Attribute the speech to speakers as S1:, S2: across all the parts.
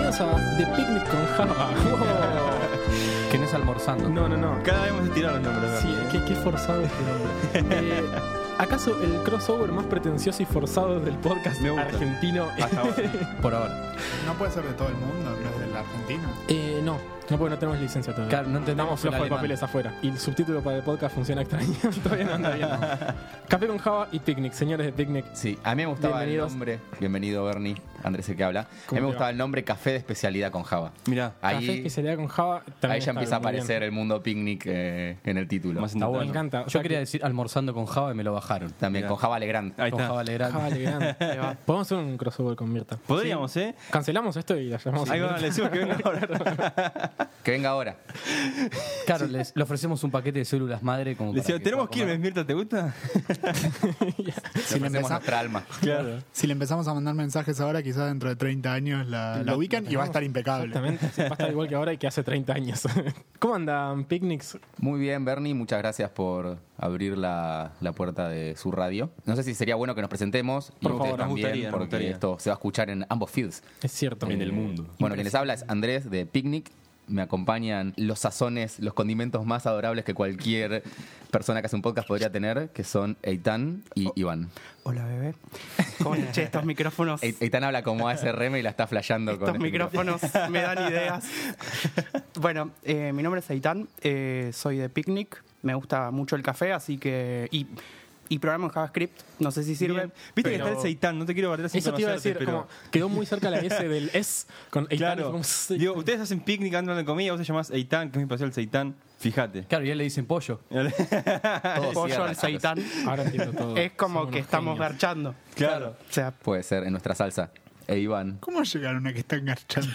S1: casa de picnic con Java.
S2: Que no es almorzando.
S1: No, no, no.
S3: Cada vez hemos tirado el nombre, ¿verdad?
S1: Sí, qué, qué forzado este nombre. Eh, ¿Acaso el crossover más pretencioso y forzado del podcast
S3: Me gusta.
S1: argentino?
S3: Hasta ahora.
S2: Ah, Por ahora.
S4: No puede ser de todo el mundo, no es de la Argentina.
S1: Eh, no, no porque no tenemos licencia todavía.
S2: Claro, no entendemos
S1: Estamos flojos
S2: el
S1: de
S2: alemán.
S1: papeles afuera. Y el subtítulo para el podcast funciona extraño. todavía no anda bien. Café con Java y picnic, señores de picnic.
S5: Sí, a mí me gustaba el
S1: Bienvenidos.
S5: nombre. Bienvenido, Bernie. Andrés, el que habla. A
S1: ¿Cómo
S5: mí
S1: te
S5: me
S1: va?
S5: gustaba el nombre Café de Especialidad con Java.
S3: Mirá,
S5: Ahí,
S1: Café que se le da con Java. también
S5: ahí ya
S1: está
S5: empieza a
S1: muy bien.
S5: aparecer el mundo picnic eh, en el título.
S3: más
S2: Está
S3: intentar.
S2: bueno.
S1: Me encanta. O
S2: Yo
S1: sea
S2: quería
S1: que-
S2: decir almorzando con Java y me lo bajaron.
S5: También
S3: Mirá.
S5: con Java Legrand.
S3: Ahí
S2: con
S3: está.
S2: Java Legrand.
S1: Java Legrand. Ahí va. Podemos hacer un crossover con Mirta.
S3: Podríamos, ¿eh?
S1: Cancelamos esto y la llamamos. a
S3: Ahí
S1: Mirta.
S3: va, le decimos que venga ahora.
S5: Que venga ahora.
S2: Claro, les, le ofrecemos un paquete de células madre como
S3: Le
S2: para
S3: decimos,
S2: que
S3: tenemos
S2: pueda
S3: que irme,
S2: comer.
S3: Mirta, ¿te gusta?
S5: Si
S4: le
S5: hacemos
S4: empezá-
S5: nuestra alma.
S3: Claro.
S4: Si le empezamos a mandar mensajes ahora, quizás dentro de 30 años la, la ubican y va a estar impecable.
S1: Exactamente. Sí, Va a estar igual que ahora y que hace 30 años. ¿Cómo andan picnics?
S5: Muy bien, Bernie, muchas gracias por abrir la, la puerta de su radio. No sé si sería bueno que nos presentemos y
S1: Por
S5: ustedes
S1: favor, nos
S5: también,
S3: gustaría, nos
S5: porque
S3: gustaría.
S5: esto se va a escuchar en ambos feeds.
S1: Es cierto.
S5: Eh, Bueno, quien les habla es Andrés de Picnic. Me acompañan los sazones, los condimentos más adorables que cualquier persona que hace un podcast podría tener, que son Eitan y Iván.
S6: Hola, bebé. ¿Cómo estás? Che, estos micrófonos.
S5: Ei- Eitan habla como ASRM y la está flasheando con.
S6: Estos
S5: este micrófono.
S6: micrófonos me dan ideas. Bueno, eh, mi nombre es Aitán, eh, soy de Picnic, me gusta mucho el café, así que... Y, y programa en JavaScript, no sé si sirve.
S3: Bien. Viste que
S1: Pero-
S3: está el seitán, no te quiero bardear sin
S1: Eso te iba a
S3: conocerte,
S1: decir,
S3: pero-
S1: como quedó muy cerca la S del S con Eitan,
S3: Claro.
S1: como- sí.
S3: Digo, ustedes hacen picnic, andan de comida, vos te llamás Eitan, que es mi paseo el seitán. Fíjate.
S2: Claro, y a él le dicen pollo.
S5: Todo
S6: Pollo
S5: cierra,
S6: al
S5: chicos.
S6: seitán.
S1: Ahora entiendo todo.
S6: Es como
S1: Somos
S6: que
S1: unos
S6: estamos
S1: genios.
S6: garchando.
S3: Claro.
S6: O sea,
S5: Puede ser en nuestra salsa. E Iván.
S4: ¿Cómo llegaron a que están enganchando?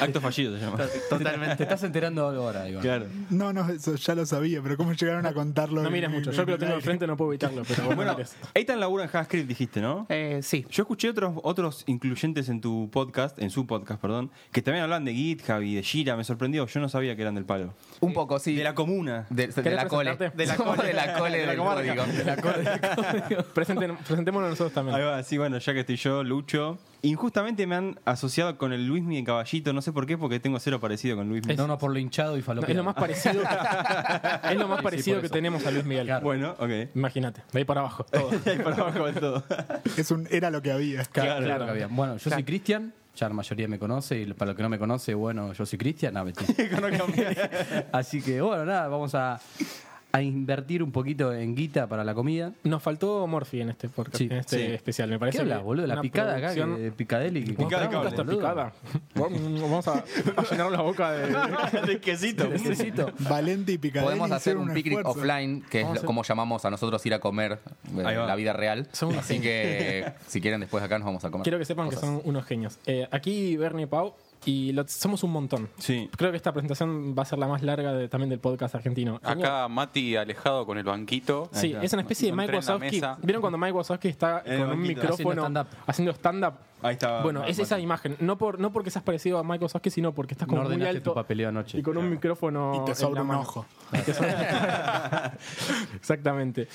S3: Acto fallido se llama.
S2: Totalmente. Te estás enterando algo ahora, Iván.
S3: Claro.
S4: No, no, eso ya lo sabía, pero ¿cómo llegaron a contarlo?
S1: No
S4: en-
S1: miras mucho. Yo que lo tengo enfrente no puedo evitarlo, pero bueno.
S3: Bueno,
S1: mires.
S3: Eitan labura en JavaScript, dijiste, ¿no?
S6: eh, sí.
S3: Yo escuché otros, otros incluyentes en tu podcast, en su podcast, perdón, que también hablan de GitHub y de Jira. Me sorprendió, yo no sabía que eran del palo.
S5: Un poco, sí.
S3: De la comuna.
S5: De, de
S1: ¿Querés
S5: la cole.
S1: presentarte?
S5: De la cole. de la cole del código.
S1: Presenten- presentémonos nosotros
S3: Ahí
S1: también.
S3: va, sí, bueno, ya que estoy yo, Lucho. Injustamente me han asociado con el Luismi de Caballito, no sé por qué, porque tengo cero parecido con Luismi.
S2: No, no, por lo hinchado y
S1: No,
S2: falopero.
S1: es lo más parecido, es lo más
S2: Sí,
S1: parecido
S2: por
S1: que
S2: eso.
S1: tenemos a Luis Miguel.
S2: Claro.
S3: Bueno, ok.
S1: Imagínate, de ahí para abajo. todo.
S3: Ahí para abajo del todo.
S4: Es un, era lo que había.
S2: Claro,
S1: Claro.
S2: claro. Fabián. Bueno, yo soy Cristian, ya la mayoría me conoce, y para los que no me conoce, bueno, yo soy Cristian, no, mentira. Así que, bueno, nada, vamos a, a invertir un poquito en guita para la comida.
S1: Nos faltó Morphy en este podcast,
S2: Sí,
S1: en este
S3: sí.
S1: especial, me parece.
S2: ¿Qué hablas,
S1: que
S2: boludo? La
S1: una
S2: picada acá,
S1: producción-
S2: que- Picadelli. que
S1: Picada,
S3: Picada,
S2: compramos,
S1: está
S2: boludo.
S1: picada. Vamos a, a llenar la boca de.
S3: de quesito.
S2: Un quesito.
S4: Valente y Picadelli
S5: Podemos hacer
S4: hicieron
S5: un picnic
S4: esfuerzo.
S5: offline, que es
S1: Vamos a
S5: lo-
S1: hacer-
S5: como llamamos a nosotros ir a comer eh,
S3: Ahí va.
S5: la vida real.
S1: Somos
S5: Así
S1: genios.
S5: que si quieren después acá nos vamos a comer.
S1: Quiero que sepan que
S5: cosas.
S1: son unos genios. Eh, aquí Bernie Pau y lo- somos un montón.
S3: Sí.
S1: Creo que esta presentación va a ser la más larga de- también del podcast argentino.
S7: Acá Mati alejado con el banquito.
S1: Sí,
S3: Ahí está.
S1: es una especie de
S7: Encontré
S1: Mike
S7: en la
S1: Wazowski.
S7: mesa.
S1: ¿Vieron cuando Mike Wazowski está
S3: En el
S1: con un
S3: banquito.
S1: micrófono
S2: Haciendo stand-up.
S1: haciendo stand-up?
S3: Ahí está.
S1: Bueno,
S3: Ah,
S1: es esa
S3: Mati.
S1: imagen. Eh, No, por, no porque seas parecido a Mike Wazowski, sino porque estás
S2: No
S1: como muy
S2: ordenaste
S1: alto
S2: tu papeleo anoche.
S1: y con un micrófono.
S4: Y te
S1: en la
S4: sobra un
S1: mano.
S4: ojo.
S1: Exactamente.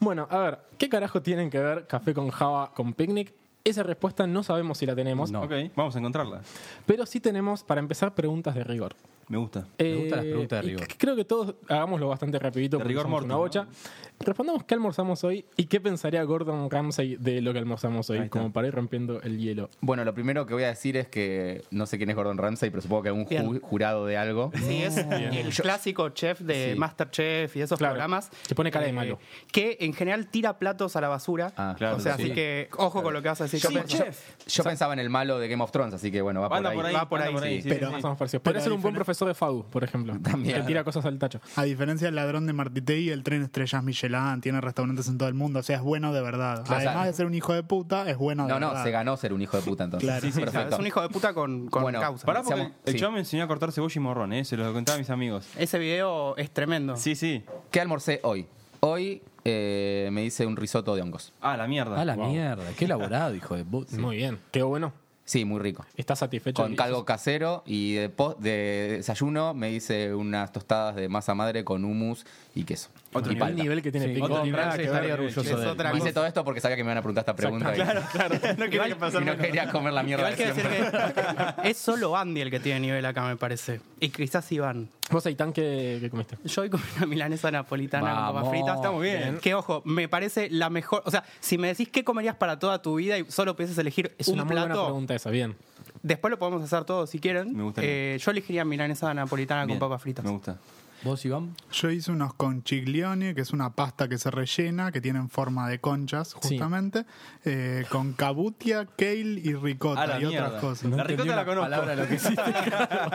S1: Bueno, a ver, ¿qué carajo tienen que ver café con Java con picnic? Esa respuesta no sabemos si la tenemos,
S2: No.
S3: Ok, vamos a encontrarla.
S1: pero sí tenemos, para empezar, preguntas de rigor.
S3: Me gusta.
S1: Eh,
S2: gustan las preguntas de
S1: y
S2: rigor.
S1: c- Creo que todos hagámoslo bastante rapidito
S3: De
S1: porque
S3: rigor
S1: somos una
S3: mortis,
S1: bocha.
S3: ¿no?
S1: Respondamos qué almorzamos hoy y qué pensaría Gordon Ramsay de lo que almorzamos
S3: Ahí
S1: hoy,
S3: está.
S1: como para ir rompiendo el hielo.
S5: Bueno, lo primero que voy a decir es que no sé quién es Gordon Ramsay, pero supongo que es un ju-
S6: Bien.
S5: jurado de algo.
S6: Sí, es Eh, el clásico chef de
S5: Sí.
S6: Masterchef y esos
S1: Claro,
S6: programas. eh,
S1: que pone cara de malo.
S6: Que en general tira platos a la basura.
S5: Ah,
S3: claro,
S6: o sea,
S3: sí.
S6: así que ojo con lo que vas a decir.
S5: Yo,
S6: Yo-
S5: pe- yo- yo pensaba en el malo de Game of Thrones, así que bueno, va
S3: Anda
S5: por ahí.
S6: Va por
S3: anda
S6: ahí, sí.
S3: sí,
S4: Pero-
S3: sí,
S1: Más
S3: sí.
S1: o menos parecido. Podría
S4: Pero
S1: ser un buen
S4: diferen-
S1: profesor de FADU, por ejemplo. Que
S5: También.
S1: tira cosas al tacho.
S4: A diferencia del ladrón de Martitei, el tren estrellas Michelin tiene restaurantes en todo el mundo. O sea, es bueno de verdad.
S5: Claro,
S4: Además
S5: o sea-
S4: de ser un hijo de puta, es bueno de
S5: No,
S4: verdad.
S5: no, se ganó ser un hijo de puta entonces.
S4: Ah. Claro. Sí,
S6: o sea,
S5: Perfecto.
S6: es un hijo de puta con, con
S5: Bueno,
S6: causa.
S3: Pará porque
S5: Seamos-
S3: el
S5: sí.
S3: chavo me enseñó a cortar cebolla y morrón, ¿eh? Se lo contaba a mis amigos.
S6: Ese video es tremendo.
S3: Sí, sí.
S5: ¿Qué almorcé hoy? Hoy eh, me hice un risotto de hongos.
S3: Ah, la mierda.
S2: A la
S3: Wow.
S2: mierda, qué elaborado, hijo de puta.
S1: Muy bien. Quedó bueno.
S5: Sí, muy rico.
S1: ¿Estás satisfecho?
S5: Con caldo casero y de, po- de desayuno me hice unas tostadas de masa madre con hummus y queso.
S1: Otro
S5: y
S1: nivel,
S5: palta.
S1: nivel que tiene Pink
S2: Otro
S1: Floyd.
S2: nivel
S1: Nada
S2: que
S1: que ver.
S2: estaría orgulloso de él.
S6: otra
S5: Hice todo esto porque sabía que me iban a preguntar esta pregunta. y-
S6: No quería que
S5: y no quería comer la mierda.
S6: Igual
S5: de
S6: quiero decir
S5: siempre.
S6: que es solo Andy el que tiene nivel acá, me parece. Y quizás Iván.
S1: ¿Vos, Aitán, qué, qué comiste?
S6: Yo hoy comí una milanesa napolitana con
S2: Vamos.
S6: papas fritas.
S2: Está muy
S6: bien. Que ojo, me parece la mejor. O sea, si me decís qué comerías para toda tu vida y solo pudieses elegir
S1: Es
S6: un
S1: una muy buena
S6: plato,
S1: pregunta esa, bien.
S6: después lo podemos hacer todos si quieren.
S3: Me gustaría.
S6: Eh, yo elegiría milanesa napolitana
S3: Bien,
S6: Ah, con papas fritas.
S3: Me gusta.
S2: ¿Vos, Iván?
S4: Yo hice unos conchiglione, que es una pasta que se rellena, que tienen forma de conchas, justamente, eh, con cabutia, kale y
S3: A
S4: ricota
S3: la
S4: y otras
S3: mierda.
S4: cosas.
S3: La ricota la conozco.
S2: Palabra de lo que hiciste.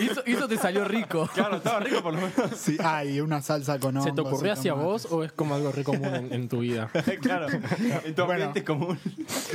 S2: y, eso, y eso te salió rico.
S3: Claro, estaba rico por lo menos.
S4: Sí, ah, y una salsa con hongos.
S1: ¿Se te ocurrió
S4: y
S1: hacia
S4: tomate.
S1: vos o es como algo re común en, en tu vida?
S3: claro. En tu
S4: Bueno.
S3: ambiente es común.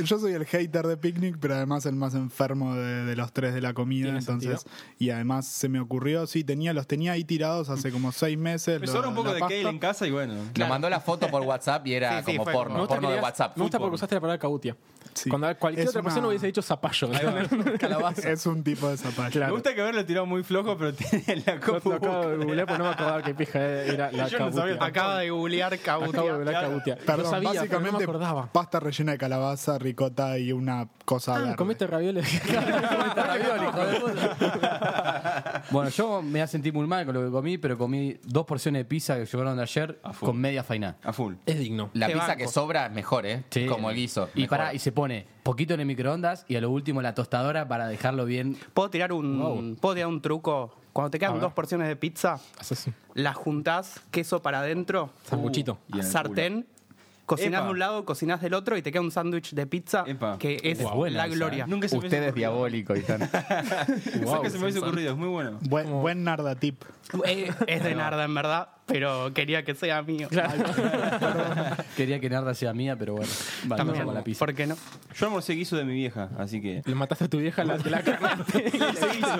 S4: Yo soy el hater de Picnic, pero además el más enfermo de, de los tres de la comida.
S1: Tiene
S4: Entonces, y además se me ocurrió, sí, tenía, los tenía ahí tirados hace como seis meses.
S3: Me
S4: lo-
S3: sobra un poco
S4: la
S3: de
S4: pasta.
S3: kale en casa y bueno.
S5: Nos mandó la foto por WhatsApp y era
S6: Sí, sí,
S5: como
S6: fue
S5: porno,
S6: como-
S1: gusta
S5: porno
S1: que
S5: de
S1: digas-
S5: WhatsApp.
S1: Me gusta porque usaste la palabra cautia.
S4: Sí.
S1: Cuando cualquier
S4: Es
S1: otra
S4: una-
S1: persona hubiese dicho zapallo. ¿entendés? Calabaza.
S4: Es un tipo de zapallo.
S1: Claro.
S3: Me gusta que haberlo tirado muy flojo, pero tiene la
S1: Lo,
S3: copa.
S1: lo acabo de googlear porque no me acordaba qué pija era la
S3: Yo no
S1: cautia.
S3: sabía
S1: Acabo
S6: Acaba de googlear cautia.
S1: de googlear cautia.
S4: Perdón,
S1: Lo sabía, pero
S4: básicamente
S1: no me acordaba.
S4: pasta rellena de calabaza, ricota y una cosa
S1: Ah,
S4: verde.
S1: ¿Comiste ravioles?
S2: Comiste ravioli, hijo de puta. bueno, yo me la sentí muy mal con lo que comí, pero comí dos porciones de pizza que llevaron de ayer
S3: full.
S2: con media fainá.
S3: A full.
S1: es digno.
S5: La
S6: Te
S5: pizza
S6: banco.
S5: que sobra es mejor, ¿eh?
S2: Sí.
S5: Como el guiso.
S2: Y,
S5: mejor.
S2: pará, y se pone poquito en el microondas y a lo último la tostadora para dejarlo bien.
S6: ¿Puedo tirar un, ¿puedo tirar un truco? Cuando te quedan dos porciones de pizza,
S1: Haces un
S6: las juntás, queso para adentro, uh,
S1: sanguchito.
S3: Y en el
S6: sartén, cocinás
S3: Epa.
S6: de un lado, cocinás del otro y te queda un sándwich de pizza
S3: Epa.
S6: que es
S2: Guau, buena
S6: la
S2: esa,
S1: ¿eh?
S6: gloria.
S3: Nunca se me
S5: Usted
S3: hubiese
S5: es diabólico, Itán.
S3: ocurrido. Nunca se me hubiese ocurrido, es muy bueno.
S4: Buen, buen narda tip.
S6: Eh, es de Narda, en verdad, pero quería que sea mío.
S2: Quería que Narda sea mía, pero bueno. Vale,
S6: También,
S2: vamos con la pizza.
S6: ¿por qué no?
S3: Yo almorcé guiso de mi vieja, así que.
S1: Le mataste a tu vieja, la, la carnaste.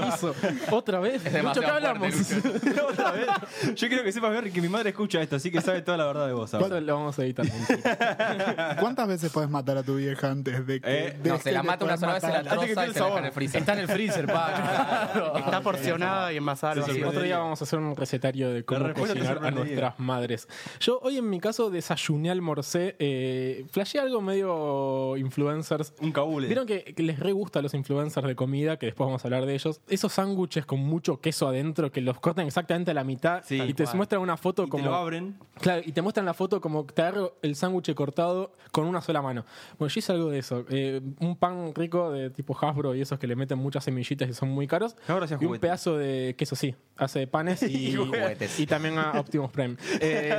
S1: Otra vez.
S5: Es
S1: Lucho, ¿qué
S5: demasiado
S1: hablamos?
S5: fuerte, Lucho.
S3: Otra vez. Yo quiero que sepas, ver que mi madre escucha esto, así que sabe toda la verdad de vos. ahora.
S1: Eso lo vamos a editar. mentira.
S4: ¿Cuántas veces puedes matar a tu vieja antes de este que.?
S3: Eh,
S5: No,
S4: deje
S5: se la
S4: de
S5: mata una
S4: poder
S5: sola vez, se la
S4: matarla?
S3: Antes que pierda el
S5: troza y se la deja
S3: sabor.
S5: en el freezer.
S2: Está en el freezer, pa.
S6: Está porcionada y envasada al
S3: Sí,
S6: vacío.
S1: Otro día vamos a hacer un recetario de
S3: La
S1: cómo
S3: respuesta te
S1: cocinar a
S3: sorprendería.
S1: nuestras madres. Yo hoy en mi caso desayuné, almorcé, eh, flashé algo medio influencers.
S3: Un cabule.
S1: Vieron que que les re gusta a los influencers de comida, que después vamos a hablar de ellos. Esos sándwiches con mucho queso adentro que los cortan exactamente a la mitad
S3: Sí,
S1: y te
S3: cual.
S1: muestran una foto
S3: Y
S1: como.
S3: te lo abren.
S1: Claro, y te muestran la foto como te agarro el sándwich cortado con una sola mano. Bueno, yo hice algo de eso. Eh, un pan rico de tipo Hasbro y esos que le meten muchas semillitas y son muy caros.
S3: Hasbro hacía
S1: y un
S3: juguetes.
S1: pedazo de queso, sí. Hace de panes y,
S5: juguetes.
S1: y también a Optimus Prime. Eh,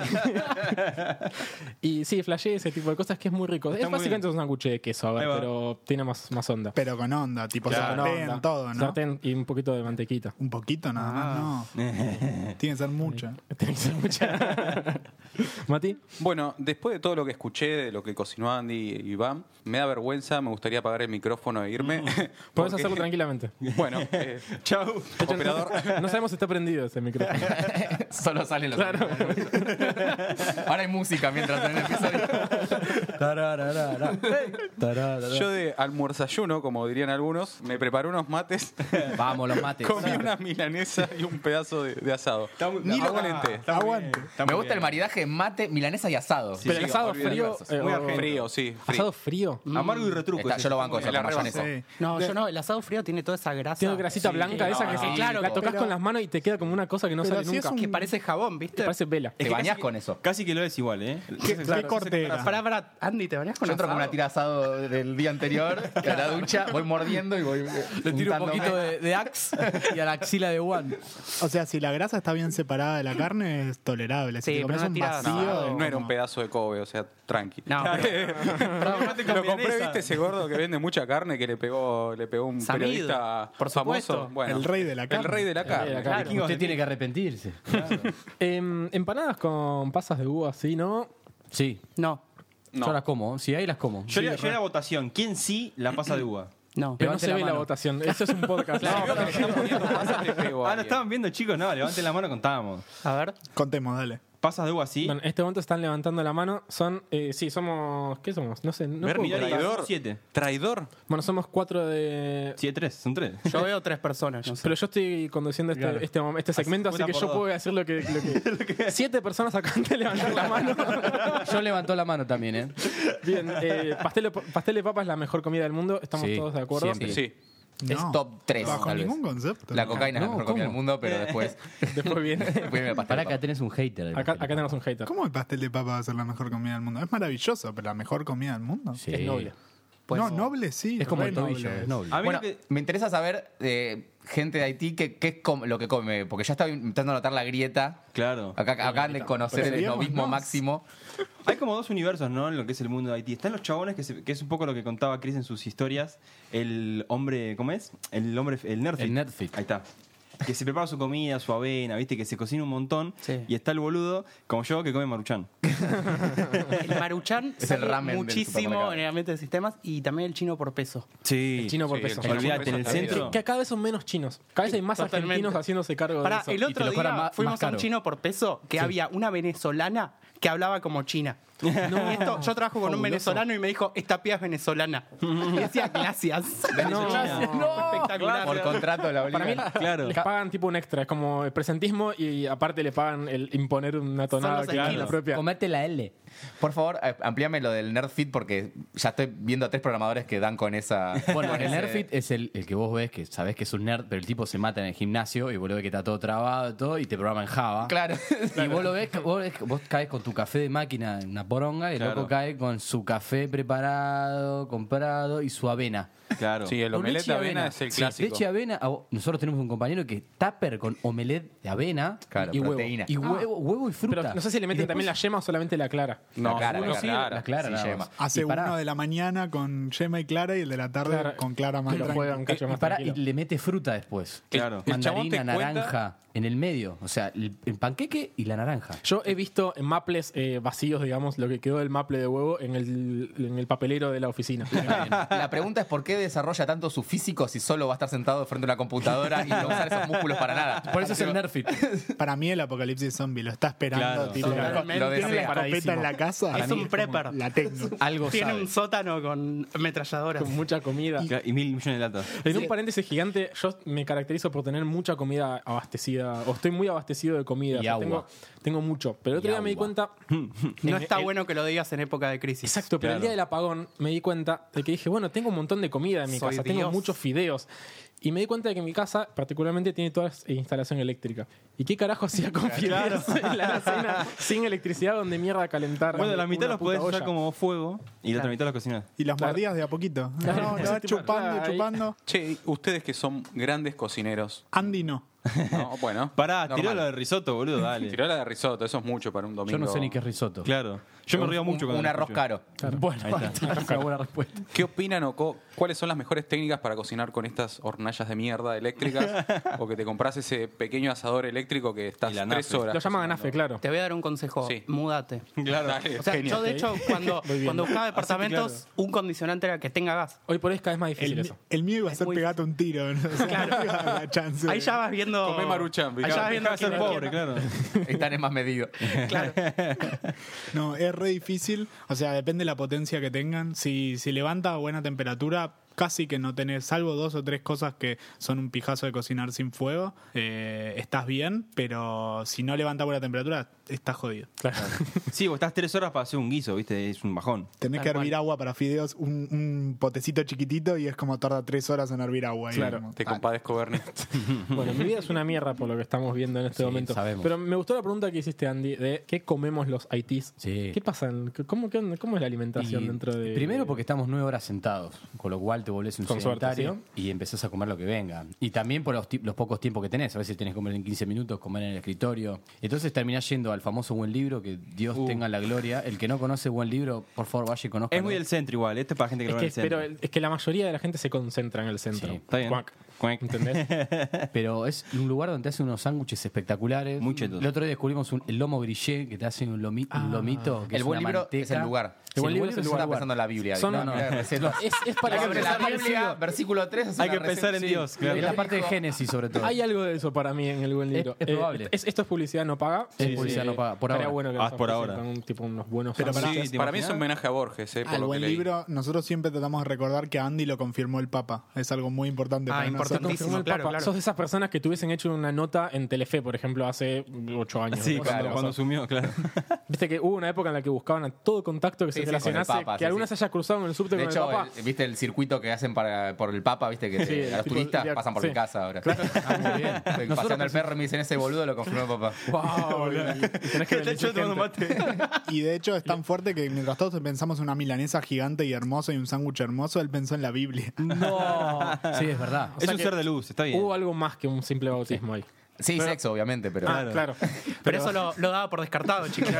S1: y sí, flashé ese tipo de cosas que es muy rico.
S3: Está
S1: es
S3: muy
S1: básicamente un sándwich de queso, a ver,
S3: Ahí va.
S1: pero tiene más, más onda.
S4: Pero con onda, tipo
S1: Claro,
S4: sartén,
S1: onda.
S4: todo, ¿no?
S1: Sartén y un poquito de mantequita.
S4: Un poquito nada más, no. Tiene que ser mucha.
S1: Tiene que ser mucha. Mati,
S7: Bueno, después de todo lo que escuché, de lo que cocinó Andy y Iván, me da vergüenza, me gustaría apagar el micrófono e irme.
S1: Mm. podés
S7: porque-
S1: hacerlo tranquilamente.
S7: Bueno, eh,
S3: Chau.
S7: operador.
S1: No sabemos si está prendido ese micrófono.
S5: Solo salen los
S1: Claro.
S5: Ahora hay música mientras en el episodio.
S2: Tarararara. Tarararara.
S7: Yo de almuerzayuno, como dirían algunos, me preparé unos mates,
S2: Vamos, los mates.
S7: comí una milanesa y un pedazo de, de asado.
S3: muy-
S7: Ni lo
S3: Agua.
S7: calenté.
S3: Está muy bien,
S4: Aguante.
S3: está muy
S5: Me gusta el
S3: bien.
S5: maridaje mate, milanesa y asado.
S3: Sí,
S1: Pero el asado
S7: olvídate.
S1: frío. eh,
S3: Muy
S1: o-
S3: argentino.
S7: Frío, sí. frío.
S1: Asado frío.
S3: Amargo y retruco.
S5: Está,
S3: ese.
S5: yo lo banco,
S7: Está
S5: yo
S7: muy bien.
S5: con
S7: La
S5: mayoneso.
S4: Sí.
S6: No, yo no, el asado frío tiene toda esa grasa.
S1: Tiene grasita
S6: Sí,
S1: blanca
S6: no,
S1: esa que
S6: no,
S1: se-
S6: no.
S5: claro,
S1: la tocas
S4: pero-
S1: con las manos y te queda como una cosa que no
S4: Pero
S1: sale
S4: si es
S1: nunca.
S4: un-
S6: Que parece jabón, ¿viste?
S1: Te parece vela.
S5: Te
S3: que
S5: bañás
S3: casi-
S5: con eso.
S3: Casi que lo es igual, ¿eh?
S4: ¿Qué, qué corte era?
S6: Pará, pará, Andy, ¿te bañás con
S5: Yo entro con
S6: asado?
S5: una tira asado del día anterior, a la ducha, voy mordiendo y voy.
S2: Le tiro un poquito de, de axe y a la axila de Juan.
S4: O sea, si la grasa está bien separada de la carne, es tolerable. Si
S6: Sí,
S4: te
S6: pero
S4: comes
S6: una
S4: un
S6: tirada
S4: vacío.
S7: No, no era un
S4: como-
S7: pedazo de Kobe, o sea, tranqui.
S6: No, pero-
S7: Lo compré, viste, ese gordo que vende mucha carne que le pegó, le pegó un
S6: Samid,
S7: periodista
S6: por supuesto.
S7: famoso. Bueno,
S4: El rey de la carne.
S7: El rey de la carne.
S1: la carne.
S7: Vikingos
S2: Usted
S7: de-
S2: tiene que arrepentirse.
S1: Em, empanadas con pasas de uva, así, ¿no?
S2: Sí.
S6: no,
S2: Yo las como. ¿eh? Si hay, las como.
S3: Yo le yo era votación. ¿Quién sí la pasa de uva?
S6: no.
S1: Pero no
S2: Levante
S1: se
S2: la
S1: ve la
S2: mano.
S1: votación. Eso es un podcast.
S7: Yo creo que están poniendo pasas, le pego a
S3: Ah, ¿lo
S7: alguien.
S3: estaban viendo, chicos? No, levanten la mano, contábamos.
S6: A ver,
S4: Contemos, dale.
S3: pasas de uva así.
S1: Bueno, en este momento están levantando la mano. Son, eh, sí, somos, ¿qué somos? No sé, no
S3: Ver,
S1: puedo
S3: mirá,
S1: contar.
S3: traidor. Siete.
S7: Traidor.
S1: Bueno, somos cuatro de...
S3: Sí, tres, son tres.
S6: Yo veo tres personas. no sé.
S1: Pero yo estoy conduciendo este,
S2: Claro.
S1: este, mom- este segmento, así
S3: una
S1: que
S3: por
S1: yo
S3: dos.
S1: puedo hacer lo que... lo que- Siete personas acaban de levantar la mano.
S2: Yo levantó la mano también, ¿eh?
S1: Bien, eh, pastel, de, pastel de papa es la mejor comida del mundo. Estamos
S2: Sí,
S1: todos de acuerdo.
S5: siempre. Sí.
S7: Sí.
S4: No,
S5: Es top 3.
S4: Bajo ningún concepto.
S5: La cocaína es
S2: No,
S5: la mejor comida del
S2: ¿cómo?
S5: mundo, pero después.
S1: Después viene...
S5: Después viene el pastel
S2: Pará,
S5: de
S2: acá
S5: papa.
S2: tenés un hater.
S1: Acá, acá tenemos un hater.
S4: ¿Cómo el pastel de papa va a ser la mejor comida del mundo? Es maravilloso, pero la mejor comida del mundo.
S2: Sí.
S1: Es noble.
S6: Pues-
S4: no, noble sí.
S2: Es como
S4: re
S2: el tobillo,
S4: noble.
S2: es noble.
S7: Ah,
S3: A mí
S5: Bueno,
S3: lo que-
S5: me interesa saber, eh, gente de Haití, qué qué es com- lo que come. Porque ya estaba intentando notar la grieta.
S3: Claro.
S5: Acá, acaban de conocer el
S4: Pero
S5: esnovismo
S4: digamos, no.
S5: máximo.
S3: Hay como dos universos, ¿no? En lo que es el mundo de Haití. Están los chabones, que, se- que es un poco lo que contaba Chris en sus historias. El hombre, ¿cómo es? El hombre, el nerd.
S2: El nerd fit.
S3: Ahí está. Que se prepara su comida, su avena, viste, que se cocina un montón.
S6: Sí.
S3: Y está el boludo, como yo, que come maruchan.
S6: El maruchan
S5: Es el
S6: sale
S5: ramen del
S6: muchísimo
S5: supermercado.
S6: en el ambiente de sistemas y también el chino por peso.
S3: Sí.
S1: Chino por
S7: Sí,
S1: peso.
S7: el chino
S3: Olvídate,
S7: por
S3: en el
S7: peso está
S3: centro-
S7: bien.
S1: Que cada vez son menos chinos. Cada vez hay más
S6: Totalmente.
S1: argentinos haciéndose cargo
S6: Pará,
S1: de eso.
S6: el
S2: te
S6: otro
S2: lo
S6: día
S2: cobran más-
S6: fuimos
S2: más
S6: a un
S2: caro.
S6: chino por peso que había una venezolana que hablaba como china. Y esto, yo trabajo con un
S1: Fabuloso.
S6: venezolano y me dijo, esta piba es venezolana. Y decía, gracias.
S1: No.
S6: Gracias. No, espectacular.
S5: Por contrato la
S1: Para mí,
S5: obligan.
S3: Claro.
S1: les pagan tipo un extra. Es como el presentismo y aparte le pagan el imponer una tonada
S6: los
S1: que es la
S6: alquilos.
S1: propia.
S2: Comete la L.
S5: Por favor, eh, amplíame lo del Nerdfit porque ya estoy viendo a tres programadores que dan con esa.
S2: Bueno,
S5: con
S2: el
S5: ese-
S2: Nerdfit es el, el que vos ves, que sabés que es un nerd, pero el tipo se mata en el gimnasio y vos lo ves que está todo trabado y todo, y te programa en Java.
S5: Claro.
S2: Y vos lo ves, vos, ves- vos caes con tu café de máquina en una poronga y el
S3: Claro.
S2: loco cae con su café preparado, comprado y su avena.
S3: Claro.
S7: Sí, el
S2: Con
S7: omelette
S2: leche
S7: de
S2: y
S7: avena es el
S2: Sí,
S7: clásico.
S2: Leche y avena. A vos- Nosotros tenemos un compañero que tupper con omelette de avena
S5: Claro,
S2: y
S5: proteína.
S2: huevo. Y huevo, huevo y fruta.
S1: Pero no sé si le meten
S2: Y
S1: también la
S2: después-
S1: yema o solamente la clara.
S7: No,
S5: La cara,
S7: uno
S5: la
S7: sí,
S5: cara.
S7: la
S2: la clara.
S5: Sí,
S2: nada
S5: yema.
S2: más.
S4: Hace
S2: Y pará,
S4: uno de la mañana con Yema y Clara y el de la tarde
S1: Clara-
S4: con Clara más
S1: que lo
S4: tranqui.
S1: juegan. un cacho
S2: y,
S1: más
S2: pará, y
S1: tranquilo.
S2: le mete fruta después.
S3: Claro.
S7: El chabón
S2: Mandarina,
S7: te cuenta-
S2: naranja, en el medio. O sea, el, el panqueque y la naranja.
S1: Yo he visto en maples eh, vacíos, digamos, lo que quedó del maple de huevo en el, en el papelero de la oficina.
S5: La pregunta es por qué desarrolla tanto su físico si solo va a estar sentado frente a una computadora y no usar esos músculos para nada.
S2: Por eso es el Nerfit.
S4: Para mí el apocalipsis zombie lo está esperando.
S3: Claro,
S4: tipo,
S6: totalmente.
S4: lo ¿Tiene la
S5: desea.
S4: escopeta en la casa?
S6: Es un prepper.
S4: La tengo.
S2: Algo
S6: Tiene
S2: sabe.
S6: un sótano con ametralladoras.
S1: con mucha comida.
S3: Claro, Y mil millones de latas.
S1: En un paréntesis gigante, yo me caracterizo por tener mucha comida abastecida, o estoy muy abastecido de comida.
S2: Y
S1: o sea,
S2: agua.
S1: Tengo, tengo mucho. Pero el otro
S2: Y
S1: día me di
S2: agua.
S1: cuenta.
S6: No está
S1: el-
S6: bueno que lo digas en época de crisis.
S1: Exacto, pero el
S3: Claro.
S1: día del apagón me di cuenta de que dije, bueno, tengo un montón de comida en mi
S6: Soy
S1: casa, tengo
S6: Dios.
S1: muchos fideos. Y me di cuenta de que mi casa, particularmente, tiene toda la instalación eléctrica. ¿Y qué carajo hacía con fideos en la cena sin electricidad donde mierda calentar?
S3: Bueno, la mitad
S1: una
S3: los
S1: puta
S3: podés usar
S1: olla?
S3: como fuego y la otra mitad los cocinás.
S4: Y los mordidas de a poquito.
S1: Claro.
S4: No, lo vas
S1: Tipo,
S4: chupando,
S1: ahí.
S4: chupando.
S7: Che, ustedes que son grandes cocineros.
S4: Andy no.
S7: No, bueno.
S3: Pará, tiró lo de risotto, boludo, dale.
S7: Tiró la de risotto, eso es mucho para un
S2: Yo
S7: domingo.
S2: no sé ni qué es risotto.
S3: claro. Yo me río mucho
S5: un,
S3: cuando
S5: un
S3: lo
S5: arroz
S3: escucho.
S5: caro.
S2: Bueno, es una buena respuesta.
S7: ¿Qué opinan o co- cuáles son las mejores técnicas para cocinar con estas hornallas de mierda eléctricas? o que te compras ese pequeño asador eléctrico que estás
S3: Y la
S7: tres
S3: nafe.
S7: horas.
S1: Lo llaman anafe, claro.
S6: Te voy a dar un consejo.
S7: Sí.
S6: Múdate.
S3: Claro.
S7: Dale.
S6: O sea,
S7: Genial.
S6: yo de hecho cuando, cuando buscaba departamentos, un condicionante era que tenga gas.
S1: Hoy por hoy es cada vez más difícil
S4: El,
S1: eso.
S4: el mío iba a
S6: Es
S4: ser
S6: muy-
S4: pegate un tiro. ¿no? O sea, no iba a dar la chance.
S6: Ahí ya vas viendo.
S7: Comé maruchan,
S6: Ahí ya vas viendo.
S3: Dejá de ser
S6: quién es
S3: pobre, claro.
S5: Están es más medido.
S6: Claro.
S4: No, es re difícil. O sea, depende de la potencia que tengan. Si, si levanta a buena temperatura, casi que no tenés, salvo dos o tres cosas que son un pijazo de cocinar sin fuego, eh, estás bien, pero si no levanta a buena temperatura, estás jodido.
S3: Sí, vos estás tres horas para hacer un guiso, viste, es un bajón.
S4: Tenés
S6: Tal
S4: que hervir
S6: cual.
S4: agua para fideos, un, un potecito chiquitito y es como tarda tres horas en hervir agua. Y
S1: Claro.
S4: como-
S7: Te compadezco, Bernie.
S1: Bueno, mi vida es una mierda por lo que estamos viendo en este
S2: Sí,
S1: momento.
S2: sabemos.
S1: Pero me gustó la pregunta que hiciste, Andy, de qué comemos los haitis.
S2: Sí.
S1: ¿Qué pasa? en- ¿Cómo, qué onda? ¿Cómo es la alimentación
S2: Y
S1: dentro de...?
S2: Primero porque estamos nueve horas sentados, con lo cual te volvés un
S1: Con suerte,
S2: sedentario y empezás a comer lo que venga. Y también por los, ti- los pocos tiempos que tenés. A veces tenés que comer en 15 minutos, comer en el escritorio. Entonces terminás yendo al famoso buen libro, que Dios tenga la gloria. El que no conoce buen libro, por favor vaya y conozca.
S3: Es muy del centro igual, este es para gente que
S1: Es
S3: lo ve en el
S1: que,
S3: centro.
S1: pero el- es que la mayoría de la gente se concentra en el centro.
S2: Sí.
S3: Está bien.
S1: Cuac.
S3: Cuec.
S1: ¿Entendés?
S2: Pero es un lugar donde te hacen unos sándwiches espectaculares.
S3: Muy chetos.
S2: El otro día descubrimos un, el lomo grillé que te hacen un, lomi- un lomito. que
S5: El
S2: es
S5: buen
S2: una
S5: libro
S2: manteca.
S5: es el lugar.
S2: El buen libro
S5: se
S2: es el
S5: está
S2: lugar.
S5: pensando en la Biblia.
S1: Son-
S5: la
S1: no, no.
S5: Biblia de recetas.
S1: Es, es para
S5: Abre la
S1: empezar-
S5: Biblia, versículo 3. es
S3: Hay
S5: una
S3: que pensar en
S5: receta.
S3: Dios,
S5: Sí.
S3: claro.
S2: En la parte de Génesis, sobre todo.
S1: Hay algo de eso para mí en el buen libro. Eh,
S2: Es- es probable.
S1: es- esto es publicidad no paga.
S2: Es publicidad no paga, por
S1: estaría
S2: ahora.
S1: bueno que
S3: Ah,
S1: nos
S3: por
S1: ofrezcan
S3: ahora.
S1: un- tipo unos buenos
S4: Pero
S1: sándwiches.
S3: Sí, ¿te
S7: para mí es un
S3: imaginas?
S7: homenaje a Borges, eh, por
S4: Al
S7: lo que
S4: buen
S7: leí.
S4: libro, nosotros siempre tratamos de recordar que Andy lo confirmó el Papa. Es algo muy importante para
S6: Ah, importantísimo.
S4: nosotros.
S1: Confirmó el
S6: claro,
S1: Papa.
S6: claro.
S1: Sos de esas personas que te hubiesen hecho una nota en Telefe, por ejemplo, hace ocho años.
S3: Sí,
S1: ¿no?
S3: cuando,
S1: Cuando
S3: cuando
S1: pasó.
S3: sumió, claro.
S1: Viste que hubo una época en la que buscaban a todo contacto que
S5: sí,
S1: se
S5: con el
S1: relacionase,
S5: Papa,
S1: que
S5: sí,
S1: alguna
S5: sí.
S1: se haya cruzado en el subte
S5: De
S1: con el
S5: hecho,
S1: papá.
S5: el- viste el circuito que hacen para, por el Papa, viste que
S1: Sí,
S5: te-
S1: el
S5: a los
S1: tipo
S5: turistas
S1: de-
S5: pasan por
S1: sí.
S5: mi casa ahora.
S2: Ah, muy bien.
S5: Estoy paseando el perro y me dicen ese boludo lo confirmó el papá.
S1: Wow, y tenés que
S3: Está
S1: bendecir
S3: yo tomando
S1: gente.
S3: mate.
S4: Y de hecho es tan fuerte que mientras todos pensamos en una milanesa gigante y hermosa y un sándwich hermoso, él pensó en la Biblia.
S2: No. Sí, es verdad.
S3: Es
S1: sea
S3: un
S1: que-
S3: ser de luz, está bien.
S1: Hubo algo más que un simple bautismo ahí.
S5: Sí, sexo, obviamente, pero.
S1: Ah, claro.
S6: Pero, eso lo, lo daba por descartado, chicos.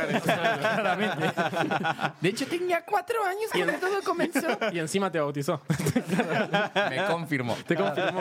S2: De hecho, tenía cuatro años cuando todo comenzó.
S1: Y encima te bautizó.
S3: Ah.
S5: Me confirmó.
S1: Te confirmó.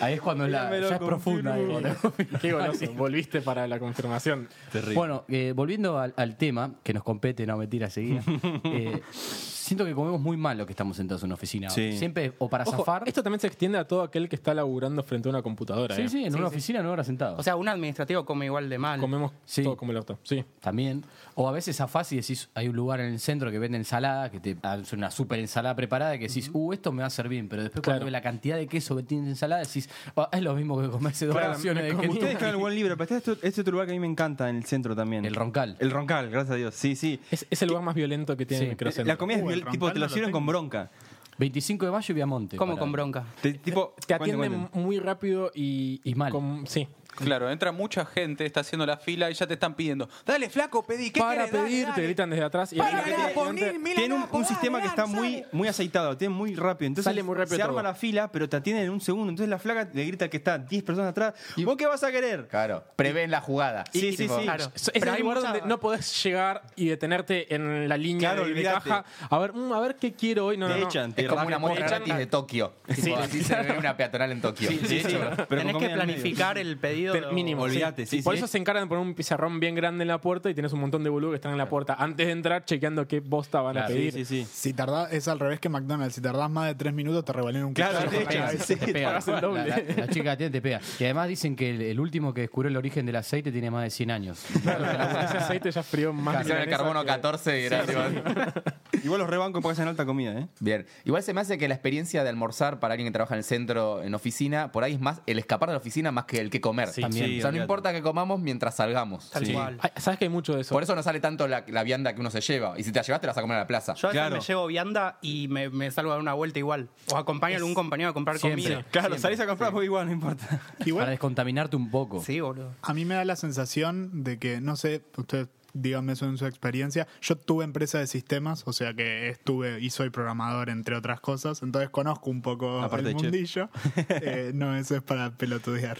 S2: Ahí es cuando la, ya es profunda. ahí, boludo.
S1: Qué goloso. Volviste para la confirmación.
S2: Bueno, eh, volviendo al, al tema, que nos compete, no mentira, seguida. eh, siento que comemos muy mal lo que estamos sentados en una oficina.
S3: Sí.
S2: Siempre o para
S1: Ojo,
S2: zafar.
S1: esto también se extiende a todo aquel que está laburando frente a una computadora.
S2: sí,
S1: eh.
S2: sí, en una oficina no horas sentado.
S6: O sea, un administrativo come igual de mal.
S1: Comemos
S2: Sí.
S1: todo como el orto. Sí.
S2: También. O a veces zafás y decís, hay un lugar en el centro que vende ensalada, que te hace una super ensalada preparada, que decís, uh, esto me va a servir bien. Pero después
S1: Claro.
S2: cuando ves la cantidad de queso que tiene la ensalada, decís, "Ah, es lo mismo que comerse dos
S1: Claro,
S2: raciones
S1: me
S2: de
S1: comí-
S2: queso.
S3: Ustedes dejaron el buen libro, pero este es este es otro lugar que a mí me encanta en el centro también.
S2: El Roncal.
S3: El Roncal, gracias a Dios. Sí, sí.
S1: Es, es el lugar más violento que tiene
S2: Sí.
S1: el microcentro.
S3: La comida es
S4: Uh, el
S3: viol- tipo,
S4: Roncal
S3: te lo
S4: no lo
S3: sirven con
S4: tengo.
S3: bronca.
S2: 25 de mayo y Viamonte.
S6: Como
S2: para-
S6: con bronca.
S3: Te, tipo,
S1: Te
S3: cuenten,
S1: atienden
S3: cuenten.
S1: muy rápido y,
S2: Y mal.
S1: con- sí.
S7: Claro, entra mucha gente, está haciendo la fila y ya te están pidiendo. Dale, flaco, pedí. ¿Qué
S1: Para
S7: querés? Dale,
S1: pedir, te
S7: dale".
S1: gritan desde atrás y
S7: Para,
S1: ahí-
S7: para, poní,
S1: antes-
S7: mira,
S3: Tienen un,
S7: podá,
S3: un sistema que
S7: dale,
S3: está
S7: sale.
S3: muy, muy aceitado, tienen muy rápido. Entonces
S1: Sale muy rápido
S3: se arma
S1: todo.
S3: la fila, pero te atienden en un segundo. Entonces la flaca le grita que está 10 personas atrás. ¿Y vos qué vas a querer?
S5: Claro. Prevén la jugada.
S3: Sí, sí,
S5: Tipo,
S3: sí. Ah,
S6: Claro.
S1: Es
S6: Pero
S1: el
S6: hay
S1: lugar
S6: mucha-
S1: donde no podés llegar y detenerte en la línea
S3: Claro,
S1: de, de
S3: olvídate.
S1: caja. A ver, mm, a ver qué quiero hoy. No,
S3: Te
S1: no, no.
S3: echan, te
S5: Es como una
S3: rajan.
S5: muestra
S1: echan-
S5: gratis de Tokio. Tipo, así se ve una peatonal en Tokio.
S3: Sí, sí, sí. Pero con
S6: Tenés que
S3: comida en medio.
S6: planificar el pedido.
S1: Ten- mínimo.
S3: Olvídate, sí,
S1: Y Por
S3: sí.
S1: eso se encargan de poner un pizarrón bien grande en la puerta y tienes un montón de boludos que están en la puerta antes de entrar chequeando qué bosta van a
S2: Claro,
S1: pedir.
S3: Sí, sí, sí.
S4: Si tardás, es al revés que McDonald's. Si tardás más de tres minutos, te revalen un
S3: Claro,
S4: cuchillo.
S3: te
S2: Pega,
S3: echan. Sí,
S2: te pega.
S1: pagas el doble.
S2: La, la- la chica que tiene te pega. Y además dicen que el, el último que descubrió el origen del aceite tiene más de 100 años.
S1: Ese aceite ya frío más.
S5: Hicieron el
S1: milanesa
S5: carbono
S1: que-
S5: 14 y era tipo-
S3: Igual los rebancos porque hacen alta comida, ¿eh?
S5: Bien. Igual se me hace que la experiencia de almorzar para alguien que trabaja en el centro, en oficina, por ahí es más el escapar de la oficina más que el que comer.
S2: Sí,
S5: También.
S3: sí,
S5: o sea, no
S3: olvídate.
S5: importa que comamos mientras salgamos.
S6: Tal
S3: Sí.
S6: cual.
S1: Ay, Sabes que hay mucho de eso.
S5: Por eso no sale tanto la, la vianda que uno se lleva. Y si te la llevas, te la vas a comer a la plaza.
S6: Yo a veces
S3: Claro.
S6: me llevo vianda y me, me salgo a dar una vuelta igual. O acompaño a algún compañero a comprar
S2: Siempre.
S6: comida.
S3: Claro, salís a comprar, pues igual, no importa.
S2: Para
S4: Igual
S2: descontaminarte un poco.
S6: Sí, boludo.
S4: A mí me da la sensación de que, no sé, ustedes díganme eso en su experiencia. Yo tuve empresa de sistemas, o sea que estuve y soy programador, entre otras cosas. Entonces conozco un poco
S3: Aparte de
S4: el
S3: chef.
S4: mundillo. Eh, no, eso es para pelotudear.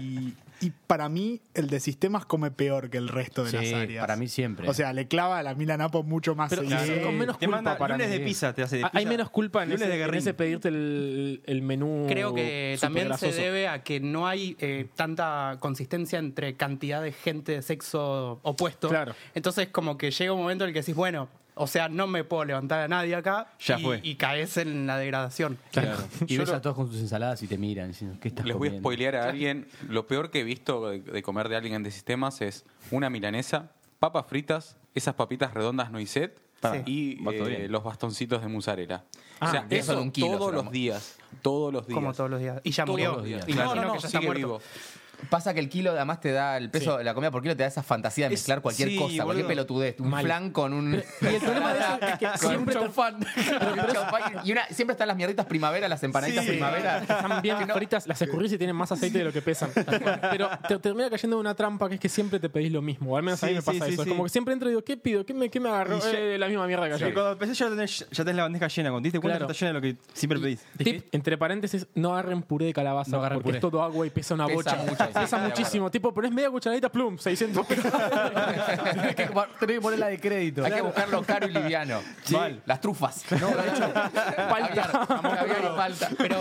S4: Y, y para mí, el de sistemas come peor que el resto de
S2: Sí,
S4: las áreas.
S2: para mí siempre.
S4: O sea, le clava a la Mila Napo mucho más.
S1: Pero
S4: seguido.
S1: sí, con menos
S3: Te
S1: culpa
S3: manda
S1: para
S3: lunes
S1: mí.
S3: de pizza, te hace de
S1: Ah, Hay
S3: pizza.
S1: menos culpa en
S3: Lunes
S1: ese,
S3: de
S1: en
S3: guerrín.
S1: ese pedirte el, el menú.
S6: Creo que también se
S1: supergrasoso.
S6: debe a que no hay eh, tanta consistencia entre cantidad de gente de sexo opuesto.
S1: Claro.
S6: Entonces, como que llega un momento en el que decís, bueno, o sea, no me puedo levantar a nadie acá.
S3: Ya
S6: y,
S3: fue.
S6: y caes en la degradación.
S2: Claro. Y
S7: Yo
S2: ves
S7: lo-
S2: a todos con sus ensaladas y te miran diciendo, ¿qué estás
S7: Les voy a
S2: comiendo?
S7: spoilear a alguien. Lo peor que he visto de, de comer de alguien de sistemas es una milanesa, papas fritas, esas papitas redondas noiset
S6: Pará,
S7: y
S3: va todo
S7: eh,
S3: bien.
S7: los bastoncitos de mozzarella.
S1: Ah,
S7: o sea,
S5: que
S7: eso
S5: son un kilo,
S7: todos
S5: pero-
S7: los días. Todos los días.
S6: Como todos los días. Y ya
S7: Todos
S6: murió.
S7: los días.
S6: Y
S7: Claro.
S6: no,
S7: No,
S6: no,
S7: no,
S6: que ya está
S7: sigue
S6: muerto.
S7: vivo.
S5: Pasa que el kilo además te da el peso de la comida por kilo, te da esa fantasía de
S3: Es-
S5: mezclar cualquier
S3: sí,
S5: cosa, cualquier
S3: boludo.
S5: pelotudez. Un
S1: Mal.
S5: flan con un.
S1: Y el problema de eso es que
S5: con
S1: siempre
S5: un
S1: te-
S5: chaufán. Un chaufán. y una, siempre están las mierditas primavera, las empanaditas
S3: Sí.
S5: primavera.
S1: Están bien fritas, las escurrís y tienen más aceite de lo que pesan. Pero te termina cayendo en una trampa que es que siempre te pedís lo mismo. Al menos a mí
S3: Sí,
S1: me pasa
S3: sí, sí,
S1: eso.
S3: sí.
S1: Es como que siempre entro y digo, ¿qué pido? ¿Qué me, qué me agarró?
S3: Y ya-
S1: Eh, la misma mierda que
S3: Porque
S1: ayer.
S3: Cuando empecé ya tenés, ya tenés la bandeja llena. Cuando te diste cuenta
S1: Claro.
S3: que está llena de lo que siempre pedís.
S1: Tip, entre paréntesis, no agarren puré de calabaza
S2: No agarren
S1: porque
S2: puré.
S1: es todo agua y pesa una
S5: Pesa
S1: bocha.
S5: mucho,
S1: Pesa muchísimo. Tipo, ponés media cucharadita, plum, 600 pesos.
S2: Tenés que comprar- tenés que ponerla de crédito.
S5: Hay que buscarlo caro y liviano.
S2: Mal.
S5: Las trufas. No, de hecho, falta. y falta.
S6: Pero,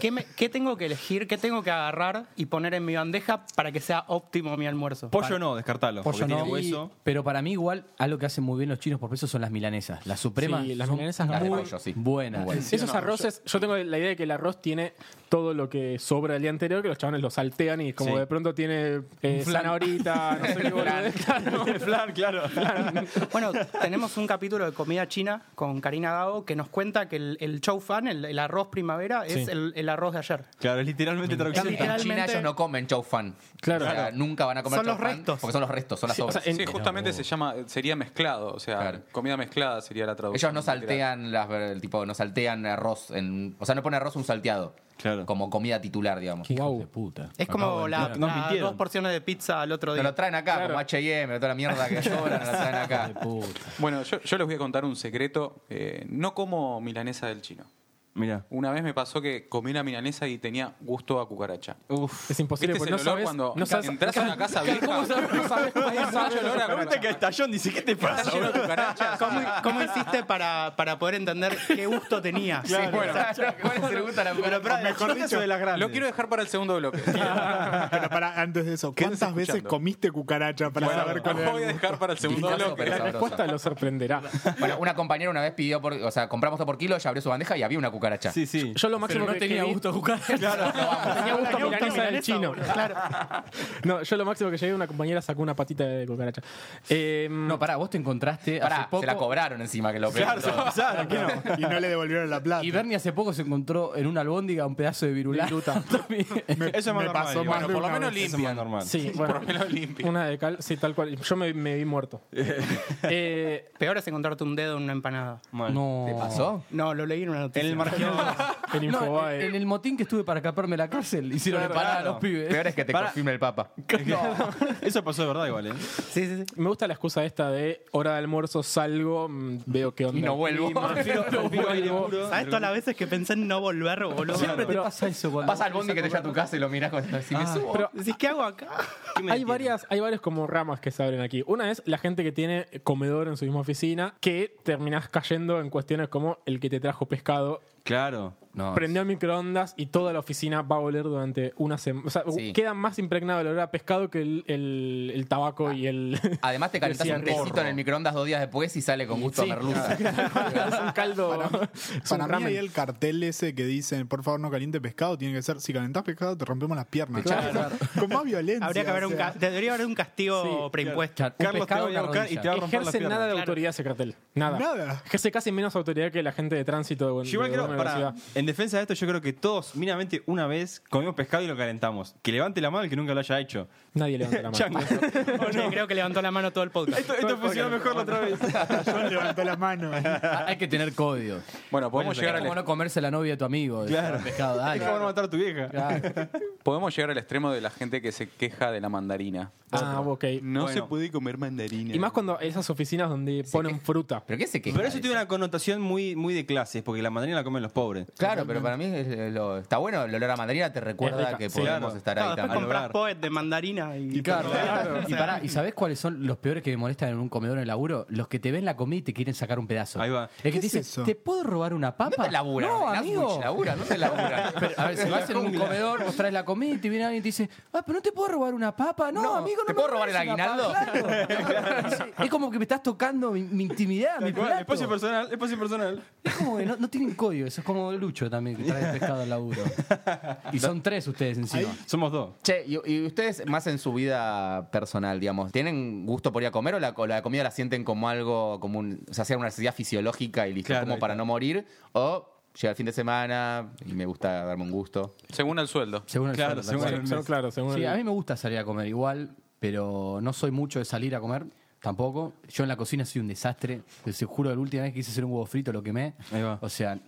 S6: ¿qué, me- qué tengo que elegir? ¿Qué tengo que agarrar y poner en mi bandeja para que sea óptimo mi almuerzo?
S3: Pollo no, descartalo.
S2: Pollo
S3: porque
S2: no.
S3: tiene hueso.
S2: Pero para mí igual, algo que hacen muy bien los chinos por peso son las milanesas. Las supremas
S1: Sí, las
S2: son
S1: milanesas
S5: Las de
S1: muy-
S5: pollo, sí.
S2: buenas.
S5: Muy buenas.
S1: Esos arroces, yo... tengo la idea de que el arroz tiene todo lo que sobra del día anterior, que los chavales lo saltean y como
S3: Sí.
S1: de pronto tiene eh, zanahorita, no sé qué boludez, claro.
S3: El flan, claro.
S6: Bueno, tenemos un capítulo de comida china con Karina Gao que nos cuenta que el, el chow fan, el, el arroz primavera, es
S1: Sí.
S6: el, el arroz de ayer.
S3: Claro, es literalmente traducción.
S6: Sí.
S5: En China
S6: Literalmente-
S5: ellos no comen chow fan.
S1: Claro.
S5: O sea,
S1: Claro.
S5: nunca van a comer
S6: Son los
S5: chow fan
S6: restos.
S5: Porque son los restos, son las
S1: Sí, o
S5: obras.
S1: sea, en-
S7: Sí, justamente se llama, sería mezclado, o sea,
S5: Claro.
S7: comida mezclada sería la traducción.
S5: Ellos no saltean las ver- tipo, no saltean arroz en, o sea, no ponen arroz un salteado.
S3: Claro.
S5: Como comida titular, digamos.
S2: Qué hijos
S1: Guau.
S2: de puta.
S6: Es como la,
S3: entrar. Nos
S6: la
S3: mintieron.
S6: dos porciones de pizza al otro
S5: Te
S6: día.
S5: lo traen acá,
S1: Claro.
S5: como H&M, toda la mierda que lloran, la traen acá.
S7: Bueno, yo, yo les voy a contar un secreto. Eh, no como milanesa del chino.
S3: Mira.
S7: Una vez me pasó que comí una milanesa y tenía gusto a cucaracha.
S3: Uf.
S1: Es imposible
S7: ¿Viste
S1: porque
S7: ese
S1: pues, no
S7: olor
S1: sabes,
S7: cuando
S1: no sabes-
S7: entras a una casa vieja? No sabes cómo hay olor a
S3: Pero viste que
S7: cucaracha.
S3: estallón dice, ¿qué te pasa?
S7: Lleno de cucarachas.
S6: ¿Cómo, cómo hiciste para, para poder entender qué gusto tenía?
S5: Sí, bueno, ¿cuál es el gusto a la
S4: Pero, pero, mejor dicho, de las
S7: Lo quiero dejar para el segundo bloque.
S4: Pero para, antes de eso,
S7: Quédense
S4: ¿cuántas veces
S7: escuchando.
S4: comiste cucaracha para
S7: Bueno,
S4: saber cuál
S7: lo
S4: era?
S7: voy a
S4: el gusto?
S7: dejar para el segundo
S5: Discaso,
S7: bloque.
S5: pero
S1: la
S5: sabroso.
S1: respuesta lo sorprenderá.
S5: Bueno, una compañera una vez pidió, por, o sea, compramos todo por kilo, ella abrió su bandeja y había una cucaracha.
S3: Sí, sí.
S1: Yo lo máximo que llegué-
S2: jugar.
S1: Tenía gusto a milanesa del chino.
S6: Claro.
S1: No, yo lo máximo que llegué, una compañera sacó una patita de cucaracha. Eh,
S2: No, pará, vos te encontraste hace
S5: Pará,
S2: poco.
S5: se la cobraron encima, que lo peor.
S3: Claro, se
S5: Todo.
S3: pasaron, ¿qué no?
S4: Y no le devolvieron la plata.
S2: Y Bernie hace poco se encontró en una albóndiga un pedazo de virulá.
S4: me,
S3: Eso es más
S4: me
S3: normal,
S4: pasó
S3: igual.
S4: más
S7: Bueno,
S4: de
S7: por lo
S4: una
S7: menos
S4: vez.
S3: Eso es más
S7: limpian.
S3: normal.
S1: sí, bueno,
S7: Por lo menos limpio.
S1: una de cal, sí, tal cual. Yo me, me vi muerto. Eh,
S6: Peor es encontrarte un dedo en una empanada.
S3: Mal.
S2: No.
S5: ¿Te pasó?
S6: No, lo leí en una noticia.
S3: En el margen.
S1: el
S2: No,
S1: Infobae.
S2: en, en el motín que estuve para escaparme de la cárcel, hicieron
S3: Claro,
S2: empanada
S3: claro.
S2: a los pibes.
S5: Peor es que te
S3: Para.
S5: confirme el papa.
S3: Eso pasó de verdad igual, ¿eh?
S6: Sí, sí, sí.
S1: Me gusta la excusa esta de hora de almuerzo, salgo, mm, veo qué onda.
S5: Y no vuelvo.
S3: Prefiero aire puro.
S6: ¿Sabes todas las veces que pensé en no volver, boludo?
S2: Siempre te
S1: Pero-
S2: pasa eso cuando.
S5: Vas al bondi que te lleva a tu casa y lo mirás con si me subo.
S1: Pero
S6: Decís, ¿qué hago acá?
S3: ¿Qué me
S1: hay
S3: detiene?
S1: varias, hay varias como ramas que se abren aquí. Una es la gente que tiene comedor en su misma oficina, que terminás cayendo en cuestiones como el que te trajo pescado,
S3: Claro.
S5: No,
S1: prendió el microondas y toda la oficina va a oler durante una semana. O sea,
S5: Sí.
S1: queda más impregnado el olor a pescado que el, el- el tabaco y el...
S5: Además te calentás
S1: Decían
S5: un tecito
S1: porro.
S5: en el microondas dos días después y sale con gusto
S1: Sí. Ah.
S5: a merluza.
S1: es un caldo... es un
S4: Para mí
S1: ramen.
S4: ahí el cartel ese que dice, por favor no caliente pescado, tiene que ser, si calentás pescado te rompemos las piernas. Con más violencia.
S6: Habría que haber
S4: o
S6: un
S4: sea.
S6: ca- debería haber un castigo
S1: Sí,
S6: preimpuesto.
S2: Char- un
S3: Carlos te
S2: pescado
S3: voy a
S2: una
S3: buscar y
S2: rodilla.
S3: te va a romper las
S1: Ejerce
S3: piernas.
S1: nada de autoridad ese cartel. Nada.
S4: Nada.
S1: Ejerce casi menos autoridad que la gente de tránsito de, Buen-
S3: Yo igual
S1: de
S3: creo,
S1: Buena
S3: pará,
S1: Velocidad.
S3: en defensa de esto, yo creo que todos, mínimamente una vez, comimos pescado y lo calentamos. Que levante la mano el que nunca lo haya hecho.
S1: Nadie levanta la mano.
S3: Chango.
S6: Sí, Creo que levantó la mano todo el podcast.
S3: Esto, esto funcionó mejor la otra vez.
S4: John levantó la mano.
S2: Hay que tener códigos.
S7: Bueno, podemos,
S2: Llegar
S7: llegar
S2: como
S7: al,
S2: no comerse la novia de tu amigo.
S3: Claro.
S2: Claro. Pescado, dale.
S3: Es como no matar a tu vieja.
S2: Claro.
S7: podemos llegar al extremo de la gente que se queja de la mandarina.
S1: Ah, ok.
S7: No
S3: Bueno.
S7: se puede comer mandarina.
S1: Y más cuando esas oficinas donde ponen fruta. pues.
S5: ¿Pero qué se queja?
S3: Pero eso
S5: de
S3: tiene una connotación muy, muy de clases, porque la mandarina la comen los pobres.
S5: Claro, pero para mí es- es lo- está bueno el olor a mandarina, te
S1: Es
S5: recuerda
S1: rica,
S5: que
S1: sí.
S5: podemos
S3: Claro.
S5: estar
S6: No,
S5: ahí
S6: después
S5: también.
S6: compras
S3: lugar.
S6: poet de mandarina y...
S2: Y, claro, y pará, ¿y sabés cuáles son los peores que me molestan en un comedor en el laburo? Los que te ven la comida y te quieren sacar un pedazo.
S3: Ahí va.
S2: El que
S4: ¿Qué
S2: te
S4: es
S2: dice,
S4: eso?
S2: ¿te puedo robar una papa?
S5: No te laburan,
S2: No,
S5: en
S2: amigo.
S5: Asmuch laburan, no te laburan.
S2: Pero, a ver, si vas en un comedor, vos traes la comida y te viene alguien y te dice, ah, pero no te puedo robar una papa. No,
S5: No,
S2: amigo, no
S5: ¿te
S2: me
S5: puedo robar el
S2: robes una
S5: aguinaldo?
S2: papa, claro. Dice, es como que me estás tocando mi, mi intimidad, mi plato.
S3: Espacio personal, espacio personal.
S2: Es como que no, no tienen código. Eso es como Lucho también, que trae el pescado al laburo. Y son tres ustedes encima.
S3: Somos dos.
S5: Che, y, y ustedes más en su vida personal, digamos, ¿tienen gusto por ir a comer o la, o la comida la sienten como algo, como un, o sea, sea una necesidad fisiológica y listo,
S3: Claro,
S5: como
S3: ahí
S5: para
S3: está.
S5: no morir? ¿O llega el fin de semana y me gusta darme un gusto?
S7: Según el sueldo.
S2: Según el
S3: Claro,
S2: sueldo,
S3: según
S2: sí.
S3: el-
S1: Son- claro, según
S2: Sí,
S1: el-
S2: a mí me gusta salir a comer igual, pero no soy mucho de salir a comer tampoco. Yo en la cocina soy un desastre. Te juro, la última vez que quise hacer un huevo frito lo quemé.
S3: Ahí va.
S2: O sea,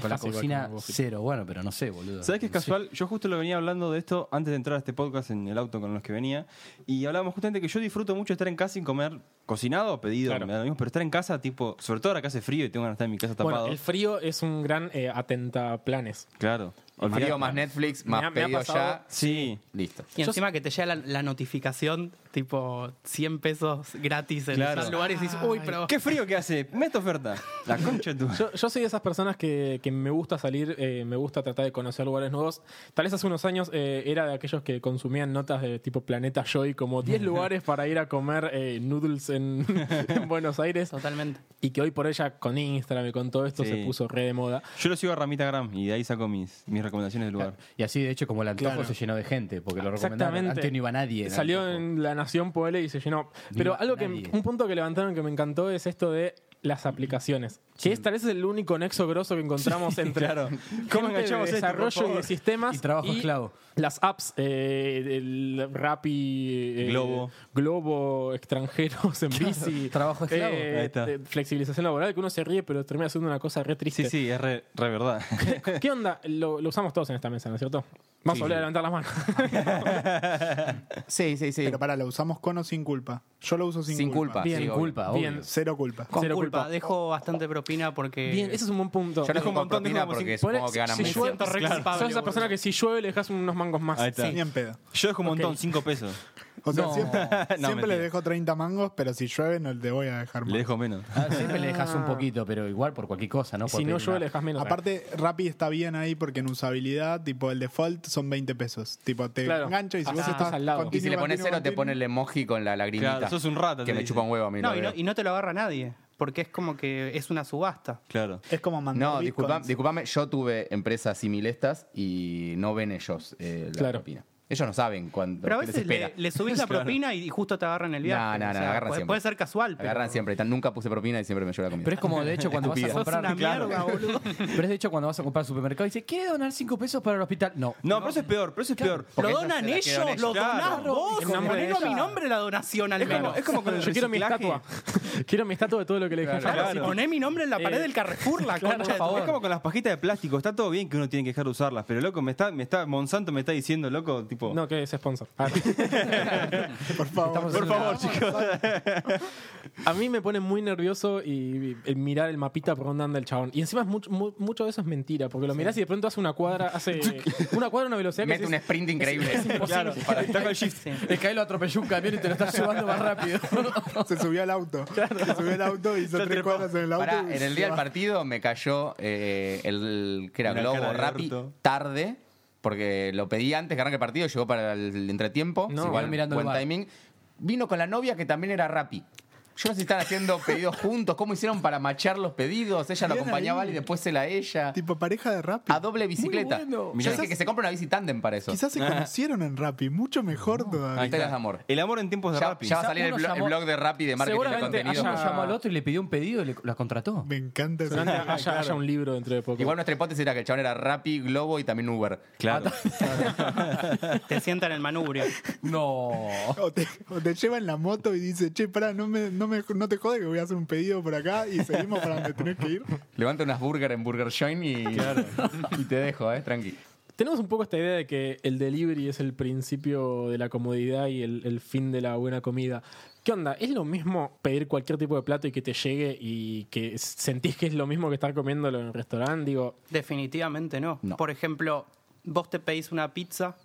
S2: con la
S1: fácil igual comer
S2: cocina
S1: huevo frito.
S2: cero. Bueno, pero no sé, boludo.
S3: ¿Sabes qué es
S2: No sé.
S3: casual? Yo justo lo venía hablando de esto antes de entrar a este podcast en el auto con los que venía. Y hablábamos justamente que yo disfruto mucho estar en casa sin comer cocinado o pedido,
S1: Claro.
S3: me da lo mismo, pero estar en casa, tipo, sobre todo ahora que hace frío y tengo ganas de estar en mi casa tapado.
S1: Bueno, el frío es un gran eh, atentaplanes.
S3: Claro.
S5: Frío más Netflix, más
S1: Me ha- me ha
S5: pedido
S1: pasado-
S5: ya.
S3: Sí.
S5: Listo.
S6: Y encima que te llega la, la notificación, tipo 100 pesos gratis en
S3: Claro.
S6: tal lugar y dices, uy, pero.
S3: Qué frío que hace. Meta oferta. La concha de tu.
S1: Yo, yo soy de esas personas que, que me gusta salir, eh, me gusta tratar de conocer lugares nuevos. Tal vez hace unos años eh, era de aquellos que consumían notas de tipo Planeta Joy, como 10 lugares para ir a comer eh, noodles en, en Buenos Aires.
S6: Totalmente.
S1: Y que hoy por ella con Instagram y con todo esto
S3: Sí.
S1: se puso re de moda.
S3: Yo lo sigo a Ramita Gram y de ahí saco mis, mis recomendaciones del lugar.
S2: Y así, de hecho, como el antojo
S4: Claro.
S2: se llenó de gente, porque lo recomendaban. Antes no iba nadie. en
S1: Salió
S2: antojo.
S1: en La Nación Puebla y se llenó.
S2: No
S1: Pero
S2: iba
S1: algo que
S2: nadie.
S1: un punto que levantaron que me encantó es esto de las aplicaciones. Que es tal vez el único nexo grosso que encontramos entre
S3: claro. ¿Cómo
S1: ¿Cómo
S3: enganchamos
S1: de
S3: esto, por
S1: desarrollo y
S3: favor?
S1: de sistemas
S2: Y trabajo esclavo.
S1: Las apps, eh, el Rappi, eh,
S3: Globo.
S1: Globo, extranjeros en bici.
S2: trabajo esclavo.
S1: eh,
S3: Ahí está.
S1: eh, flexibilización laboral, que uno se ríe, pero termina haciendo una cosa re triste.
S3: Sí, sí, es re, re verdad.
S1: ¿Qué onda? Lo, lo usamos todos en esta mesa, ¿no es cierto? Vamos a volver a levantar las manos.
S2: Ah,
S5: Sí, sí, sí.
S4: Pero para, ¿lo usamos con o sin culpa? Yo lo uso sin,
S5: Sin culpa.
S1: Bien,
S5: sí, obvio.
S2: culpa,
S1: Bien.
S2: obvio.
S4: Cero culpa.
S6: Con
S1: Cero
S6: culpa.
S1: culpa.
S6: Dejo bastante propina porque.
S1: Bien, ese es un buen punto.
S5: Yo no
S1: Dejo
S5: como
S1: montón,
S5: propina
S1: dejo como
S5: porque
S1: cinco.
S5: supongo que ganan
S1: si
S5: mucho.
S1: llueve-
S6: Siento re culpable,
S1: Sos esa
S6: boludo.
S1: persona que si llueve le dejas unos mangos más.
S3: Ahí está.
S4: Ni en pedo.
S3: Yo dejo un montón,
S1: Ok.
S3: cinco pesos.
S4: O sea, siempre, siempre
S3: mentira.
S4: le dejo 30 mangos, pero si llueve no te voy a dejar más.
S3: Le dejo menos.
S2: Ah, siempre le dejas un poquito, pero igual por cualquier cosa, ¿no?
S1: Y
S2: Por
S1: si no
S2: pedir
S1: llueve
S2: una-
S1: le dejas menos. eh.
S4: Aparte, Rappi está bien ahí porque en usabilidad, tipo el default son 20 pesos. Tipo, te
S1: Claro.
S4: engancha y si
S1: Ah,
S4: vos
S1: estás
S4: estás
S1: al lado.
S5: Y si le
S4: continuo,
S5: pones
S4: continuo,
S5: cero, te
S4: continuo.
S5: pone el emoji con la lagrimita.
S3: Claro, sos un rata,
S5: Que
S3: te
S5: me
S3: dice.
S5: chupa un huevo a mí.
S6: No
S5: lo
S6: y, no,
S5: veo.
S6: y no te lo agarra nadie, porque es como que es una subasta.
S3: Claro.
S4: Es como mandar.
S5: No, disculpa-
S4: bitcoins.
S5: disculpame, yo tuve empresas similestas y no ven ellos eh, la
S1: Claro.
S5: propina. Ellos no saben cuándo
S6: Pero a
S5: qué les
S6: veces
S5: espera.
S6: le, le subís la propina y justo te agarran el viaje.
S5: No, no, no,
S6: O sea,
S5: agarran
S6: puede,
S5: siempre.
S6: puede ser casual, pero.
S5: Agarran siempre. tan- Nunca puse propina y siempre me llevo la comida.
S2: Pero es como, de hecho, cuando vas a
S6: Sos
S2: comprar.
S6: una
S2: Claro.
S6: mierda, boludo.
S2: Pero es de hecho cuando vas a comprar al supermercado y dices, ¿quiere donar 5 pesos para el hospital? No.
S3: No, pero eso es peor, pero eso es peor.
S6: Lo
S5: Porque ellos
S6: donan
S5: se la
S6: ellos,
S5: quedan ellos.
S6: lo donás
S3: Claro.
S6: vos.
S1: En nombre de
S6: Ponelo a mi
S1: ella.
S6: nombre la donación al
S3: Claro,
S6: menos.
S3: es como con el
S1: Yo quiero mi
S3: reciclaje.
S1: estatua. quiero mi estatua de todo lo que le dejé.
S5: Claro.
S6: Claro,
S3: Claro.
S6: Si poné mi nombre en la pared
S1: Eh,
S6: del Carrefour, la concha de tu-
S3: Es como con las pajitas de plástico. Está todo bien que uno tiene que dejar de usarlas, pero loco, me está, me está, Monsanto me está diciendo, loco, tipo.
S1: No, que es sponsor. A ver.
S4: Por favor.
S3: por favor, chicos.
S1: A mí me pone muy nervioso y, y mirar el mapita por dónde anda el chabón. Y encima es mucho, mu- mucho de eso es mentira, porque lo mirás y de pronto hace una cuadra, hace una cuadra a una velocidad que
S5: Mete un
S1: decís,
S5: sprint increíble.
S3: Claro, está con el shift.
S2: Es que ahí lo atropelló un camión y te lo estás llevando más rápido.
S4: Se subió al auto. Se subió al auto, hizo tres cuadras en el auto.
S5: Pará,
S4: y
S5: en
S4: se
S5: el día del
S4: va.
S5: partido me cayó eh, el que era
S3: Una
S5: Globo
S3: cara de
S5: Rappi
S3: orto.
S5: tarde, porque lo pedí antes que arranque el partido, llegó para el entretiempo,
S1: No,
S5: igual
S2: igual mirando
S5: buen
S2: el bar.
S5: timing. Vino con la novia que también era Rappi. Yo no sé si están haciendo pedidos juntos, cómo hicieron para machar los pedidos, ella lo
S4: Bien
S5: acompañaba
S4: ahí.
S5: y después él a ella.
S4: Tipo pareja de Rappi.
S5: A doble bicicleta.
S2: bueno.
S5: Yo dije
S4: Quizás-
S5: que se compra una bici tandem para Ah, eso.
S4: Quizás se conocieron en Rappi, mucho mejor todavía.
S5: Historias de amor.
S3: El amor en tiempos de
S5: Ya,
S3: Rappi.
S5: ya va a salir el,
S2: Uno
S5: blo- el
S2: llamó-
S5: blog de Rappi de marketing de
S1: Seguramente
S5: contenido.
S2: Uno
S1: haya-
S2: llamó al otro y le pidió un pedido y le- la contrató.
S4: Me encanta ese
S1: "Durante
S4: nombre.
S1: haya, haya un libro dentro de poco.
S5: Igual nuestra hipótesis era que el chabón era Rappi, Globo y también Uber.
S3: Claro.
S6: Te sientan en el manubrio.
S2: No.
S4: O te, o te lleva en la moto y dice, che, pará, no, me, no, me, no te jode que voy a hacer un pedido por acá y seguimos para donde tenés que ir. Eh,
S5: Levanta unas burger en Burger Joint y, y te dejo, eh, tranqui.
S1: Tenemos un poco esta idea de que el delivery es el principio de la comodidad y el, el fin de la buena comida. ¿Qué onda? ¿Es lo mismo pedir cualquier tipo de plato y que te llegue y que s- sentís que es lo mismo que estar comiéndolo en el restaurante? Digo,
S6: Definitivamente no.
S5: No.
S6: Por ejemplo, vos te pedís una pizza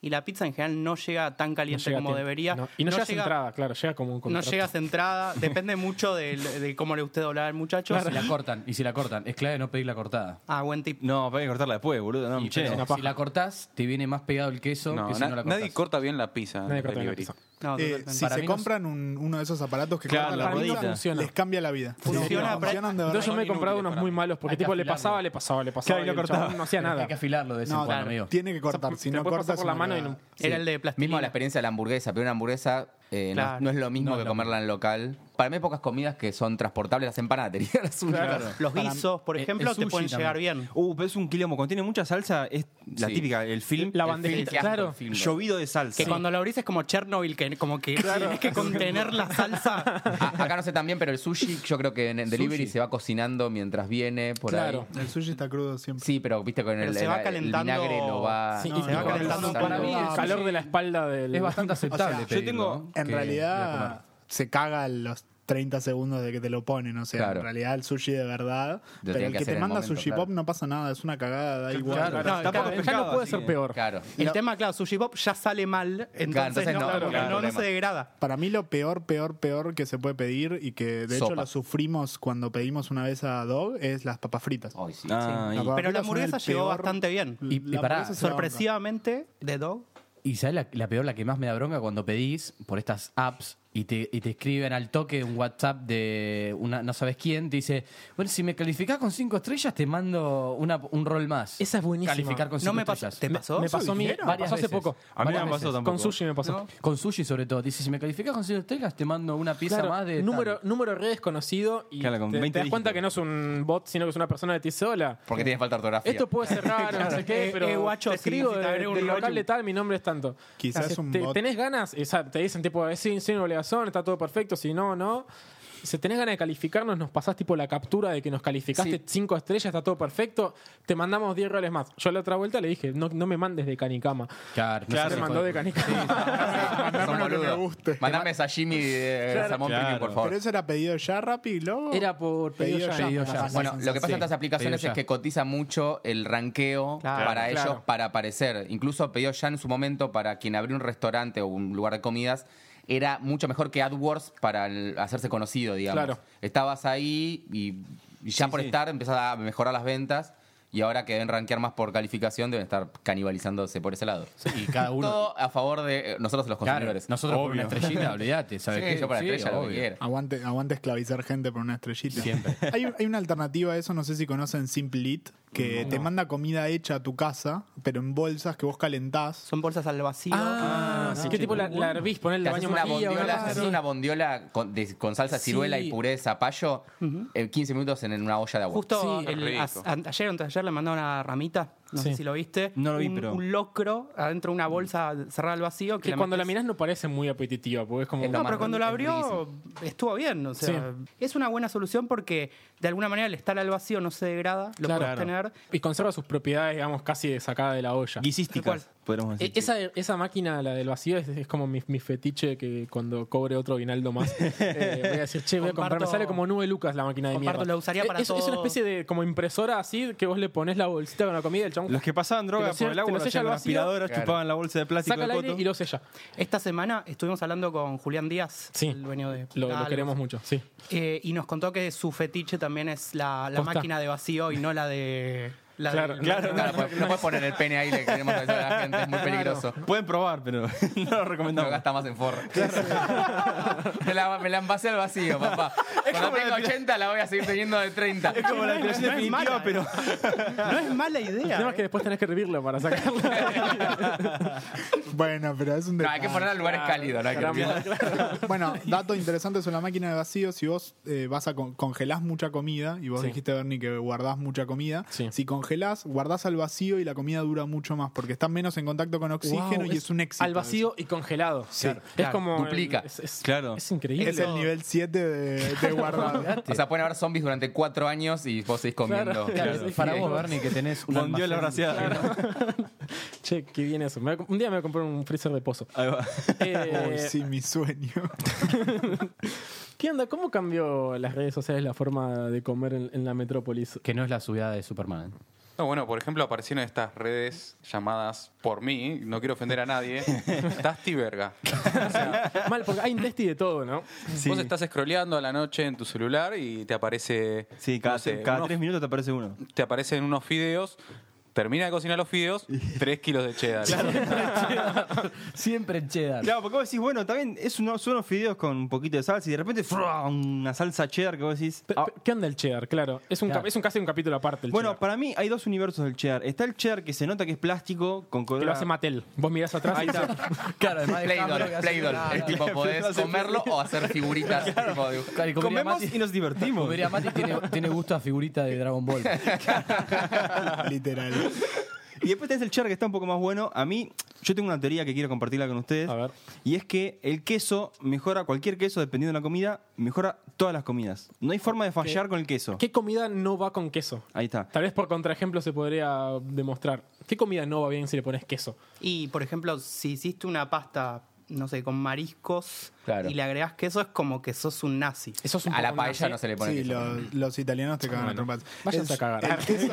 S6: y la pizza en general no llega tan
S1: no
S6: caliente
S1: llega a
S6: como
S1: tiempo.
S6: debería.
S1: No, Y no, llega centrada, claro, llega como un
S6: No
S1: contrato.
S6: llega centrada. Depende mucho del- de, cómo le guste doblar al muchacho.
S2: Si la cortan, y si la cortan, es clave no pedir la cortada.
S6: Ah, buen tip.
S3: No, para que cortarla después, boludo. No,
S2: Y
S3: che.
S2: pero
S1: una
S2: si
S1: paja.
S2: la cortás, te viene más pegado el queso
S7: No,
S2: que si
S7: na-
S2: no la cortás.
S7: nadie corta bien la pizza. en
S1: Nadie corta bien la
S7: delivery.
S1: pizza.
S6: No,
S4: Eh,
S6: totalmente.
S4: si
S2: Para
S4: se
S2: mí no-
S4: compran un- uno de esos aparatos que
S3: Claro,
S4: cortan
S3: la
S4: la
S1: rodilla.
S4: rodilla,
S1: Funciona.
S4: les cambia la vida.
S6: Funciona, pero-
S4: Funcionan de
S1: Entonces
S4: verdad.
S1: yo me he
S7: Son
S1: comprado
S7: inútiles
S1: unos
S7: para
S1: muy
S7: mí.
S1: malos porque
S2: Hay que
S1: tipo le
S2: afilarlo.
S1: pasaba, le pasaba, le pasaba
S3: Claro,
S1: y
S3: y
S1: el
S3: lo cortaba.
S1: chabón no hacía
S2: Hay
S1: nada.
S2: que afilarlo de vez en
S4: No,
S2: cuando, amigo.
S4: tiene que cortar. Si
S1: Te
S4: no
S1: puede
S4: cortas,
S1: pasar por la
S4: una
S1: mano y
S4: cagada.
S1: no-
S6: Era el de plastilina.
S5: Mismo la experiencia de la hamburguesa, pero una hamburguesa eh, no-
S6: Claro.
S5: no, es lo mismo
S2: No,
S5: que
S2: no.
S5: comerla en local. Para mí hay pocas comidas que son transportables, las empanadas, te diría las únicas.
S6: Los
S4: Para-
S6: guisos, por
S2: el-
S1: eh,
S2: el
S6: ejemplo, te
S2: sushi
S6: pueden llegar
S2: también.
S6: bien.
S3: Uh, pero es un quilombo. Cuando tiene mucha salsa, es la
S5: Sí.
S3: típica, el film.
S1: La
S3: el
S1: bandejita,
S5: qué asco el
S1: claro.
S5: film, bro.
S3: llovido de salsa.
S6: Que cuando la abrís es como Chernobyl, que como que tienes que contener la salsa.
S5: A- Ah, acá no sé tan bien, pero el sushi yo creo que en el delivery se va cocinando mientras viene, por
S1: Claro.
S5: ahí.
S4: El sushi está crudo siempre.
S5: Sí, pero viste con
S6: Pero
S5: el,
S6: se va
S5: el- el
S6: calentando-
S5: vinagre lo va...
S1: Sí,
S5: lo
S1: y se va
S5: va
S1: calentando
S5: procesando.
S2: para mí.
S1: El
S2: Ah,
S1: calor
S2: sí.
S1: de la espalda del...
S2: Es bastante aceptable.
S4: O sea, yo
S2: pedirlo,
S3: tengo-
S2: ¿no?
S4: En
S2: que ir a
S4: realidad,
S2: comer.
S4: se caga los 30 segundos de que te lo ponen. O sea,
S5: Claro.
S4: en realidad el sushi de verdad.
S5: Lo
S4: pero
S5: tienen
S4: el
S5: que
S4: que,
S5: hacer
S4: te
S5: en el
S4: manda
S5: momento,
S4: sushi
S5: claro.
S4: pop no pasa nada, es una cagada, da igual.
S3: Claro,
S6: No,
S3: tampoco
S6: claro,
S3: es
S1: Ya no
S3: pescado,
S1: puede
S3: así
S1: ser
S3: que-
S1: peor.
S5: Claro.
S6: El tema, claro, Sushi Pop ya sale mal, entonces,
S5: entonces no,
S6: no, no,
S5: claro,
S6: no, no
S5: problema.
S6: se degrada.
S4: Para mí lo peor, peor, peor que se puede pedir y que de
S5: Sopa.
S4: hecho lo sufrimos cuando pedimos una vez a Dog es las papas fritas.
S5: Ay, sí.
S3: Ah, ahí.
S4: Las papas
S6: Pero la
S4: fritas son el
S6: hamburguesa llegó
S4: peor-
S6: bastante bien.
S4: La
S2: Y- y pará,
S4: hamburguesa es la onda.
S6: Sorpresivamente, de Dog.
S2: Y sabes la, la peor, la que más me da bronca cuando pedís por estas apps y te, y te escriben al toque un WhatsApp de una no sabes quién, te dice, bueno, si me calificás con cinco estrellas, te mando una, un rol más.
S1: Esa es buenísima.
S2: Calificar con cinco
S6: No me pasó.
S2: estrellas.
S6: ¿Te pasó?
S1: Me pasó, a mí-
S2: dijeron?
S1: me
S2: Varias
S1: pasó hace
S2: veces.
S1: poco.
S3: A mí no
S1: Varias
S3: me pasó
S1: veces.
S3: tampoco.
S1: Con sushi me pasó.
S2: Con sushi sobre todo. Te dice, si me calificás con cinco estrellas, te mando una pieza
S1: Claro,
S2: más de... tal".
S1: número, número re desconocido y
S3: Claro, con
S1: te, te
S3: 20
S1: das cuenta
S3: dígitos.
S1: que no es un bot, sino que es una persona de ti sola.
S5: Porque tiene falta de ortografía.
S1: Esto puede ser raro, no sé qué,
S6: Eh,
S1: pero
S6: eh, guacho,
S1: te
S6: si-
S1: escribo
S6: si te
S1: de-
S6: agrego un
S1: del local
S6: logo.
S1: de tal, mi nombre es tanto.
S4: Quizás
S1: Haces-
S4: un
S1: te-
S4: bot.
S1: ¿Tenés ganas? Esa- te dicen tipo, eh, sí, sin obligación, está todo perfecto, si no, no. Si tenés ganas de calificarnos, nos pasás tipo la captura de que nos calificaste
S5: Sí.
S1: cinco estrellas, está todo perfecto, te mandamos 10 roles más. Yo la otra vuelta le dije, no, no me mandes de canicama.
S2: Claro, no
S1: No
S2: sé
S1: se
S2: si
S1: mandó
S2: fue-
S1: de canicama.
S5: Son
S4: Mandame lo que me
S5: boludo.
S4: guste.
S5: Mandame sashimi de salmón
S3: Claro.
S5: premium, por
S4: Pero
S5: favor.
S4: eso era pedido ya, Rappi, luego.
S1: Era por pedido ya.
S2: Pedido ya.
S4: Ajá,
S2: es-
S5: Bueno,
S4: sí,
S5: lo que pasa
S4: sí.
S5: en estas aplicaciones
S2: Pedido ya.
S5: es que cotiza mucho el ranqueo
S6: Claro,
S5: para
S1: claro.
S5: ellos para aparecer. Incluso pedido ya en su momento para quien abrió un restaurante o un lugar de comidas. Era mucho mejor que AdWords para el- hacerse conocido, digamos.
S1: Claro.
S5: Estabas ahí y, y ya
S3: Sí,
S5: por
S3: sí.
S5: estar empezás a mejorar las ventas. Y ahora que deben rankear más por calificación, deben estar canibalizándose por ese lado.
S2: Y cada uno...
S5: Todo a favor de eh, nosotros los
S2: Claro,
S5: consumidores.
S2: nosotros por una
S3: Obvio.
S2: estrellita, olvídate, ¿sabes
S5: Sí,
S2: qué?
S5: yo para
S2: Sí,
S5: estrella, lo que
S2: obvio.
S5: quiera.
S4: Aguante, aguante esclavizar gente por una estrellita. hay, hay una alternativa a eso, no sé si conocen Simple Eat, que te manda comida hecha a tu casa, pero en bolsas que vos calentás.
S6: Son bolsas al vacío.
S1: Ah, sí, que tipo la, la hervís, ponés el
S5: Te haces
S1: baño
S5: una
S1: María,
S5: bondiola,
S1: una-
S5: te haces una bondiola con, de- con salsa
S1: Sí.
S5: ciruela y puré de zapallo eh, 15 minutos en una olla de agua.
S6: Justo
S1: Sí,
S6: el-
S7: rico.
S6: as- an- ayer o anteayer le mandó una ramita, no
S1: Sí.
S6: sé si lo viste.
S3: No lo vi,
S6: un,
S3: pero-
S6: un locro adentro de una bolsa cerrada al vacío. Que,
S1: Que cuando la
S6: metes-
S1: mirás no parece muy apetitiva, porque es como...
S5: Es lo
S6: No,
S5: más
S6: pero cuando la abrió
S5: riquísimo.
S6: estuvo bien. O sea, es una buena solución porque de alguna manera el estar al vacío no se degrada, lo
S1: Claro.
S6: puedes tener.
S1: Y conserva sus propiedades, digamos, casi de sacada de la olla.
S3: Guisísticas, podríamos
S1: E-
S3: decir.
S1: Esa, esa máquina, la del vacío, es, es como mi, mi fetiche que cuando cobre otro guinaldo más, eh, voy a decir, che, voy a
S6: Comparto-
S1: comprarme. Sale como nube lucas la máquina de
S6: comparto,
S1: mierda.
S6: la usaría
S1: Eh,
S6: para
S1: es, es una
S6: todo.
S1: especie de como impresora así que vos le pones la bolsita con la comida y el chabón
S3: Los que pasaban droga
S1: Te lo
S3: por
S1: se-
S3: el
S1: te
S3: agua,
S1: lo
S3: lo
S1: sella
S3: hacían
S1: al
S3: con
S1: vacío.
S3: aspiradoras,
S5: Claro.
S3: chupaban la bolsa de plástico
S1: saca el
S3: de
S1: aire
S3: Coto.
S1: y lo sella.
S6: Esta semana estuvimos hablando con Julián Díaz,
S1: Sí.
S6: el dueño de
S1: Lo, lo
S6: Frutal,
S1: queremos mucho, sí.
S6: eh, y nos contó que su fetiche también es la, la
S1: Posta.
S6: máquina de vacío y no la de. La
S1: Claro,
S6: del-
S1: claro.
S5: Claro, pues, no puedes poner el pene ahí, le queremos avisar a la gente, es muy peligroso.
S3: Pueden probar, pero no lo
S5: No
S3: recomendamos.
S5: gasta más en forro. me, la, me la envasé al vacío, papá. Cuando
S3: como la
S5: tengo
S3: pila-
S5: 80 la voy a seguir teniendo de 30.
S3: Es como la creación
S6: No es mala,
S3: definitiva,
S6: eh.
S3: pero
S6: No es mala idea.
S1: El tema es
S6: eh.
S1: que después tenés que hervirlo para sacarlo.
S4: Bueno, pero es un
S5: No, hay
S4: detalle.
S5: que ponerla en lugares cálidos. No hay que olvidar.
S4: Bueno, dato interesante sobre la máquina de vacío, si vos eh, vas a con- congelás mucha comida, y vos
S1: Sí.
S4: dijiste, Bernie, que guardás mucha comida,
S1: Sí.
S4: si congelás, guardás al vacío y la comida dura mucho más, porque está menos en contacto con oxígeno
S1: Wow,
S4: y es, un éxito.
S1: Al vacío y congelado. Claro. Es
S6: claro.
S1: como.
S5: Duplica.
S1: Es, es-
S3: Claro.
S1: es increíble.
S4: Es el nivel 7 de, de guardado.
S5: O sea, pueden haber zombies durante 4 años y vos seguís comiendo.
S1: Claro, claro, sí.
S2: Para vos, Bernie, que tenés un
S3: bondiola
S2: almacén-
S3: braseada.
S1: Che, qué bien eso. Me voy a comp- un día me voy a comprar un freezer de pozo.
S3: Ahí va.
S4: Uy,
S1: Eh,
S4: sí, mi sueño.
S1: ¿Qué onda? ¿Cómo cambió las redes sociales la forma de comer en, en la metrópolis?
S2: Que no es la subida de Superman.
S7: No, bueno, por ejemplo, aparecieron estas redes llamadas por mí, no quiero ofender a nadie, Tasti Verga.
S1: Mal, porque hay intesti de todo, ¿no?
S3: Sí.
S7: Vos estás scrolleando a la noche en tu celular y te aparece.
S3: Sí, cada,
S7: no sé,
S3: cada
S7: unos-
S3: tres minutos te aparece uno.
S7: te aparecen unos fideos. Termina de cocinar los fideos, tres kilos de cheddar.
S2: Siempre en cheddar.
S3: Claro, porque vos decís, bueno, también es uno, son unos fideos con un poquito de salsa y de repente ¡frua! una salsa cheddar que vos decís.
S1: Pe-
S3: ah,
S1: pe- ¿Qué onda el cheddar? Claro. Es, un cap-
S2: Claro.
S1: es un casi un capítulo aparte el
S3: bueno,
S1: cheddar.
S3: para mí hay dos universos del cheddar. Está el cheddar que se nota que es plástico, con
S1: Que
S3: color.
S1: lo hace Mattel. Vos mirás atrás
S3: Ahí
S1: y
S3: está.
S2: Claro, además de
S5: Playdoll,
S2: Hamburg, así,
S5: Playdoll.
S2: claro.
S5: Es tipo, podés comerlo o hacer figuritas. tipo
S2: Claro,
S5: de-
S2: y como diría
S3: Comemos
S2: Mati-
S3: y nos divertimos.
S2: como diría Mati, tiene, tiene gusto a figurita de Dragon Ball.
S4: Literal.
S3: Y después tenés el cheddar que está un poco más bueno. A mí, yo tengo una teoría que quiero compartirla con ustedes.
S1: A ver.
S3: Y es que el queso mejora, cualquier queso, dependiendo de la comida, mejora todas las comidas. No hay forma de fallar con el queso.
S1: ¿Qué comida no va con queso?
S3: Ahí está.
S1: Tal vez por contraejemplo se podría demostrar. ¿Qué comida no va bien si le pones queso?
S6: Y por ejemplo, si hiciste una pasta, no sé, con mariscos
S5: Claro.
S6: y le agregás queso, es como que sos un nazi.
S1: Eso es un
S5: A la
S1: poco una-
S5: paella no se le pone
S4: Sí,
S5: queso.
S4: lo- los italianos te cagan a trompadas.
S1: Váyanse
S4: Es-
S1: a cagar.
S4: el queso-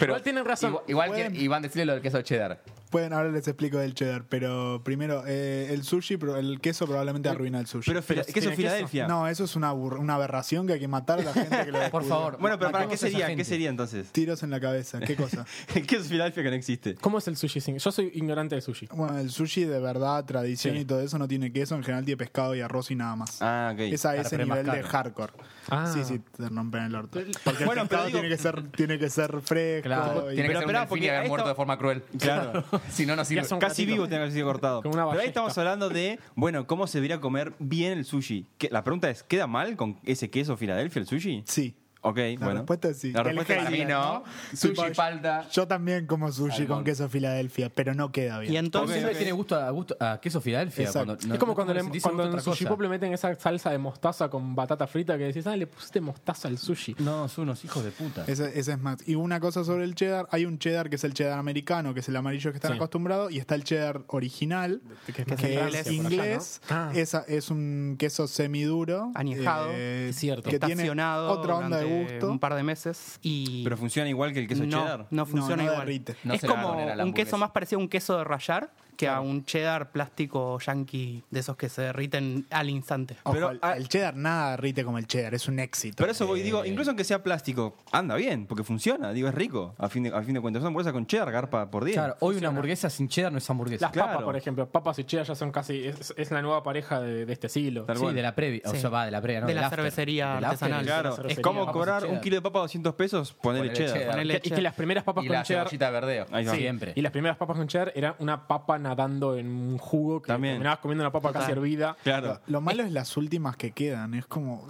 S7: Pero-
S1: Igual tienen razón.
S5: Igual, igual
S4: Pueden-
S5: que Iván decirle lo del queso cheddar.
S4: pueden, ahora les explico del cheddar, pero primero, eh, el sushi, pro- el queso probablemente arruina el sushi.
S3: Pero, Fila-
S1: si
S3: queso
S1: tiene
S3: Filadelfia.
S4: no, eso es una, abur- una aberración que hay que matar a la gente que lo
S2: Por
S4: descubre.
S2: favor.
S3: Bueno, pero ¿para qué
S2: matemos a esa
S3: sería? ¿Qué
S2: gente.
S3: sería entonces?
S4: Tiros en la cabeza, qué cosa.
S3: El queso Filadelfia que no existe.
S1: ¿Cómo es el sushi sin? Yo soy ignorante de sushi.
S4: Bueno, el sushi de verdad, tradición
S1: Sí.
S4: y todo eso no tiene queso, en general tiene pescado y arroz y nada más.
S3: Ah, ok.
S4: Es a
S2: Claro,
S4: ese
S2: pero es más
S4: nivel de
S2: caro.
S4: hardcore.
S1: Ah.
S4: Sí, sí, te rompen el orto. Porque
S3: Bueno,
S4: el
S3: pero
S4: pescado
S3: digo-
S4: tiene, que ser, tiene que ser fresco.
S2: Claro,
S5: Tiene que
S4: y-
S3: Pero
S5: ser un
S3: esperá,
S5: delfín
S3: porque
S5: y
S3: a
S5: haber
S3: esto-
S5: muerto de forma cruel.
S3: Claro.
S5: si no, no sirve.
S1: Ya son-
S3: Casi
S1: ratito.
S3: vivo tenía que haber sido cortado.
S1: Con una
S3: Pero ahí
S1: ballesta.
S3: estamos hablando de, bueno, ¿cómo se debería comer bien el sushi? Que- la pregunta es, ¿queda mal con ese queso Filadelfia el sushi?
S4: Sí.
S3: Ok,
S4: La
S3: bueno.
S4: respuesta es sí.
S3: La
S4: El
S3: respuesta es
S5: Para
S3: sí.
S5: mí no.
S4: Tipo,
S5: Sushi,
S4: yo-
S5: falda.
S4: Yo también como sushi con queso Filadelfia, pero no queda bien.
S6: Y
S2: Todo
S6: entonces,
S2: siempre tiene gusto a, gusto a queso Filadelfia.
S4: Exacto.
S2: cuando- no-
S1: es como
S2: no
S1: cuando, le-
S2: sentís gusto
S1: cuando
S2: a
S1: en
S2: otra
S1: Sushi
S2: cosa.
S1: Pop le meten esa salsa de mostaza con batata frita que decís, ah, le pusiste mostaza al sushi.
S2: No, son unos hijos de puta.
S4: Ese, ese es más. Y una cosa sobre el cheddar, hay un cheddar que es el cheddar americano, que es el amarillo que están
S1: Sí.
S4: acostumbrados, y está el cheddar original,
S1: Que es
S4: que,
S1: más
S6: Francia,
S4: es
S6: por allá,
S4: inglés.
S1: ¿no? Ah.
S4: Esa es un queso semiduro. eh,
S6: Añejado.
S1: Es cierto.
S4: Que tiene
S6: estacionado
S4: otra onda de
S6: durante
S4: gusto.
S6: un par de meses y
S3: Pero funciona igual que el queso
S6: no,
S3: cheddar.
S6: no funciona
S4: no
S6: igual.
S4: derrite.
S5: No
S6: es
S5: se le va a
S6: como
S5: poner a la
S6: un queso
S5: hamburguesa.
S6: más parecido a un queso de rallar que a un cheddar plástico yankee de esos que se derriten al instante.
S4: Ojo,
S3: Pero,
S4: el,
S3: ah,
S4: el cheddar nada derrite como el cheddar, es un éxito.
S3: Pero eso voy, digo, incluso aunque sea plástico, anda bien, porque funciona, digo, es rico. A fin de, a fin de cuentas, una hamburguesa con cheddar garpa por día.
S2: Claro, hoy una hamburguesa sin cheddar no es hamburguesa.
S1: Las
S3: Claro.
S1: papas, por ejemplo. Papas y cheddar ya son casi... Es, es la nueva pareja de, de este siglo.
S3: Tal
S2: sí,
S3: cual.
S2: de la previa. O
S6: Sí.
S2: sea, va, de la previa, no,
S6: De
S2: del
S6: la
S2: after.
S6: cervecería
S2: Del after.
S6: artesanal.
S3: Claro,
S1: Una
S3: es
S1: cervecería.
S3: como
S1: Papas y
S3: cobrar un
S2: cheddar.
S3: kilo de papa a 200 pesos, ponerle
S5: Ponerle
S3: cheddar.
S5: cheddar.
S1: Que-
S6: Ponele
S1: y que
S6: cheddar.
S1: las primeras papas
S5: Y
S1: con
S5: la
S1: cheddar...
S5: cebollita de verdeo.
S3: Ahí va.
S2: Siempre.
S1: Y las primeras papas con cheddar era una papa nadando en un jugo que
S3: También.
S1: terminabas comiendo una papa casi hervida.
S3: Claro.
S4: Lo, lo malo es las últimas que quedan, es como...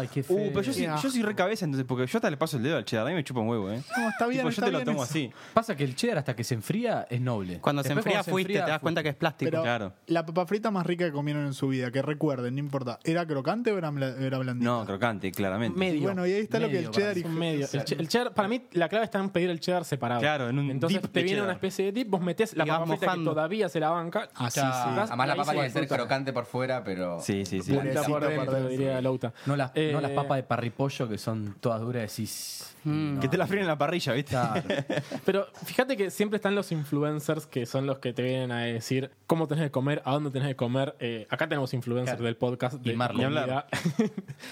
S2: Ay, qué feo.
S3: Uh, pero yo soy,
S4: asco.
S3: yo soy re cabeza, entonces, porque yo hasta le paso el dedo al cheddar, a mí me chupa un huevo, ¿eh?
S4: No, está bien,
S3: Tipo, yo
S4: está
S3: te lo
S4: bien
S3: tomo
S4: eso.
S3: así.
S2: Pasa que el cheddar hasta que se enfría es noble.
S6: Cuando se
S2: Después,
S6: enfría fuiste, te das
S2: fu-
S6: cuenta que es plástico.
S4: Pero
S3: Claro.
S4: la papa frita más rica que comieron en su vida, que recuerden, no importa, ¿era crocante o era, bla- era blandita?
S3: No, crocante, claramente.
S4: Y Bueno, y ahí está lo que el
S2: Medio,
S4: cheddar...
S2: para
S4: y-
S1: Un medio. El, che- el cheddar, para mí, la clave está en pedir el cheddar separado.
S3: Claro, en un
S1: Entonces
S3: dip
S1: te
S3: de
S1: viene
S3: cheddar.
S1: una especie de dip, vos metés la
S6: Y vas
S1: papa frita que
S6: mojando.
S1: todavía se la banca.
S4: Así,
S1: Chas.
S4: sí.
S5: Además, la
S1: Ahí
S5: papa
S1: se
S5: tiene que ser
S1: disfruta.
S5: crocante por fuera, pero.
S3: Sí, sí, sí.
S1: Durita
S4: Blandecito
S1: por
S4: por
S1: dentro,
S4: dentro.
S1: diría Lauta.
S2: No las,
S1: Eh,
S2: no las papas de parripollo que son todas duras, decís.
S6: Mm.
S2: no.
S3: Que te la fríen en la parrilla, ¿viste?
S2: Claro.
S1: Pero fíjate que siempre están los influencers que son los que te vienen a decir cómo tenés que comer, a dónde tenés que comer. Eh, acá tenemos influencers
S2: Claro.
S1: del podcast
S2: Y
S1: de
S2: Marley.
S1: comida.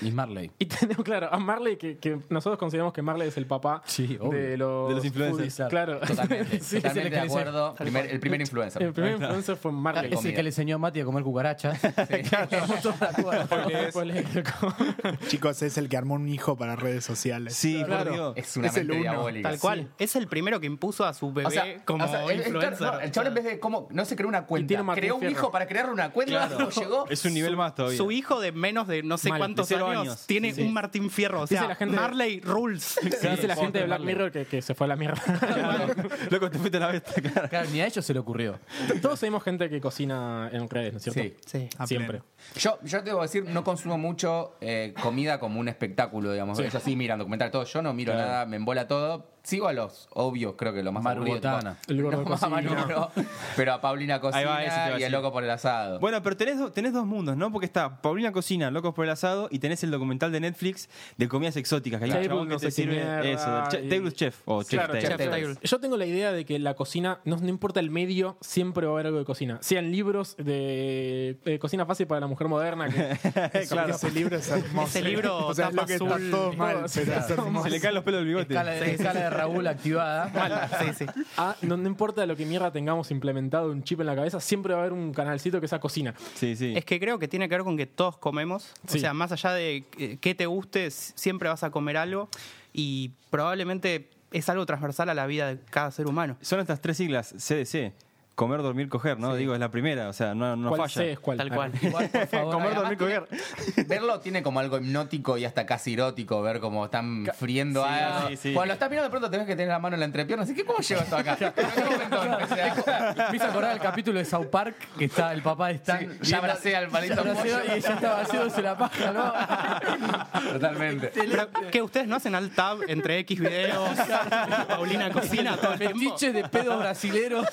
S2: Y Marley.
S1: Y tenemos, claro, a Marley, que, que nosotros consideramos que Marley es el papá
S2: Sí, obvio.
S1: de, los
S3: De los influencers.
S1: foodies, Claro.
S5: Totalmente,
S1: Sí, es
S5: totalmente
S1: el que
S5: de
S1: le dice-
S5: acuerdo. Primer- el primer influencer.
S1: El primer influencer fue Marley.
S2: Es el que le enseñó a Mati a comer cucarachas.
S1: Spoilers. Spoilers.
S4: Chicos, es el que armó un hijo para redes sociales.
S3: Sí, por
S1: Claro.
S3: Dios.
S5: Es una
S4: Es el
S5: mente
S4: uno,
S5: diabólica.
S6: Tal cual. Es el primero que impuso a su bebé
S5: O sea,
S6: como
S5: o sea, el, el-
S6: influencer.
S5: no, el chabón en vez de cómo no se creó una
S1: Y tiene
S5: cuenta,
S1: un Martín
S5: creó un
S1: Fierro.
S5: hijo para crear una cuenta, luego llegó.
S3: Es un nivel más todavía.
S6: Su hijo de menos de no sé
S1: Mal,
S6: cuántos
S3: de cero
S6: años,
S3: años.
S6: tiene
S1: Sí, sí.
S6: un Martín Fierro. O
S1: Dice
S6: sea,
S1: la gente-
S6: Marley Rules.
S1: Dice la gente de Black Mirror que, que se fue a la mierda.
S3: Loco, te fuiste a la bestia, claro.
S2: Claro, ni a ellos se le ocurrió.
S1: Todos seguimos gente que cocina en redes, ¿no es cierto?
S5: Sí.
S6: Sí.
S4: A
S1: Siempre.
S4: pleno.
S5: Yo, yo debo decir, no consumo mucho eh, comida como un espectáculo, digamos. Ellos sí miran documentales, todo. Yo no miro nada, me embola todo. Sigo a los obvios, creo que lo más
S2: Maru
S5: aburrido, tipo,
S2: Botana.
S1: El gordo
S5: no, mamá,
S1: cocina.
S5: no, no. Pero a Paulina
S3: Ahí va, ese te iba a
S5: Cocina y
S3: decir.
S5: a Loco por el Asado.
S3: Bueno, pero tenés, do- tenés dos mundos, ¿no? Porque está Paulina Cocina, Locos por el Asado, y tenés el documental de Netflix de comidas exóticas. Que hay un
S1: Table,
S3: chabón que te
S1: no sé qué
S3: sirve
S1: mierda,
S3: eso, del che-
S1: y-
S3: Table Chef o Chef
S1: Claro,
S3: Table.
S5: Chef
S1: Chef
S5: Table.
S1: Table. Yo tengo la idea de que la cocina, no, no importa el medio, siempre va a haber algo de cocina. Sean libros de eh, cocina fácil para la mujer moderna. Que,
S4: Eso, Ese libro es hermoso.
S6: Ese libro
S4: o sea, es lo
S6: tapa
S4: que está
S6: azul.
S4: todo mal,
S1: Sí,
S4: pero es
S1: claro.
S4: hermoso.
S3: Se le caen los pelos del bigote.
S2: Escala de, escala de Raúl activada.
S6: Sí, sí.
S1: Ah, no, no importa lo que mierda tengamos implementado un chip en la cabeza, siempre va a haber un canalcito que sea cocina.
S3: Sí, sí.
S6: Es que creo que tiene que ver con que todos comemos.
S1: Sí.
S6: O sea, más allá de eh, qué te guste, s- siempre vas a comer algo y probablemente es algo transversal a la vida de cada ser humano.
S3: Son estas tres siglas, CDC. Comer, dormir, coger, ¿no? Digo, es la primera, o sea, no, no
S1: ¿Cuál
S3: falla.
S1: C es cuál?
S6: Tal cual.
S5: Igual, por favor,
S3: Comer,
S5: además
S3: dormir, coger.
S5: Verlo tiene como algo hipnótico y hasta casi erótico, ver cómo están friendo algo.
S3: sí, sí.
S5: Cuando lo estás mirando de pronto tenés que tener la mano en la entrepierna, así que ¿cómo llevo esto acá? En algún momento, o sea,
S2: Me hizo acordar el capítulo de South Park que está el papá de Stan.
S5: ya abracé al palito pollo.
S2: y ya estaba haciéndose la paja, ¿no?
S5: Totalmente.
S6: Pero, ¿Qué ustedes no hacen alt tab entre X videos? Paulina cocina todo el tiempo.
S2: Fetiches de pedos brasileros.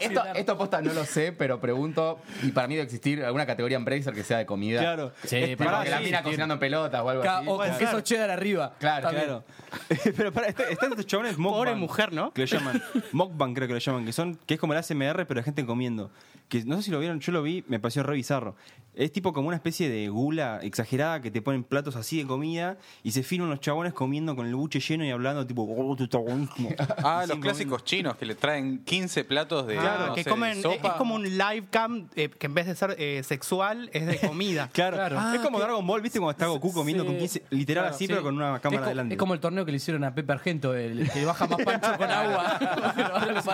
S5: esto, esto posta no lo sé, pero pregunto. Y para mí debe existir alguna categoría en Bracer que sea de comida.
S3: Claro.
S2: Sí,
S5: Para
S2: para
S5: que la mina cocinando pelotas o algo
S2: Ca-
S5: así.
S2: o con queso cheddar arriba.
S5: Claro,
S2: También.
S3: Claro. Pero este, para, están estos chabones mukbang.
S6: Pobre mujer, ¿no?
S3: Que lo llaman. Mukbang creo que lo llaman, que son que es como el ASMR, pero de gente comiendo. Que no sé si lo vieron, yo lo vi, me pareció re bizarro. Es tipo como una especie de gula exagerada que te ponen platos así de comida y se filan los chabones comiendo con el buche lleno y hablando tipo... "Oh, tú estás buenísimo".
S7: Ah,
S3: Y
S7: los
S3: siguen
S7: clásicos chinos que le traen 15 platos de
S6: Claro,
S7: no
S6: Ah, que
S7: sé,
S6: comen, eh, es
S7: Ah, sopa.
S6: como un live cam eh, que en vez de ser eh, sexual es de comida.
S3: comiendo. Claro,
S1: Ah,
S3: es como
S1: que-
S3: Dragon Ball, ¿viste? Cuando está Goku comiendo
S1: Sí.
S3: con 15, literal
S1: Claro,
S3: así,
S1: sí.
S3: pero con una
S2: Es,
S3: cámara
S2: co-
S3: adelante.
S2: es como el torneo que le hicieron a Pepe Argento, el que baja más pancho con agua.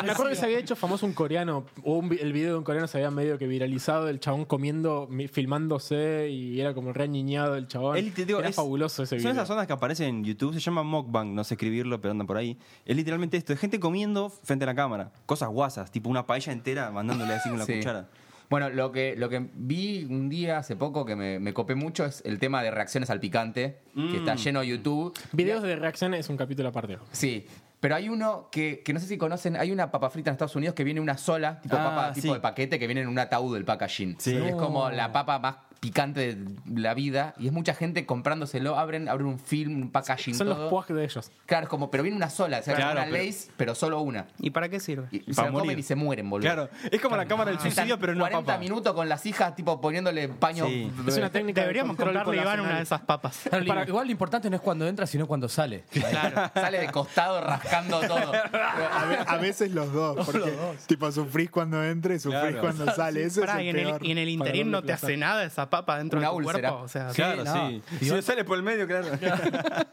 S1: Me acuerdo que se había hecho famoso un coreano, o un vi- el video de un coreano se había medio que viralizado del chabón comiendo, mi- filmándose y era como re niñado el chabón.
S3: Es liter- digo,
S1: era
S3: es-
S1: fabuloso ese video.
S3: Son esas zonas que aparecen en YouTube, se llama mukbang, no sé escribirlo, pero andan por ahí. Es literalmente esto, es gente comiendo frente a la cámara, cosas guasas, tipo una paella entera mandándole así con la
S5: Sí.
S3: cuchara.
S5: Bueno, lo que, lo que vi un día hace poco que me, me copé mucho es el tema de reacciones al picante, que está lleno YouTube.
S1: Videos de reacción es un capítulo aparte.
S5: Sí. Pero hay uno que, que no sé si conocen, hay una papa frita en Estados Unidos que viene una sola, tipo
S3: Ah,
S5: papa, tipo
S3: sí.
S5: de paquete que viene en un ataúd del packaging.
S3: Sí. Oh.
S5: Es como la papa más picante de la vida y es mucha gente comprándoselo, abren, abren un film, un packaging
S1: Son
S5: todo.
S1: los puags de ellos.
S5: Claro, es como, pero viene una sola, o sea,
S3: Claro,
S5: una
S3: pero-
S5: Lay's, pero solo una.
S6: ¿Y para qué sirve?
S5: Y,
S3: Para
S5: se lo comen
S3: morir.
S5: y se mueren, boludo. Ah.
S3: Claro, es como la cámara del
S5: Están
S3: suicidio, pero no
S5: 40
S3: papa.
S5: minutos con las hijas, tipo, poniéndole paño.
S3: Sí.
S1: Es una técnica de
S6: Deberíamos
S1: control
S6: comprarle a Iván
S1: poblacional.
S6: una de esas papas.
S2: Claro, para- Igual lo importante no es cuando entra, sino cuando sale.
S5: Claro, sale de costado rascando todo.
S4: A, ve- a veces los dos, porque tipo sufrís cuando entra y sufrís
S3: Claro.
S4: cuando sale. Ese
S6: Pará,
S4: Este es el
S6: y, en el,
S4: peor.
S6: y en el interín no te hace nada esa papa dentro
S5: Una
S6: de tu
S5: úlcera.
S6: cuerpo. O sea,
S3: Claro,
S2: Sí, no.
S3: sí.
S2: Y
S3: Si
S2: vos-
S3: no sale por el medio, claro.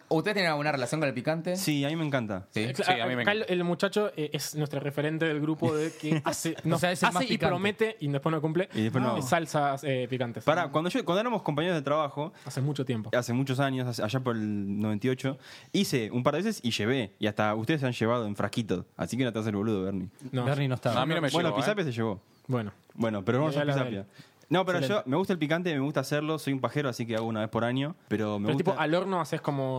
S5: ¿Ustedes tienen alguna relación con el picante?
S3: Sí, a mí me encanta.
S5: Sí.
S1: Claro,
S7: Sí, a mí me
S1: acá el,
S7: encanta.
S1: el muchacho eh, es nuestro referente del grupo de que hace,
S2: O
S1: no,
S2: sea, es el más
S1: hace y
S2: picante.
S1: promete y después no cumple
S3: Y después no.
S1: eh, salsas eh, picantes.
S3: Para, cuando, yo, cuando éramos compañeros de trabajo,
S1: Hace mucho tiempo.
S3: hace muchos años, hace- allá por el 98, hice un par de veces y llevé. Y hasta ustedes se han llevado en frasquitos. Así que no te hace el boludo, Bernie.
S1: No.
S2: Bernie no estaba.
S7: No, a mí no me
S3: bueno,
S7: llegó, ¿eh?
S3: Pisapia se llevó.
S1: Bueno,
S3: Bueno, pero vamos
S1: Ya
S3: a
S1: la
S3: pisapia.
S1: ven.
S3: No, pero
S1: Excelente.
S3: yo me gusta el picante, me gusta hacerlo, soy un pajero, así que hago una vez por año. Pero me
S1: pero
S3: gusta.
S1: tipo al horno haces como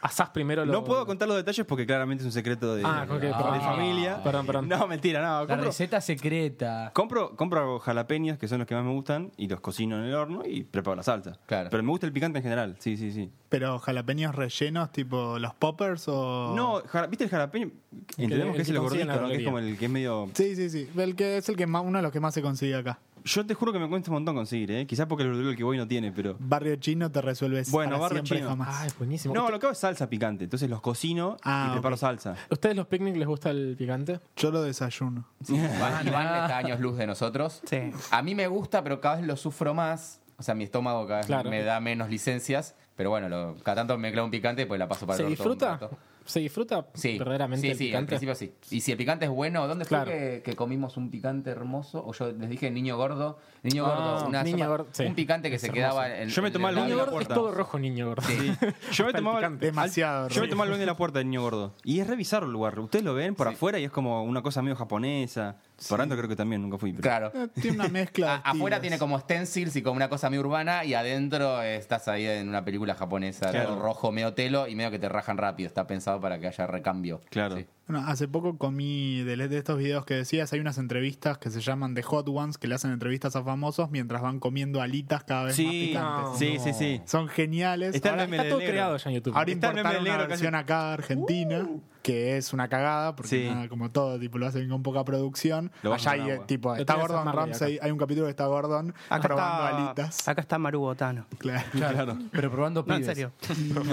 S1: asás primero los
S3: No puedo contar los detalles porque claramente es un secreto de,
S1: Ah, ok,
S3: de
S1: perdón.
S3: familia.
S1: Perdón, perdón.
S3: No, mentira, no.
S2: La
S3: Compro,
S2: receta secreta.
S3: compro, compro jalapeños, que son los que más me gustan, y los cocino en el horno y preparo la salsa.
S5: Claro.
S3: Pero me gusta el picante en general, sí, sí, sí.
S4: Pero jalapeños rellenos, tipo los poppers o.
S3: No, jala- ¿viste el jalapeño?
S1: Oh. el
S3: Entendemos que es
S1: que
S3: el
S1: consigue en la
S3: gordito, ¿no? que es
S1: droguería.
S3: como el que es medio...
S4: Sí, sí, sí. El que es el que más, uno de los que más se consigue acá.
S3: Yo te juro que me cuesta un montón conseguir, ¿eh? Quizás porque el verdulero al que voy no tiene, pero...
S4: Barrio chino te resuelve
S3: Bueno,
S4: para
S3: barrio
S4: siempre
S3: chino.
S4: jamás.
S1: Ay, buenísimo.
S3: No, lo que hago es salsa picante, entonces los cocino
S4: Ah,
S3: y preparo
S4: ok.
S3: salsa.
S1: ¿Ustedes los picnic les gusta el picante?
S4: Yo lo desayuno.
S1: Ah,
S5: Iván, Iván está años luz de nosotros.
S6: Sí.
S5: A mí me gusta, pero cada vez lo sufro más. O sea, mi estómago cada vez
S1: Claro.
S5: me da menos licencias. Pero bueno, lo- cada tanto me clavo un picante y pues la paso para
S1: ¿Se
S5: el orto un
S1: disfruta?
S5: rato.
S1: ¿Se disfruta
S5: Sí.
S1: verdaderamente
S5: sí,
S1: el
S5: sí, al
S1: picante?
S5: principio sí. Y si el picante es bueno, ¿dónde
S1: Claro.
S5: fue que, que comimos un picante hermoso? O yo les dije niño gordo, niño
S1: Ah,
S5: gordo, una
S1: niño
S5: sopa-
S1: gordo, sí.
S5: un picante que se quedaba en
S3: Yo me
S5: en
S3: tomaba el
S5: labio.
S1: niño
S3: la
S1: gordo es
S3: puerta.
S1: todo rojo, niño gordo.
S3: Yo me
S1: Hasta el
S3: tomaba...
S1: picante.
S4: Demasiado.
S3: Yo me
S4: rico.
S3: tomaba el baño de la puerta del niño gordo. Y es re bizarro el lugar. Ustedes lo ven por afuera y es como una cosa medio japonesa. Por adentro creo que también, nunca fui. pero-
S5: Claro.
S4: Eh, Tiene una mezcla. de
S5: A- afuera
S4: estilos.
S5: tiene como stencils y como una cosa muy urbana y adentro estás ahí en una película japonesa,
S3: Claro.
S5: todo rojo, medio telo y medio que te rajan rápido. Está pensado para que haya recambio.
S3: Claro.
S5: Sí.
S4: Bueno, hace poco comí de, de estos videos que decías, hay unas entrevistas que se llaman The Hot Ones, que le hacen entrevistas a famosos mientras van comiendo alitas cada vez más
S3: Sí,
S4: picantes.
S3: sí, sí, sí.
S4: Son geniales.
S3: Está el
S4: ahora
S3: meme
S1: Está
S3: del
S1: todo
S3: negro.
S1: creado ya en YouTube.
S4: ahora
S3: está el meme
S4: importaron
S3: del
S4: una
S3: negro Uh.
S4: versión acá argentina, que es una cagada, porque
S3: Sí.
S4: nada, como todo, tipo, lo hacen con poca producción.
S3: Lo
S4: Allá
S3: bajan
S4: hay,
S3: con
S4: eh,
S3: agua.
S4: tipo,
S1: Lo
S4: está
S1: tiene
S4: Gordon
S1: San Marley
S4: Ramsay, hay un capítulo que está Gordon
S6: acá,
S4: probando
S6: está,
S4: alitas.
S6: acá está Maru Botano.
S4: Claro.
S3: Claro.
S2: Pero probando
S6: No, en
S2: pibes.
S6: serio.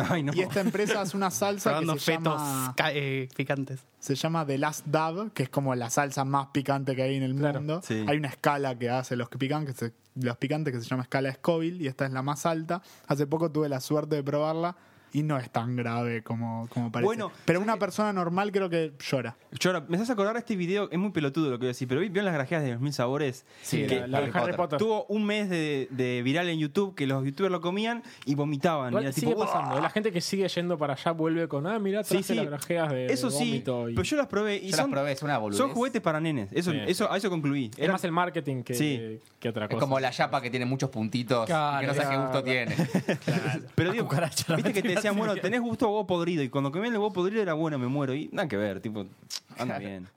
S3: Ay, no.
S4: Y
S1: este-
S4: esta empresa hace una salsa que
S6: Probando
S4: se
S6: fetos
S4: llama,
S6: ca- eh, picantes.
S4: se llama The Last Dab, que es como la salsa más picante que hay en el
S1: Claro.
S4: mundo.
S3: Sí.
S4: Hay una escala que hace los que pican, que se- los picantes que se llama escala Scoville, y esta es la más alta. Hace poco tuve la suerte de probarla. Y no es tan grave como, como parece.
S3: Bueno,
S4: Pero una persona normal creo que llora.
S3: Yo ahora, me estás a acordar este video, es muy pelotudo lo que voy a decir, pero vi- vieron las grajeas de los mil sabores.
S5: Sí,
S1: La, la de
S5: Harry
S1: Harry Potter.
S3: Tuvo un mes de, de viral en YouTube que los youtubers lo comían y vomitaban.
S1: Igual
S3: y era tipo,
S1: sigue
S3: "Uah".
S1: pasando. ¿eh? La gente que sigue yendo para allá vuelve con, ah, mirá, traje
S3: Sí, sí.
S1: las grajeas de, de
S3: eso sí,
S1: vómito y-
S3: pero yo las probé y
S5: Yo las
S3: son,
S5: probé, es una boludez.
S3: son juguetes para nenes. Eso,
S1: Sí,
S3: eso, A eso concluí.
S1: Es más el marketing que,
S3: Sí.
S1: que otra
S5: Es
S1: cosa.
S5: como la yapa que tiene muchos puntitos
S2: Claro,
S5: y que no sabes qué
S1: claro.
S5: gusto tiene.
S3: Pero digo,
S2: cucaracha, la
S3: viste que te
S2: metí
S3: decían,
S2: vacía.
S3: bueno, tenés gusto a huevo podrido. Y cuando comían el huevo podrido era bueno, me muero. Y nada que ver, tipo, anda bien.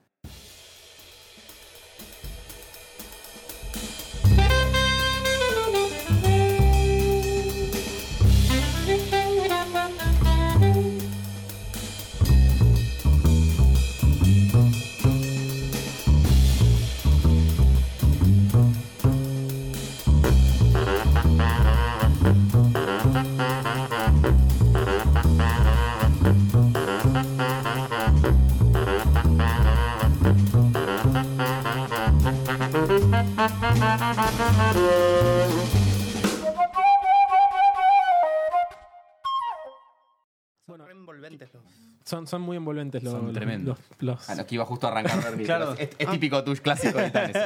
S1: Son, son muy envolventes los.
S2: Son
S1: los-
S2: tremendo.
S1: los- los-
S5: Ah, no, que iba justo a arrancar. Barbie,
S3: Claro.
S5: pero Es, es típico tuyo, clásico de Titanes.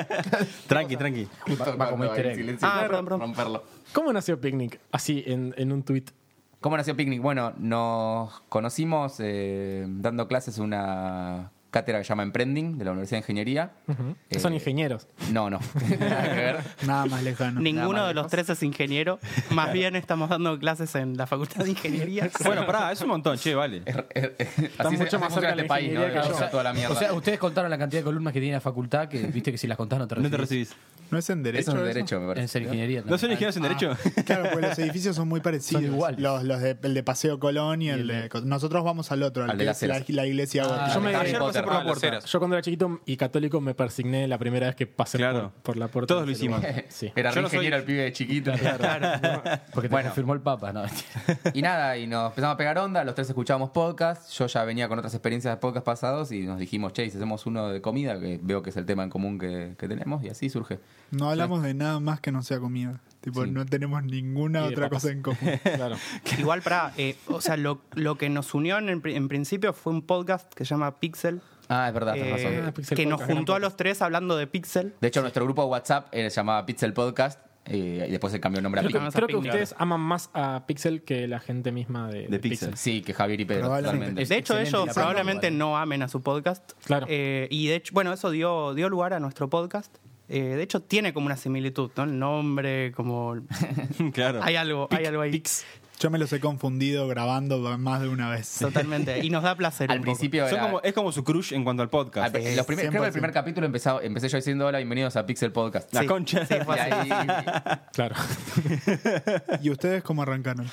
S3: Tranqui, tranqui.
S5: Justo
S2: Va como
S5: cuando
S2: easter
S5: hay
S2: egg.
S5: silencio,
S6: Ah, perdón, perdón.
S5: Romperlo.
S1: ¿Cómo nació Picnic? Así, en, en un tweet.
S5: ¿Cómo nació Picnic? Bueno, nos conocimos eh, dando clases en una cátedra que se llama Emprending de la Universidad de Ingeniería. Eh,
S1: Son ingenieros.
S5: No, no. Nada que ver.
S4: Nada más lejano.
S6: Ninguno
S5: más
S6: de los
S5: lejos.
S6: tres es ingeniero. Más bien estamos dando clases en la Facultad de Ingeniería.
S3: Bueno, pará, es un montón, che, vale.
S5: Er, Así se-
S1: mucho más
S5: así funciona
S1: cerca de la
S5: este país, ¿no?
S1: ingeniería que
S5: Que
S1: yo.
S5: usa toda la mierda.
S2: O sea, ustedes contaron la cantidad de columnas que tiene la facultad, que viste que si las contás no te
S3: No
S2: recibís.
S3: te recibís.
S4: ¿No es en derecho?
S5: eso es
S4: eso? Ah,
S5: derecho, me
S2: En
S5: parece.
S2: ser ingeniería.
S3: ¿No son ingenieros en derecho?
S4: Claro, porque los edificios son muy parecidos.
S2: Son iguales.
S4: Los, los de, el de Paseo Colón y el de. Nosotros vamos al otro, al,
S5: Al de
S4: que
S5: las
S4: es la,
S5: Heras.
S4: la iglesia gótica.
S1: Ah, Yo me-
S3: Ayer pasé por la
S7: Ah, las
S3: puerta.
S7: eras.
S1: Yo cuando era chiquito y católico me persigné la primera vez que pasé
S3: Claro.
S1: por, por la puerta.
S3: Todos
S1: del
S3: lo hicimos.
S1: celular. Sí.
S5: Era
S3: Yo
S5: re
S3: no soy-
S5: ingeniero el pibe de chiquito.
S2: Porque te
S5: Bueno.
S2: confirmó el Papa, ¿no?
S5: Y nada, y nos empezamos a pegar onda, los tres escuchábamos podcast, yo ya venía con otras experiencias de podcast pasados y nos dijimos, che, y si hacemos uno de comida, que veo que es el tema en común que, que tenemos, y así surge.
S4: No hablamos de nada más que no sea comida. Tipo, no tenemos ninguna
S1: Y de
S4: otra
S1: papas.
S4: cosa en común.
S1: Claro.
S6: Igual para, o sea, lo, lo que nos unió en, pri- en principio fue un podcast que se llama Pixel,
S5: Ah, es verdad,
S6: eh,
S5: tenés razón.
S1: Ah, Pixel
S6: que nos
S1: Podcast, gran
S6: juntó a
S1: podcast.
S6: los tres hablando de Pixel.
S5: De hecho, nuestro grupo de WhatsApp eh, se llamaba Pixel Podcast eh, y después se cambió el nombre a
S1: Creo que,
S5: Pixel.
S6: Vamos a
S1: creo que
S6: Picnic.
S1: ustedes aman más a Pixel que la gente misma de, de
S3: Pixel.
S5: Sí, que Javier y Pedro,
S4: Probablemente.
S5: totalmente.
S6: De hecho,
S2: excelente
S6: ellos
S2: la
S6: probablemente
S2: pregunta,
S6: no amen a su podcast.
S1: Claro.
S6: Eh, y de hecho, bueno, eso dio, dio lugar a nuestro podcast. Eh, de hecho, tiene como una similitud, ¿no? El nombre, como...
S3: Claro.
S6: Hay algo, hay algo ahí.
S4: Yo me los he confundido grabando más de una vez.
S6: Totalmente. Y nos da placer.
S5: Al
S6: un poco.
S5: principio
S3: Son
S5: era...
S3: como- es como su crush en cuanto al
S5: al-
S3: podcast.
S5: en los primer- creo que el primer
S4: 100%.
S5: capítulo empezaba, empecé yo diciendo, hola, bienvenidos a Pixel Podcast.
S3: La
S6: Sí.
S3: concha.
S6: Sí, fue
S5: Y
S6: así.
S5: ahí-
S1: Claro.
S4: ¿Y ustedes cómo arrancaron?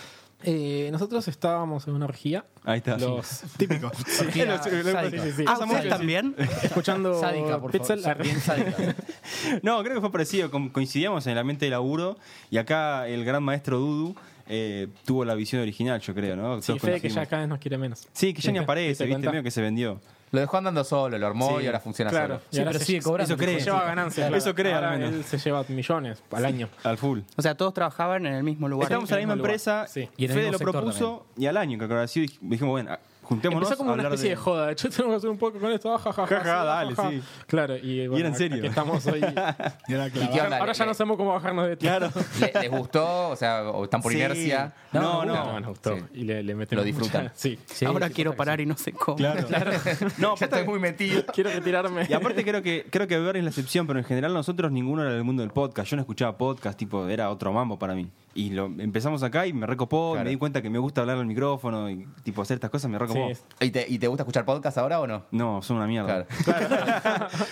S1: Eh, nosotros estábamos en una orgía.
S3: Ahí está.
S1: Los,
S4: Típico.
S2: Orgía sádica.
S1: sí, sí, sí.
S6: Ah, ¿ustedes también?
S1: escuchando
S2: Sádica, por
S1: Pixel.
S2: favor. Bien sádica.
S3: No, creo que fue parecido. com- Coincidíamos en el ambiente de laburo y acá el gran maestro Dudu eh, tuvo la visión original, yo creo, ¿no?
S1: Sí,
S3: Todos
S1: Fede que ya
S3: coincidimos.
S1: cada vez nos quiere menos.
S3: Sí, que ya ni
S1: ¿Te-
S3: aparece,
S1: te
S3: viste,
S1: cuenta?
S3: medio que se vendió.
S5: lo dejó andando solo, lo armó y ahora funciona
S1: Claro.
S5: solo.
S1: Y
S2: Sí,
S1: ahora
S2: pero
S1: se-
S2: sigue cobrando.
S3: Eso creo.
S1: Se lleva ganancias.
S3: Eso
S1: claro.
S3: cree, al
S1: Ahora
S3: menos.
S1: él se lleva millones al año.
S3: Al full.
S6: O sea, todos trabajaban en el mismo lugar.
S3: Estábamos en la misma
S1: lugar.
S3: empresa,
S1: Sí.
S2: Y en el
S3: Fede
S2: mismo
S3: lo
S2: sector
S3: propuso y al año, creo que así dijimos, bueno, ah, juntémonos
S1: Empezó como
S3: a
S1: una
S3: hablar
S1: especie de...
S3: de...
S1: joda. De hecho, tenemos que hacer un poco con esto. Ah, Ja, ja, ja,
S3: Ja, ja,
S1: ja,
S3: dale,
S1: ja, ja.
S3: sí.
S1: Claro. Y, bueno,
S3: en
S1: acá
S3: serio.
S1: que estamos hoy.
S4: Y era
S5: ¿Y qué
S4: clavado.
S5: onda?
S1: Ahora ya
S5: Le-
S1: no sabemos cómo bajarnos de esto.
S3: Claro.
S5: ¿Le- ¿Les gustó? O sea, o están por
S3: Sí.
S5: inercia.
S3: No,
S1: nos
S3: no.
S1: gustó, nos gustó.
S5: Sí.
S1: Y le, le metemos
S5: Lo disfrutan.
S1: mucha- Sí.
S2: Sí,
S6: Ahora
S2: sí,
S6: quiero
S2: pasa que
S6: parar y no sé cómo.
S3: Claro.
S5: No,
S3: No,
S5: ya estoy
S3: aparte,
S5: muy metido.
S1: Quiero retirarme.
S3: y aparte creo que creo que Beber es la excepción, pero en general nosotros ninguno era del mundo del podcast. Yo no escuchaba podcast, tipo, era otro mambo para mí. Y lo empezamos acá y me recopó, y
S5: Claro.
S3: me di cuenta que me gusta hablar al micrófono y tipo hacer estas cosas me
S1: Sí,
S3: recopó.
S1: es-
S5: ¿Y te, y te gusta escuchar podcast ahora o no?
S3: No, son una mierda.
S5: Claro.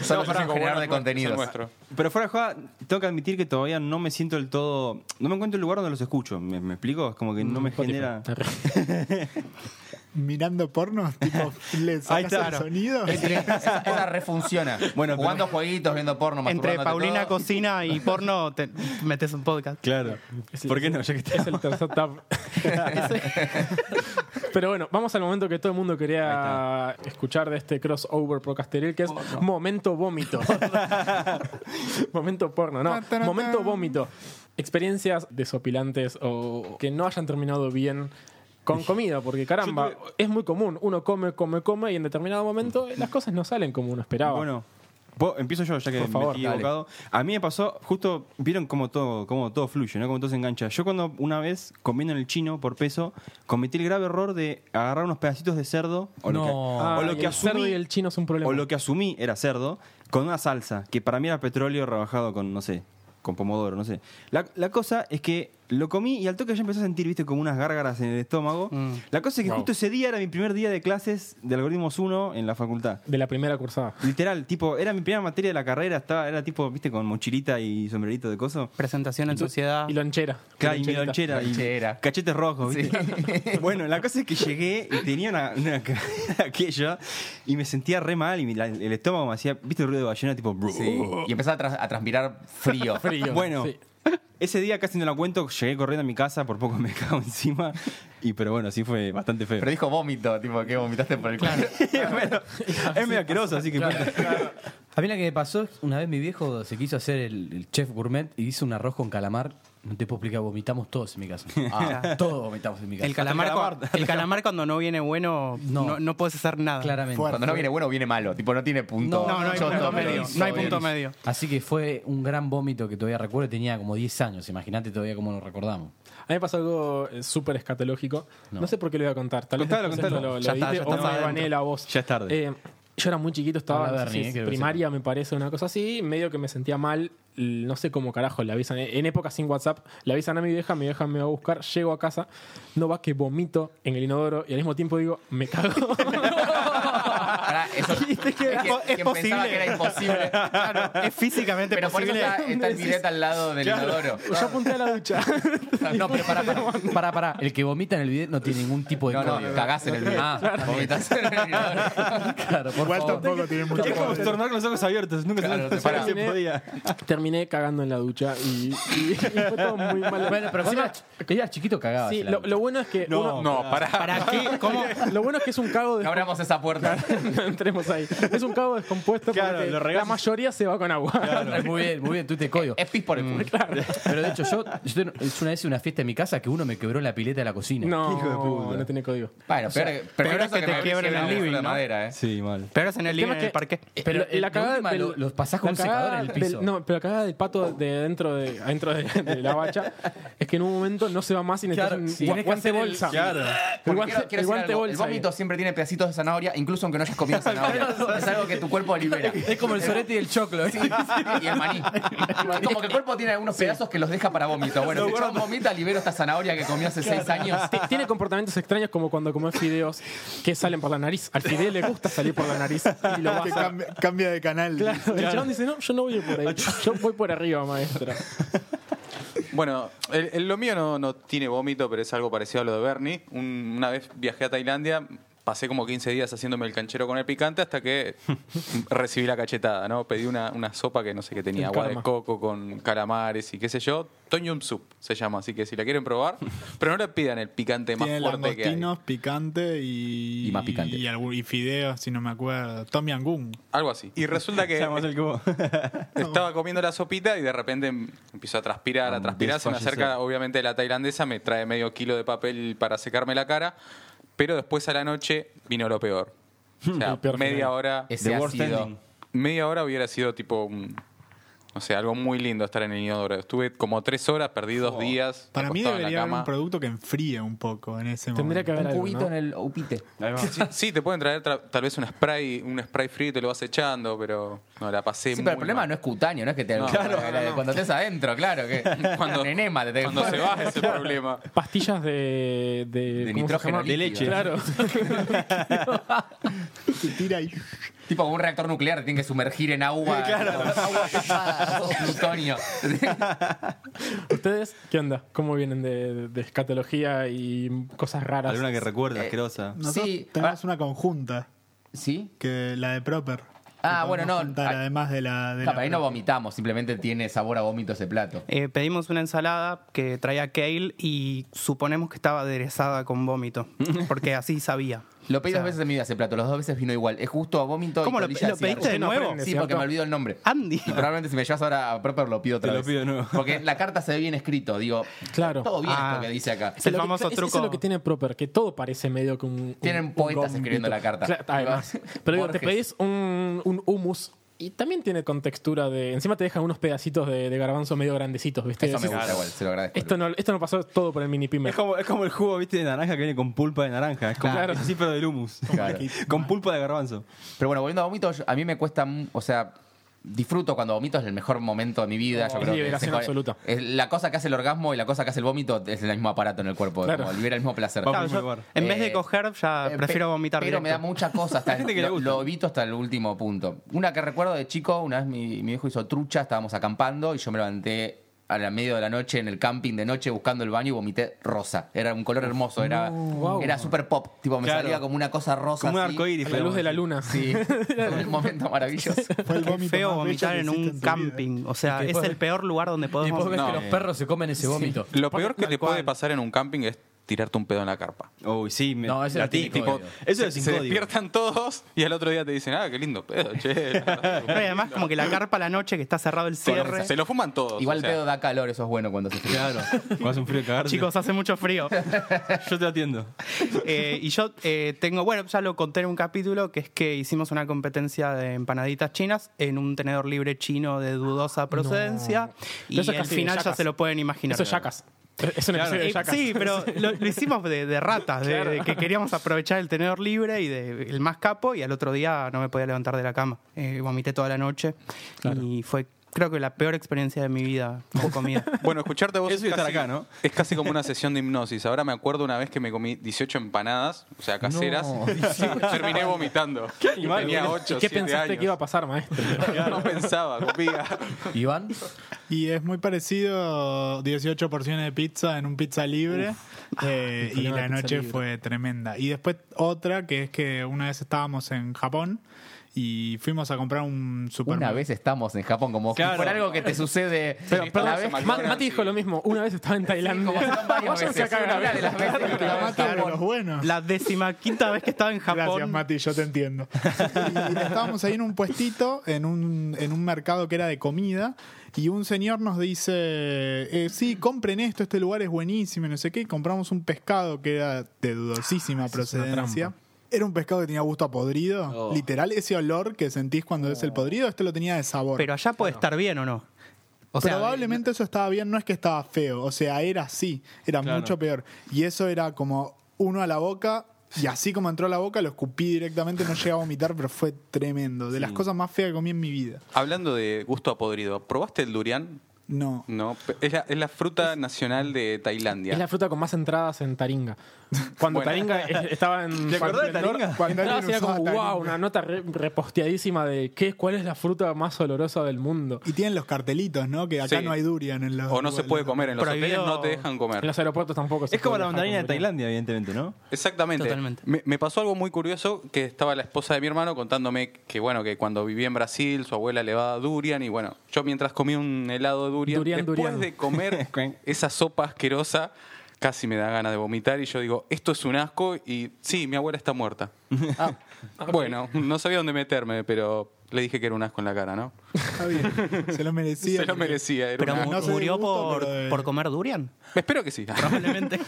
S5: Solo
S7: No,
S5: para
S7: pará,
S5: generar
S7: bueno,
S5: de
S7: bueno, es
S5: contenidos.
S7: nuestro.
S3: Pero fuera de joda, tengo que admitir que todavía no me siento del todo. No me encuentro el lugar donde los escucho. ¿Me, me explico? Es como que no me
S1: Mm, Spotify.
S3: genera.
S4: Mirando porno, tipo, le sacas
S3: Ahí está,
S4: el
S3: no.
S4: sonido.
S5: Esa, esa refunciona.
S3: Bueno, pero-
S5: Jugando jueguitos, viendo porno,
S6: Entre
S5: masturbándote
S6: Paulina
S5: todo.
S6: Cocina y porno, te metes un podcast.
S3: Claro.
S1: es-
S3: ¿Por qué no? Ya que
S1: Es el tercer tab. Pero bueno, vamos al momento que todo el mundo quería escuchar de este crossover procasteril, que es momento vómito. momento porno, no.
S4: Ta, ta, ta.
S1: Momento vómito. Experiencias desopilantes o que no hayan terminado bien. Con comida, porque caramba,
S3: Yo
S1: es muy común. Uno come, come, come y en determinado momento las cosas no salen como uno esperaba.
S3: Bueno, vos- empiezo yo, ya que
S1: Por favor,
S3: me metí
S1: dale.
S3: equivocado. A mí me pasó, justo, vieron cómo todo, cómo todo fluye, ¿no? Cómo todo se engancha. Yo cuando una vez, comiendo en el chino por peso, cometí el grave error de agarrar unos pedacitos de cerdo. O lo
S2: No.
S3: que,
S1: Ah,
S3: o lo
S1: y
S3: que
S1: el
S3: asumí.
S1: cerdo y el chino es un problema.
S3: o lo que asumí era cerdo, con una salsa, que para mí era petróleo rebajado con, no sé, con pomodoro, no sé. La, la cosa es que lo comí y al toque ya empecé a sentir, viste, como unas gárgaras en el estómago.
S1: Mm.
S3: La cosa es que
S1: Wow.
S3: justo ese día era mi primer día de clases de algoritmos 1 en la facultad.
S1: De la primera cursada.
S3: Literal, tipo, era mi primera materia de la carrera, estaba, era tipo, viste, con mochilita y sombrerito de coso.
S6: Presentación en sociedad.
S1: Y lonchera.
S3: Ah. Claro, y mi
S1: Loncherita.
S3: lonchera, y
S5: Lonchera.
S3: cachetes rojos, ¿viste? bueno, la cosa es que llegué y tenía una, una ca- aquella y me sentía re mal y mi- la- el estómago me hacía, ¿viste el ruido de ballena? Tipo,
S5: Sí. Y empezás a, tras- a transpirar frío.
S1: Frío.
S3: Bueno,
S1: sí.
S3: ese día casi no la cuento, llegué corriendo a mi casa, por poco me cago encima, y pero bueno, sí fue bastante feo.
S5: Pero dijo vómito, tipo, que vomitaste por el culo.
S3: Bueno, es medio asqueroso, así que...
S2: A mí la que me pasó es una vez mi viejo se quiso hacer el, el chef gourmet y hizo un arroz con calamar No te puedo explicar, vomitamos todos en mi casa. todos vomitamos en mi casa.
S6: El calamar,
S3: calamar.
S6: cua- el calamar cuando no viene bueno,
S2: No.
S6: no, no, puedes hacer nada.
S2: Claramente.
S4: Fuerte.
S5: Cuando no viene bueno, viene malo. Tipo, no tiene punto.
S6: No, no, no hay
S5: Yo
S6: punto
S5: tomo
S6: medio.
S5: eso,
S6: No hay
S5: bien.
S6: punto medio.
S2: Así que fue un gran vómito que todavía recuerdo. Tenía como 10 años. Imagínate todavía cómo lo recordamos.
S1: A mí me pasó algo eh, súper escatológico. No. sé por qué lo voy a contar. Tal vez
S3: Contalo,
S1: después esto
S3: contalo.
S1: lo, lo
S6: Ya está,
S1: edite
S6: ya
S1: o
S6: está
S1: me
S6: adentro.
S1: bané la voz.
S3: Ya es tarde.
S1: Eh, yo era muy chiquito, estaba
S2: Habla,
S1: no sé
S2: Bernie,
S1: si
S2: eh, que debe
S1: primaria, me parece, una cosa así. Medio que me sentía mal. l- No sé cómo carajo le avisan. En época sin WhatsApp, le avisan a mi vieja, mi vieja me va a buscar, llego a casa, no va que vomito en el inodoro y al mismo tiempo digo, me cago.
S5: Pará, eso- es que-
S6: Es po- es
S5: quien pensaba que era imposible.
S6: Claro, es físicamente
S5: Pero por eso
S6: posible.
S5: está, está el bidet al lado del inodoro.
S1: Yo apunté a la ducha.
S2: No, pero pará, pará, pará, pará. El que vomita en el video no tiene ningún tipo de
S5: No,
S2: código.
S5: no, cagás en el bidet. Ah, vomitás en el inodoro.
S2: Claro, por
S4: Igual
S2: favor.
S4: tampoco tiene mucho
S3: Es como estornudar con los ojos abiertos. Nunca
S5: Claro,
S3: se,
S5: te pará.
S3: se podía.
S1: Terminé cagando en la ducha y, y- y fue todo muy mal.
S2: Bueno, pero cuando
S1: Encima-
S2: eras, que eras chiquito cagabas.
S1: Sí,
S2: en la
S1: lo,
S2: ducha.
S1: lo bueno es que uno-
S7: No, pará.
S6: ¿Para qué? ¿Cómo?
S1: Lo bueno es que es un cago
S5: No
S1: de
S5: abramos esa puerta.
S1: no entremos ahí. Es un cabo descompuesto
S3: Claro,
S1: porque
S3: lo regás
S1: la
S3: y-
S1: mayoría se va con agua.
S2: Muy bien, muy bien, tú te código.
S5: Es pis por el culo.
S2: Pero de hecho, yo, yo te- es una vez una fiesta en mi casa que uno me quebró la pileta de la cocina.
S1: No, no tiene código.
S5: Bueno, peor,
S6: peor
S5: es que, te quiebren el living, de
S6: ¿no?
S5: madera, ¿eh?
S3: Sí, mal.
S6: Pero es en el
S1: El tema
S6: living,
S1: es
S6: en el
S1: que- eh,
S6: parque.
S2: Pero
S1: La-
S2: el-
S1: la
S2: de
S1: cagada
S2: última,
S1: del-
S2: lo- los pasás con
S1: la
S2: un
S1: cagada
S2: secador en el
S1: del-
S2: piso.
S1: no, pero la cagada del pato de dentro de, adentro de, de la bacha es que en un momento no se va más y necesitas
S2: Claro,
S1: un
S2: sí.
S1: gua-
S2: Tenés que
S1: guante
S2: hacer el-
S1: bolsa.
S3: Claro.
S1: El
S5: Porque
S1: guante, el
S5: quiero- quiero decir
S1: guante
S5: algo, el
S1: bolsa.
S5: vómito siempre tiene pedacitos de zanahoria, incluso aunque no hayas comido zanahoria. es algo que tu cuerpo libera.
S2: Es como el sorete y el choclo. ¿eh?
S5: y el maní. Es como que el cuerpo tiene algunos pedazos que los deja para vómito. Bueno, si el chabón vomita, libero esta zanahoria que comió hace seis años.
S1: T- Tiene comportamientos extraños como cuando comes fideos que salen por la nariz. Al fideo le gusta salir por la nariz y lo va a
S4: Que
S1: hacer.
S4: cambia, cambia de canal.
S1: El chabón dice, no, yo no voy por ahí. Yo voy por arriba, maestra.
S7: Bueno, el- el- lo mío no, no tiene vómito, pero es algo parecido a lo de Bernie. Un- una vez viajé a Tailandia, pasé como 15 días haciéndome el canchero con el picante hasta que recibí la cachetada, ¿no? Pedí una, una sopa que no sé qué
S1: El
S7: tenía, agua
S1: karma.
S7: de coco con calamares y qué sé yo. Tom Yum Soup se llama, así que si la quieren probar, pero no le pidan el picante más
S4: Tiene
S7: fuerte que hay.
S4: langostinos, picante y.
S5: Y más picante.
S4: Y, algu- y fideos, si no me acuerdo. Tom Yangun.
S7: Algo así. Y resulta que
S3: Sabemos el cubo.
S7: Estaba comiendo la sopita y de repente em- empiezo a transpirar, a transpirar. Se me
S3: desfallecer.
S7: acerca, obviamente, la tailandesa, me trae medio kilo de papel para secarme la cara. Pero después a la noche vino lo peor. O sea,
S1: Lo peor
S7: media
S1: final.
S7: hora,
S5: Ese
S3: The worst
S5: ácido.
S3: ending.
S7: media hora hubiera sido tipo, un- no sé, algo muy lindo estar en el inodoro. Estuve como tres horas, perdí dos días.
S4: Para mí
S7: acostado en la
S4: debería haber
S7: cama.
S4: un producto que enfríe un poco en ese
S1: Tendría que
S4: momento.
S1: haber
S5: Un
S1: algo,
S5: cubito
S1: ¿no?
S5: en el upite.
S7: Sí, sí, te pueden traer tra- tal vez un spray, un spray frío y te lo vas echando, pero no, la pasé
S5: Sí,
S7: muy
S5: pero el problema
S7: mal.
S5: no es cutáneo, no es que te
S7: No,
S5: claro, cuando estés adentro, claro que
S7: Cuando-
S5: un enema te- te
S7: Cuando se va es el problema.
S1: Pastillas de. De,
S5: de
S1: ¿cómo se
S5: nitrógeno
S1: llama?
S5: líquido.
S1: Claro.
S4: Se tira y.
S5: Tipo como un reactor nuclear, te tienen que sumergir en agua, con agua pesada, plutonio.
S1: ¿Ustedes qué onda? ¿Cómo vienen de, de- de escatología y cosas raras?
S3: Alguna que recuerda, asquerosa.
S4: Nosotros
S5: Sí,
S4: tenemos
S5: ah.
S4: una conjunta,
S5: ¿Sí?
S4: que la de Proper.
S5: Ah,
S4: Que
S5: bueno,
S4: podemos
S5: no,
S4: juntar,
S5: ah,
S4: además de la.
S5: No,
S4: De la-
S5: pero ahí no vomitamos, simplemente tiene sabor a vómito ese plato.
S6: Eh, pedimos una ensalada que traía kale y suponemos que estaba aderezada con vómito, porque así sabía.
S5: Lo pedí dos veces en mi vida ese plato, las dos veces vino igual. Es justo a vómito
S6: ¿Cómo
S5: y
S6: lo,
S5: colilla
S6: lo
S5: cigarro.
S6: pediste de
S1: no
S6: nuevo?
S1: aprende.
S5: Sí, porque me olvidó el nombre.
S6: Andy.
S5: Y probablemente si me llevas ahora a Proper lo pido otra
S3: Te lo
S5: vez.
S3: pido de nuevo.
S5: Porque la carta se ve bien escrito, digo,
S1: Claro.
S5: todo bien
S6: Ah.
S5: esto que dice acá.
S6: Es el
S1: Lo que-
S6: famoso
S1: es-
S6: truco.
S1: Eso es lo que tiene Proper, que todo parece medio que un.
S5: Tienen
S1: un- un
S5: poetas
S1: gombito.
S5: escribiendo la carta.
S1: Claro, además. Pero digo, te
S5: Borges.
S1: pedís un, un hummus y también tiene con textura de. Encima te deja unos pedacitos de, de garbanzo medio grandecitos, ¿viste?
S5: Eso me
S1: Decís,
S5: gusta igual, se lo agradezco.
S1: Esto no, esto no pasó todo por el mini pyme.
S3: Es como, es como el jugo, viste, de naranja que viene con pulpa de naranja. Es como
S1: Claro.
S3: sí, pero del humus.
S5: Claro.
S3: Con pulpa de garbanzo.
S5: Pero bueno, volviendo a vómito, yo- a mí me cuesta, mu- o sea, disfruto cuando vomito, es el mejor momento de mi vida.
S1: Es
S5: yo creo que
S1: liberación
S5: ese-
S1: absoluta.
S5: es la cosa que hace el orgasmo y la cosa que hace el vómito es el mismo aparato en el cuerpo,
S1: Claro.
S5: como libera el mismo placer.
S3: Vamos.
S6: Claro,
S3: mismo
S6: yo,
S3: lugar.
S6: en vez
S5: Eh,
S6: de coger, ya
S5: Eh,
S6: prefiero
S5: pe-
S6: vomitar
S5: Pero me da
S6: directo.
S5: mucha cosa. Hasta
S3: gente que le
S5: lo,
S3: gusta.
S5: lo evito hasta el último punto. Una que recuerdo de chico, una vez mi, mi hijo hizo trucha, estábamos acampando y yo me levanté a la medio de la noche en el camping de noche buscando el baño y vomité rosa. Era un color hermoso, era, era super pop. Tipo, me
S3: Claro.
S5: salía como una cosa rosa.
S3: Como un
S5: así.
S3: arcoíris.
S1: a la luz de la luna.
S5: Sí, fue un momento maravilloso.
S4: Fue el
S6: Qué
S4: vómito
S6: feo
S4: más bello
S6: vomitar
S4: que
S6: en
S4: hiciste
S6: un
S4: tu vida.
S6: camping. O sea,
S2: Y
S6: es
S2: después-
S6: el peor lugar donde
S2: Y
S6: podemos
S2: vos ves
S7: No.
S2: que los perros se comen ese vómito.
S7: Lo peor que te puede pasar en un camping es tirarte un pedo en la carpa.
S3: Uy, sí, me-
S2: No, ese
S3: la
S2: no tiene
S3: típica.
S2: código.
S3: Eso es
S7: se
S3: sin
S7: se
S3: código.
S7: despiertan todos y al otro día te dicen, ah, qué lindo pedo, che.
S6: No, y además, como que la carpa a la noche que está cerrado el cierre.
S7: se lo fuman todos.
S5: Igual
S7: o
S5: el
S7: sea.
S5: pedo da calor, eso es bueno cuando se fría.
S3: Claro. Cuando hace un frío de cagarte.
S6: Chicos, hace mucho frío.
S3: yo te atiendo.
S6: Eh, y yo eh, tengo, bueno, ya lo conté en un capítulo, que es que hicimos una competencia de empanaditas chinas en un tenedor libre chino de dudosa procedencia. Y
S1: Pero eso es
S6: al
S1: casi de
S6: final ya
S1: yacas.
S6: se lo pueden imaginar.
S1: Eso es yacas. Es una especie
S6: Eh,
S1: de yacas.
S6: sí, pero lo, lo hicimos de, de ratas, de, de que queríamos aprovechar el tenedor libre y de, el más capo, y al otro día no me podía levantar de la cama. Eh, vomité toda la noche y fue, creo que la peor experiencia de mi vida con comida.
S7: Bueno, escucharte a vos
S3: Eso y
S7: es,
S3: estar
S7: casi,
S3: acá, ¿no?
S7: es casi como una sesión de hipnosis. Ahora me acuerdo una vez que me comí 18 empanadas, o sea, caseras, terminé vomitando. Tenía 8,
S1: ¿Qué
S7: 7
S1: pensaste
S7: años.
S1: que iba a pasar, maestro?
S7: No pensaba, comía.
S2: Iván,
S4: Y es muy parecido 18 porciones de pizza en un pizza libre. eh, y
S1: problema de
S4: la
S1: pizza
S4: noche
S1: libre.
S4: fue tremenda. Y después otra que es que una vez estábamos en Japón y fuimos a comprar un
S5: Una
S4: supermercado.
S5: vez estamos en Japón, como si
S3: Claro.
S5: fuera algo que te sucede
S1: Pero,
S7: Sí,
S1: perdón,
S7: la vez-
S1: Ma- Mati dijo lo mismo. Una vez estaba en Tailandia.
S5: como son varias
S1: Váyanse
S5: veces.
S1: a cagar.
S5: Una de las veces que la matan
S4: Claro, los buenos.
S6: La décima quinta vez que estaba en
S4: Gracias,
S6: Japón.
S4: Mati, yo te entiendo. Y estábamos ahí en un puestito, en un, en un mercado que era de comida, y un señor nos dice, eh, sí, compren esto, este lugar es buenísimo, y no sé qué, y compramos un pescado que era de dudosísima procedencia. Era un pescado que tenía gusto a podrido, literal, ese olor que sentís cuando es el podrido, este lo tenía de sabor.
S6: Pero allá puede estar bien o no. O sea,
S4: Probablemente eso estaba bien, no es que estaba feo, o sea, era así, era mucho peor. Y eso era como uno a la boca, y así como entró a la boca, lo escupí directamente, no llegué a vomitar, pero fue tremendo. De las cosas más feas que comí en mi vida.
S7: Hablando de gusto a podrido, ¿probaste el durian?
S4: No.
S7: No, pe- es la, es la fruta nacional de Tailandia.
S1: Es la fruta con más entradas en Taringa. Cuando
S7: Bueno.
S1: Taringa es- estaba en.
S3: ¿Te acordás de
S1: Fanflendor,
S3: Taringa?
S4: Cuando
S1: entrabas y
S4: alguien
S1: era como,
S4: usaba Taringa.
S1: wow, una nota re- reposteadísima de qué, cuál es la fruta más olorosa del mundo.
S4: Y tienen los cartelitos, ¿no? Que acá
S7: Sí.
S4: no hay durian en los
S7: o no se
S4: lugares.
S7: puede comer, en los
S6: Prohibido-
S7: hoteles no te dejan comer.
S1: En los aeropuertos tampoco se
S3: Es como
S1: puede
S3: la
S1: dejar
S3: mandarina de
S1: comer.
S3: Tailandia, evidentemente, ¿no?
S7: Exactamente.
S6: Totalmente.
S7: Me, me pasó algo muy curioso que estaba la esposa de mi hermano contándome que bueno que cuando vivía en Brasil su abuela le daba durian y bueno yo mientras comía un helado de durian
S1: Durian,
S7: después
S1: durian.
S7: de comer esa sopa asquerosa casi me da ganas de vomitar y yo digo esto es un asco y sí mi abuela está muerta.
S6: Ah.
S7: Bueno no sabía dónde meterme pero le dije que era un asco en la cara no.
S4: Está bien, se lo merecía.
S7: Se lo merecía. Era
S6: pero
S7: un asco.
S4: no sé de
S6: murió
S4: gusto,
S6: por,
S4: pero de-
S6: por comer durian.
S7: Espero que sí.
S6: Probablemente.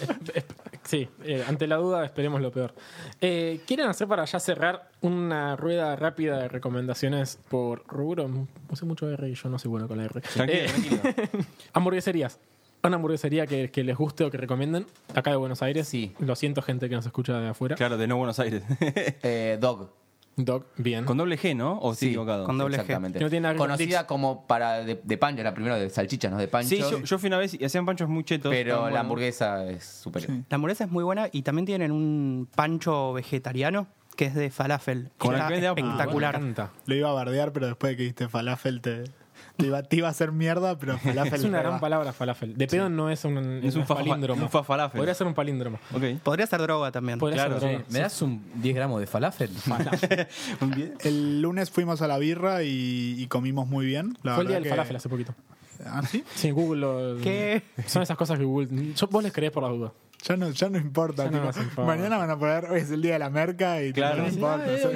S1: Sí, eh, ante la duda esperemos lo peor. Eh, ¿Quieren hacer para ya cerrar una rueda rápida de recomendaciones por rubro? Puse mucho R y yo no soy bueno con la R.
S3: Tranquilo,
S1: Eh,
S3: tranquilo.
S1: hamburgueserías. Una hamburguesería que, que les guste o que recomienden acá de Buenos Aires.
S5: Sí.
S1: Lo siento, gente que nos escucha de afuera.
S3: Claro, de no Buenos Aires.
S5: Eh, Dog.
S1: Doc, bien.
S3: Con doble G, ¿no? ¿O estoy equivocado?
S6: con doble G.
S5: Exactamente.
S1: Que no tiene nada que ver con
S5: Conocida
S1: Dix.
S5: como para de, de pancho, la primera de salchichas, no de pancho.
S3: Sí, yo, yo fui una vez y hacían panchos muy chetos.
S5: pero
S3: estaban
S5: la
S3: buenos.
S5: hamburguesa es superior.
S6: La hamburguesa es muy buena y también tienen un pancho vegetariano que es de falafel.
S3: Con el
S6: Está
S3: que vende Apu.
S6: espectacular.
S1: Me encanta.
S4: Lo iba a bardear, pero después de que diste falafel te, te iba, te iba a hacer mierda, pero falafel.
S1: Es una
S4: reba.
S1: gran palabra falafel. De pedo no es un,
S3: Es un fa-
S1: palíndromo.
S3: un fa- falafel.
S1: Podría ser un palíndromo.
S3: Ok.
S6: Podría ser droga también.
S1: Podría
S3: Claro,
S1: ser droga.
S2: ¿me das un 10 gramos de falafel?
S3: Muy bien.
S4: El lunes fuimos a la birra y, y comimos muy bien. La
S1: Fue el día
S4: verdad
S1: del
S4: que-
S1: falafel hace poquito.
S4: ¿Ah, sí?
S1: Sí, Google. lo-
S6: ¿Qué?
S1: Son esas cosas que Google. yo- vos les creés por la duda.
S4: Ya no, ya no importa.
S1: Ya no
S4: tipo,
S1: nos importa.
S4: mañana van a poder, hoy es el día de la merca y
S3: Claro.
S4: tipo, no importa. soy-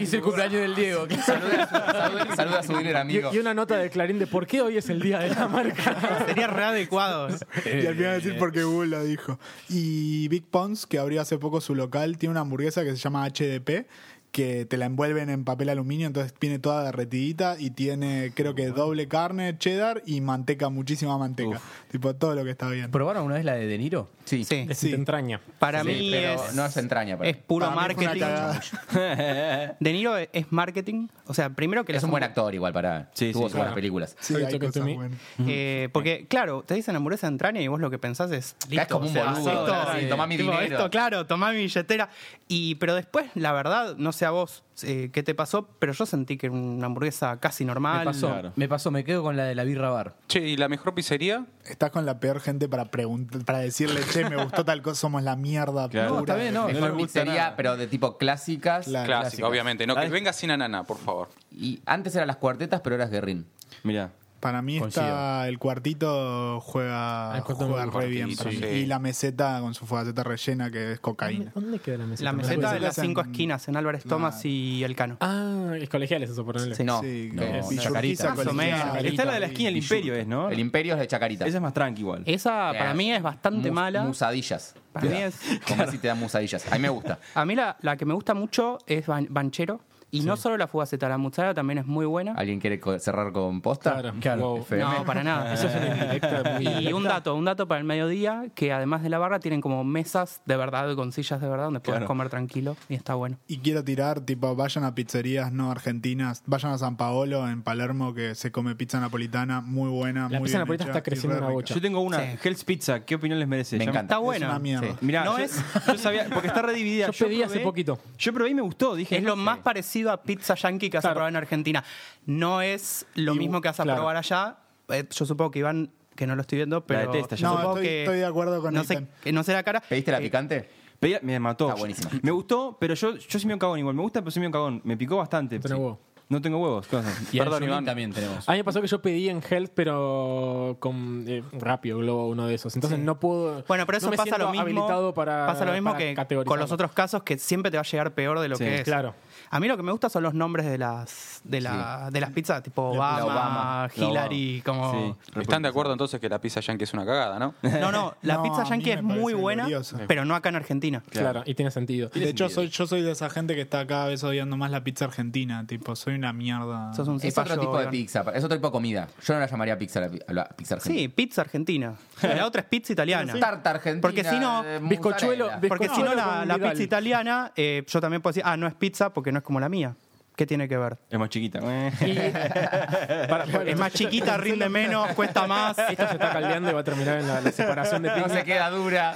S2: Hice el cumpleaños del Diego.
S5: Saluda, saluda- saluda a su líder
S1: Y,
S5: amigo.
S1: y una nota de Clarín de por qué hoy es el día de la marca.
S6: Sería re adecuado.
S4: y al final decir porque Google lo dijo. Y Big Pons, que abrió hace poco su local, tiene una hamburguesa que se llama HDP, que te la envuelven en papel aluminio, entonces viene toda derretidita y tiene, creo que, doble carne, cheddar y manteca, muchísima manteca. Tipo, todo lo que está bien.
S2: ¿Probaron una vez la de De Niro?
S5: Sí.
S6: Sí.
S1: Es
S4: Sí.
S1: te entraña.
S6: Para
S5: Sí,
S6: mí
S5: pero
S6: es,
S5: no es entraña. para
S6: es
S5: mí.
S6: puro
S4: Para mí fue una
S6: marketing.
S4: cagada.
S6: De Niro es- es marketing. O sea, primero que
S5: Es
S6: las
S5: un buen actor igual para...
S3: Sí,
S5: tuvo
S3: sí,
S5: sus buenas películas.
S4: Sí,
S1: Hoy
S4: hay
S1: toca
S4: cosas
S1: to me.
S4: buenas.
S6: Eh, porque, claro, te dicen hamburguesa de entraña y vos lo que pensás es. Listo,
S5: es como un
S6: o sea,
S5: boludo,
S6: esto-
S5: claro, sí, tomá mi
S6: tipo,
S5: dinero.
S6: Esto, claro, tomá mi billetera. Y, pero después, la verdad, no sé a vos eh, qué te pasó, pero yo sentí que era una hamburguesa casi normal.
S2: Me pasó, me pasó, me quedo con la de la birra bar.
S7: Che, ¿y la mejor pizzería?
S4: Estás con la peor gente para preguntar, para decirle, che, me gustó tal cosa, somos la mierda
S3: Claro.
S2: No,
S4: pura.
S2: está bien, no.
S5: Es
S3: le
S5: una
S3: gusta nada.
S5: pizzería, pero de tipo clásicas.
S4: Claro.
S7: Clásica, obviamente. No, que
S3: Ay.
S7: venga sin anana, por favor.
S5: Y antes eran las cuartetas, pero ahora es Guerrín.
S3: Mirá.
S4: Para mí está el cuartito juega,
S1: El cuarto
S4: juega
S1: muy
S4: re bien.
S7: cuartito,
S4: para mí.
S7: sí.
S4: Y la meseta con su fogaceta rellena que es
S1: ¿Dónde,
S4: cocaína.
S1: dónde queda la meseta?
S6: La meseta de las
S4: en-
S6: cinco esquinas, en Álvarez Thomas
S4: Claro.
S6: y Elcano.
S1: Ah, es colegiales eso, ponerle.
S5: Sí, no.
S4: Sí,
S5: no,
S4: que-
S5: no,
S4: y
S5: Chacarita.
S4: Urquiza
S6: Más o
S4: con
S6: menos.
S4: Chacarita.
S3: Está la de la esquina del imperio, es, ¿no?
S5: El imperio es de Chacarita.
S3: Esa es más tranqui igual.
S6: Esa para mí es bastante
S5: Mus-
S6: mala.
S5: Musadillas.
S6: Para mí
S5: Te da.
S6: es-
S5: Como si te dan musadillas. A mí me gusta.
S6: A mí la, la que me gusta mucho es Ban- Banchero. Y no solo la fugaceta, la muzzarella también es muy buena.
S5: ¿Alguien quiere co- cerrar con posta?
S1: Claro,
S2: Claro.
S1: wow.
S5: FM.
S6: No, para nada.
S1: Eso es una indirecta muy
S6: Y un
S1: directa.
S6: dato, un dato para el mediodía, que además de la barra tienen como mesas de verdad, con sillas de verdad, donde puedes
S3: Claro.
S6: comer tranquilo y está bueno.
S4: Y quiero tirar, tipo, vayan a pizzerías no argentinas, vayan a San Paolo, en Palermo, que se come pizza napolitana muy buena.
S1: La
S4: muy
S1: pizza
S4: bien
S1: napolitana
S4: hecha
S1: está
S4: y
S1: creciendo
S4: re
S1: una
S4: rica.
S1: bocha.
S3: Yo tengo una,
S6: Sí.
S3: Hell's Pizza, ¿qué opinión les merece?
S5: Me
S3: Ya-
S5: encanta.
S6: Está
S4: Es
S6: buena.
S4: una mierda.
S5: Sí.
S3: Mirá,
S6: No
S3: yo,
S6: es-
S3: yo sabía, porque está redividida.
S1: Yo pedí hace poquito.
S3: Yo probé y me gustó, dije.
S6: Es
S3: no
S6: lo
S3: sé.
S6: más parecido a pizza yankee que has
S1: Claro.
S6: probado en Argentina. No es lo
S1: Y-
S6: mismo que vas a
S1: claro.
S6: probar allá. Eh, yo supongo que Iván, que no lo estoy viendo, pero
S3: detesta, yo
S6: no,
S4: sé.
S6: supongo
S4: estoy-
S6: que
S4: estoy de acuerdo con
S6: no sé,
S4: Ethan.
S6: que no sé la cara.
S5: ¿Pediste la
S6: Eh,
S5: picante?
S3: Pedí- me mató.
S5: Está buenísima.
S3: Me gustó, pero yo, yo soy medio cagón igual. Me gusta, pero soy medio cagón. Me picó bastante.
S1: tenés huevo.
S3: No tengo huevos. cosas.
S2: Y
S7: Perdón,
S2: Perdón,
S7: Iván.
S2: también tenemos.
S1: A mí me pasó que yo pedí en Health, pero con eh, Rapio, Globo, uno de esos. Entonces no puedo.
S6: Bueno, pero
S1: no
S6: eso
S1: me
S6: pasa,
S1: siento
S6: lo mismo,
S1: habilitado para.
S6: pasa lo mismo
S1: para
S6: que con
S1: categorizarlo.
S6: los otros casos, que siempre te va a llegar peor de lo
S3: Sí,
S6: que es.
S1: claro.
S6: A mí lo que me gusta son los nombres de las de, la, de las pizzas, tipo Obama,
S5: la Obama,
S3: la
S6: Hillary, como...
S3: Sí.
S7: Están de acuerdo entonces que la pizza yankee es una cagada, ¿no?
S6: No, no, la
S4: No,
S6: pizza
S4: a mí
S6: yankee
S4: me
S6: es muy
S4: parece
S6: buena,
S4: gloriosa.
S6: pero no acá en Argentina.
S1: Claro. y tiene sentido.
S4: De hecho, soy, yo soy de esa gente que está cada vez odiando más la pizza argentina. Tipo, soy una mierda.
S6: Sos un
S5: Es otro
S6: cipallo,
S5: tipo de
S6: Iván.
S5: pizza, es otro tipo de comida. Yo no la llamaría pizza la, a la pizza argentina.
S6: Sí, pizza argentina. La otra es pizza italiana.
S5: Tarta argentina.
S6: Porque si no,
S5: eh,
S1: bizcochuelo,
S5: mozzarella.
S1: bizco-
S6: Porque si no,
S1: Bizcochuelo
S6: la,
S1: con
S6: la
S1: Vidal.
S6: pizza italiana, eh, yo también puedo decir, ah, no es pizza porque no es como la mía. ¿Qué tiene que ver?
S3: Es más chiquita. Eh,
S1: Y- para-
S6: Es más chiquita, rinde menos, cuesta más.
S1: Esto se está caldeando y va a terminar en la, la separación de
S5: No
S1: pizzas.
S5: se queda dura.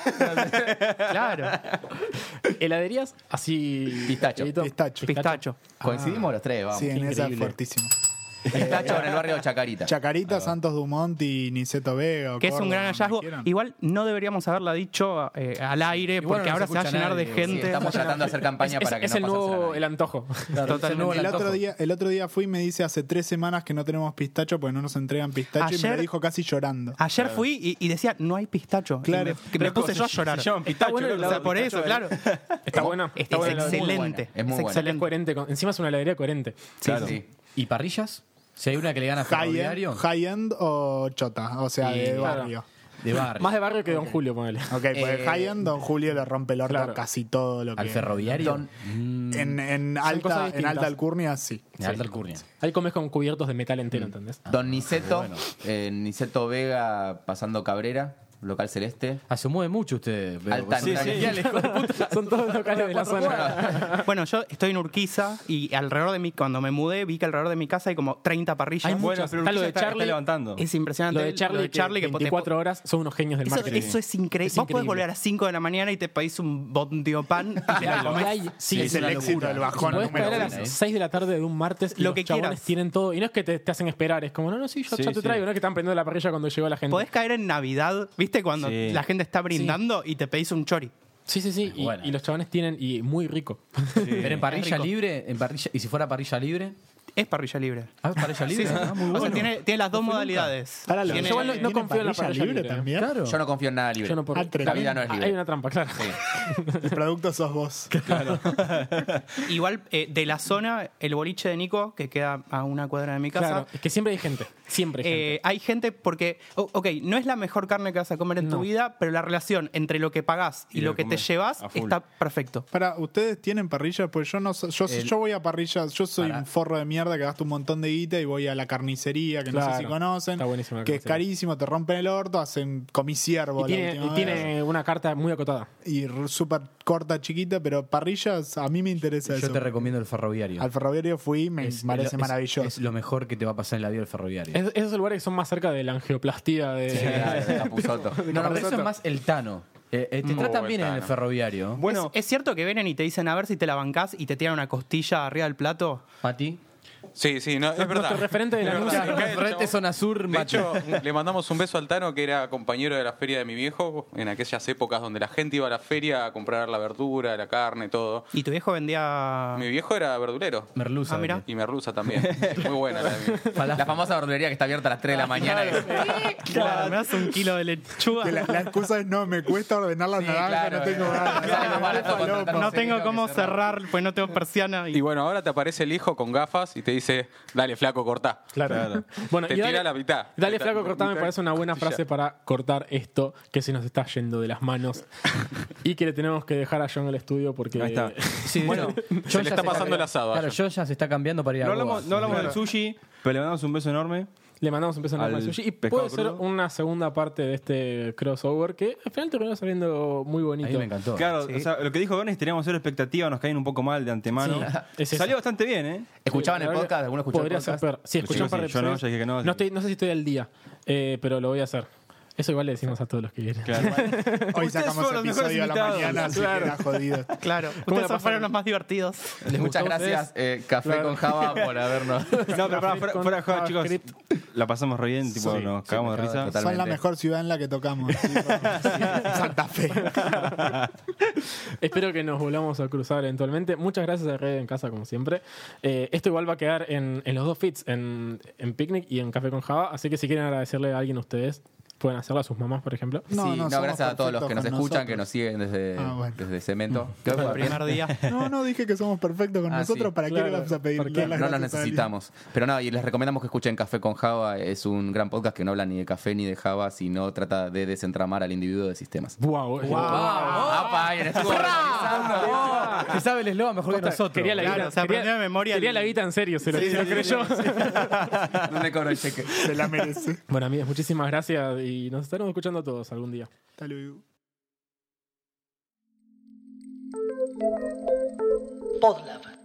S6: Claro,
S1: Heladerías así.
S5: Pistacho.
S1: Edito.
S4: Pistacho.
S6: pistacho.
S2: Ah.
S5: Coincidimos los tres, vamos.
S4: Sí, en esa es
S1: increíble.
S4: fuertísimo.
S5: Pistacho en el barrio de Chacarita.
S4: Chacarita, Santos Dumont y Niceto Vega. o
S6: Que es un
S4: Córdoba,
S6: gran
S4: donde
S6: hallazgo.
S4: quieran.
S6: Igual no deberíamos haberla dicho eh, al aire
S2: Igual
S6: porque
S2: no
S6: ahora
S2: se
S6: se va a
S2: escucha
S6: llenar de
S2: nadie,
S5: Sí,
S6: gente.
S5: estamos tratando de hacer
S1: Es,
S5: campaña
S1: es-
S5: para que
S1: es
S5: no
S1: el
S5: pase
S1: nuevo el
S5: nada.
S1: antojo.
S2: Totalmente.
S4: El otro, día, el otro día fui y me dice, hace tres semanas que no tenemos pistacho porque no nos entregan pistacho y me
S6: Ayer-
S4: lo dijo casi llorando.
S1: Ah.
S6: Ayer fui y, y decía, no hay pistacho. Y
S4: Claro.
S6: me- que me, puse yo a llorar.
S3: Se llaman
S1: Está
S3: pistacho.
S1: bueno el
S3: creo que
S6: O sea,
S1: helado
S6: por
S1: de
S6: eso,
S1: pistacho,
S6: claro.
S1: Está bueno. Está
S6: es
S1: bueno. el helado de pistacho.
S6: excelente.
S5: Es muy
S6: es
S5: buena.
S1: Es
S6: excelente.
S1: coherente. con- encima es una heladería coherente.
S5: Claro. Sí, sí.
S2: ¿Y parrillas? Si hay una que le gana a
S4: High-end
S2: Ferroviario,
S4: high end o chota, o sea,
S2: Y-
S4: de
S2: claro.
S4: barrio.
S2: de barrio.
S1: Más de barrio que Don Julio, ponele.
S4: Ok, pues
S5: Eh,
S4: high-end, Don Julio le rompe el orto
S1: claro.
S4: casi todo lo que...
S2: Al ferroviario.
S5: Don-
S4: En, en
S1: cosas
S4: alta, en
S1: distintas.
S4: alta alcurnia, sí.
S2: De alta alcurnia.
S1: Ahí comes con cubiertos de metal entero, ¿entendés?
S5: Don Niceto, eh, Niceto Vega pasando Cabrera, local celeste.
S2: Ah, se mueve mucho usted. pero-
S5: Alta
S2: Sí, sí.
S5: Andrade.
S1: Son todos locales de la zona.
S6: Bueno, yo estoy en Urquiza y alrededor de mí, cuando me mudé, vi que alrededor de mi casa hay como 30 parrillas.
S3: Bueno, pero
S1: Está
S3: Urquiza
S1: lo
S3: está,
S1: de
S3: está
S1: Charlie.
S3: levantando.
S6: es impresionante.
S1: Lo de Charlie, que,
S6: que te-
S1: 24 horas son unos genios del
S6: Eso,
S1: marketing.
S6: eso es increíble.
S1: Es
S6: Vos podés
S1: increíble.
S6: volver a las 5 de la mañana y te pedís un bondio pan y te la
S1: Claro,
S6: comés.
S1: hay- sí,
S4: es el
S1: una
S4: éxito,
S1: locura.
S4: el bajón
S1: Si podés
S4: número
S1: caer a
S4: uno,
S1: las
S5: ¿eh?
S1: 6 de la tarde de un martes y
S6: Lo
S1: los
S6: que
S1: chabones
S6: quieras.
S1: tienen todo. Y no es que te, te hacen esperar, es como, no, no, sí, yo
S3: Sí,
S1: ya te
S3: sí.
S1: traigo. No es que están prendiendo la parrilla cuando llegó la gente.
S6: Podés caer en Navidad, ¿viste? Cuando
S3: Sí.
S6: la gente está brindando y te pedís un chori.
S1: Sí, sí, sí. Y,
S2: buena.
S1: y los chabones tienen, y muy rico.
S2: Pero en
S6: Es
S2: parrilla
S6: rico.
S2: libre, en parrilla, y si fuera parrilla libre,
S6: Es parrilla libre.
S2: ah, parrilla libre, ah, muy
S6: O sea,
S2: bueno.
S6: tiene, tiene las dos modalidades.
S4: Ahora, lo-
S6: Tiene-
S1: Yo igual no- no
S4: ¿tienen
S1: confío en la parrilla libre, ¿eh?
S4: también.
S2: Claro.
S5: Yo no confío en nada libre.
S1: Yo no puedo-
S4: Ah,
S5: La vida no es
S1: Hay
S5: libre.
S1: una trampa, claro.
S4: El producto sos vos.
S6: Igual eh, de la zona, el boliche de Nico, que queda a una cuadra de mi casa,
S1: Claro, es que siempre hay gente. Siempre hay gente.
S6: Eh, hay gente porque, o- ok, no es la mejor carne que vas a comer en
S1: No.
S6: tu vida, pero la relación entre lo que pagás y,
S3: Y
S6: lo
S3: lo
S6: que te
S3: comes
S6: llevas
S3: a full.
S6: está perfecto.
S4: Para, ¿ustedes tienen parrillas? Pues yo no so- yo, so-
S2: El-
S4: yo voy a parrillas, yo soy
S2: Pará.
S4: un forro de mierda que gasta un montón de guita y voy a la carnicería, que no sé si
S1: Claro.
S4: conocen,
S1: Está buenísima la
S4: que es
S1: carnicería.
S4: carísimo, te rompen el orto, hacen comiciervo
S1: Y
S4: la
S1: tiene,
S4: última
S1: y
S4: vez.
S1: tiene una carta muy acotada.
S4: y r- súper corta, chiquita, pero parrillas a mí me interesa
S2: Yo
S4: eso.
S2: te recomiendo el ferroviario.
S4: Al ferroviario fui, me
S2: Es-
S4: parece
S2: es-
S4: maravilloso.
S2: Es lo mejor que te va a pasar en la vida el ferroviario.
S1: Es- esos lugares que son más cerca de la angioplastía de.
S5: Capuzoto.
S2: no, no, pero eso es más el Tano. Eh, eh, te tratan bien en el ferroviario.
S3: Bueno,
S6: ¿Es, es cierto que vienen y te dicen a ver si te la bancás y te tiran una costilla arriba del plato?
S2: Mati.
S7: Sí, sí, no, es verdad.
S1: referente de la
S7: Es
S1: música.
S7: verdad. Acá el
S2: Frente
S7: chabón-
S2: zona sur,
S7: De
S2: macho.
S7: hecho, le mandamos un beso al Tano, que era compañero de la feria de mi viejo, en aquellas épocas donde la gente iba a la feria a comprar la verdura, la carne, todo.
S6: ¿Y tu viejo vendía
S7: Mi viejo era verdulero.
S2: Merluza.
S6: Ah, mirá.
S2: vende.
S7: Y merluza también. Muy buena la de mi viejo.
S5: La famosa verdulería que está abierta a las 3 de la mañana.
S6: Claro, me das un kilo de lechuga.
S4: Que la, la excusa es no, me cuesta ordenar la
S5: Sí,
S4: naranja,
S5: claro,
S4: no tengo
S5: eh.
S4: nada.
S5: Me sale más barato
S4: Falopa.
S5: contratar un
S6: no
S5: Conseguí
S6: tengo
S5: lo
S6: cómo
S5: que cerrar.
S6: cerrar, pues no tengo persiana.
S7: Y
S6: Y,
S7: bueno, ahora te aparece el hijo con gafas y te dice, dale flaco, cortá.
S1: Claro. Bueno,
S7: Te
S1: y dale-
S7: tira la mitad.
S1: Dale
S7: Mitad-
S1: flaco cortá me
S7: mitad-
S1: parece una buena
S7: costilla.
S1: frase para cortar esto que se nos está yendo de las manos y que le tenemos que dejar a John en el estudio porque
S3: Ahí está.
S2: Sí, bueno,
S7: le está pasando el asado a
S2: Claro,
S7: John.
S2: yo ya se está cambiando para ir a
S3: No hablamos,
S2: Goa.
S3: no hablamos del sushi, pero le mandamos un beso enorme.
S1: le mandamos un beso en
S3: Al
S1: el sushi y
S3: pescado
S1: puede ser
S3: crudo.
S1: una segunda parte de este crossover que al final terminó saliendo muy
S2: A
S1: bonito.
S2: mí me encantó.
S3: Claro, o sea, lo que dijo Gones, teníamos cero expectativa, nos caen un poco mal de antemano.
S1: es eso.
S3: Salió bastante bien, ¿eh?
S5: ¿Escuchaban el
S1: Podría-
S5: podcast? ¿Alguno escuchó el
S1: podría
S5: podcast?
S1: Ser peor. Sí, escuché
S3: Yo
S1: un par
S3: sí,
S1: de
S3: yo no,
S1: episodios.
S3: ya dije que no, así que-
S1: estoy, no sé si estoy al día, eh, pero lo voy a hacer. Eso igual le decimos a todos los que vienen.
S4: Hoy
S3: Ustedes
S4: sacamos
S3: fueron los mejores
S4: episodio a la
S3: invitados.
S4: mañana, así que era jodido.
S6: claro,
S1: la
S6: ustedes
S1: pasaron?
S6: fueron los más divertidos.
S1: ¿Les
S5: Muchas
S1: gustó a
S5: gracias,
S1: ustedes?
S5: eh, Café
S1: Claro.
S5: con Java, por habernos.
S3: No, pero pará, fuera, fuera de joda, chicos. La pasamos re bien, tipo,
S1: Sí,
S3: nos
S5: sí,
S3: cagamos de
S5: me
S3: risa.
S5: acabo de
S4: Son la
S5: Totalmente.
S4: mejor ciudad en la que tocamos. sí, Santa Fe.
S1: Espero que nos volvamos a cruzar eventualmente. Muchas gracias a Red en Casa, como siempre. Eh, esto igual va a quedar en, en los dos feeds, en, en Picnic y en Café con Java. Así que si quieren agradecerle a alguien a ustedes, pueden hacerlo a sus mamás, por ejemplo.
S5: sí, no,
S4: somos
S5: gracias a todos los que nos
S4: perfectos
S5: escuchan,
S4: con
S5: que nos
S4: nosotros.
S5: siguen desde,
S4: Ah, bueno.
S5: desde Cemento. Creo que
S6: El
S5: también
S6: primer día.
S4: No, no dije que somos perfectos con
S5: Ah, sí.
S4: nosotros. ¿Para qué
S1: Claro,
S4: le vamos a pedir
S1: ¿para qué?
S4: las
S5: No lo
S4: gracias a alguien?
S5: necesitamos. Pero nada, y les recomendamos que escuchen Café con Java. Es un gran podcast que no habla ni de café ni de Java, sino trata de desentramar al individuo de sistemas.
S1: ¡Wow!
S5: ¡Apa! Ian, estuvo organizando.
S2: Se sabe el eslogan mejor que nosotros.
S1: Quería la
S6: Claro,
S1: guita,
S6: se aprendió
S1: quería-
S6: de memoria
S1: quería
S6: el-
S1: la guita en serio, se lo, se lo creyó.
S5: No me cobro el cheque.
S4: Se la merece.
S1: Bueno, amigos, muchísimas gracias y nos estaremos escuchando todos algún día.
S4: Hasta luego.
S8: Podlab.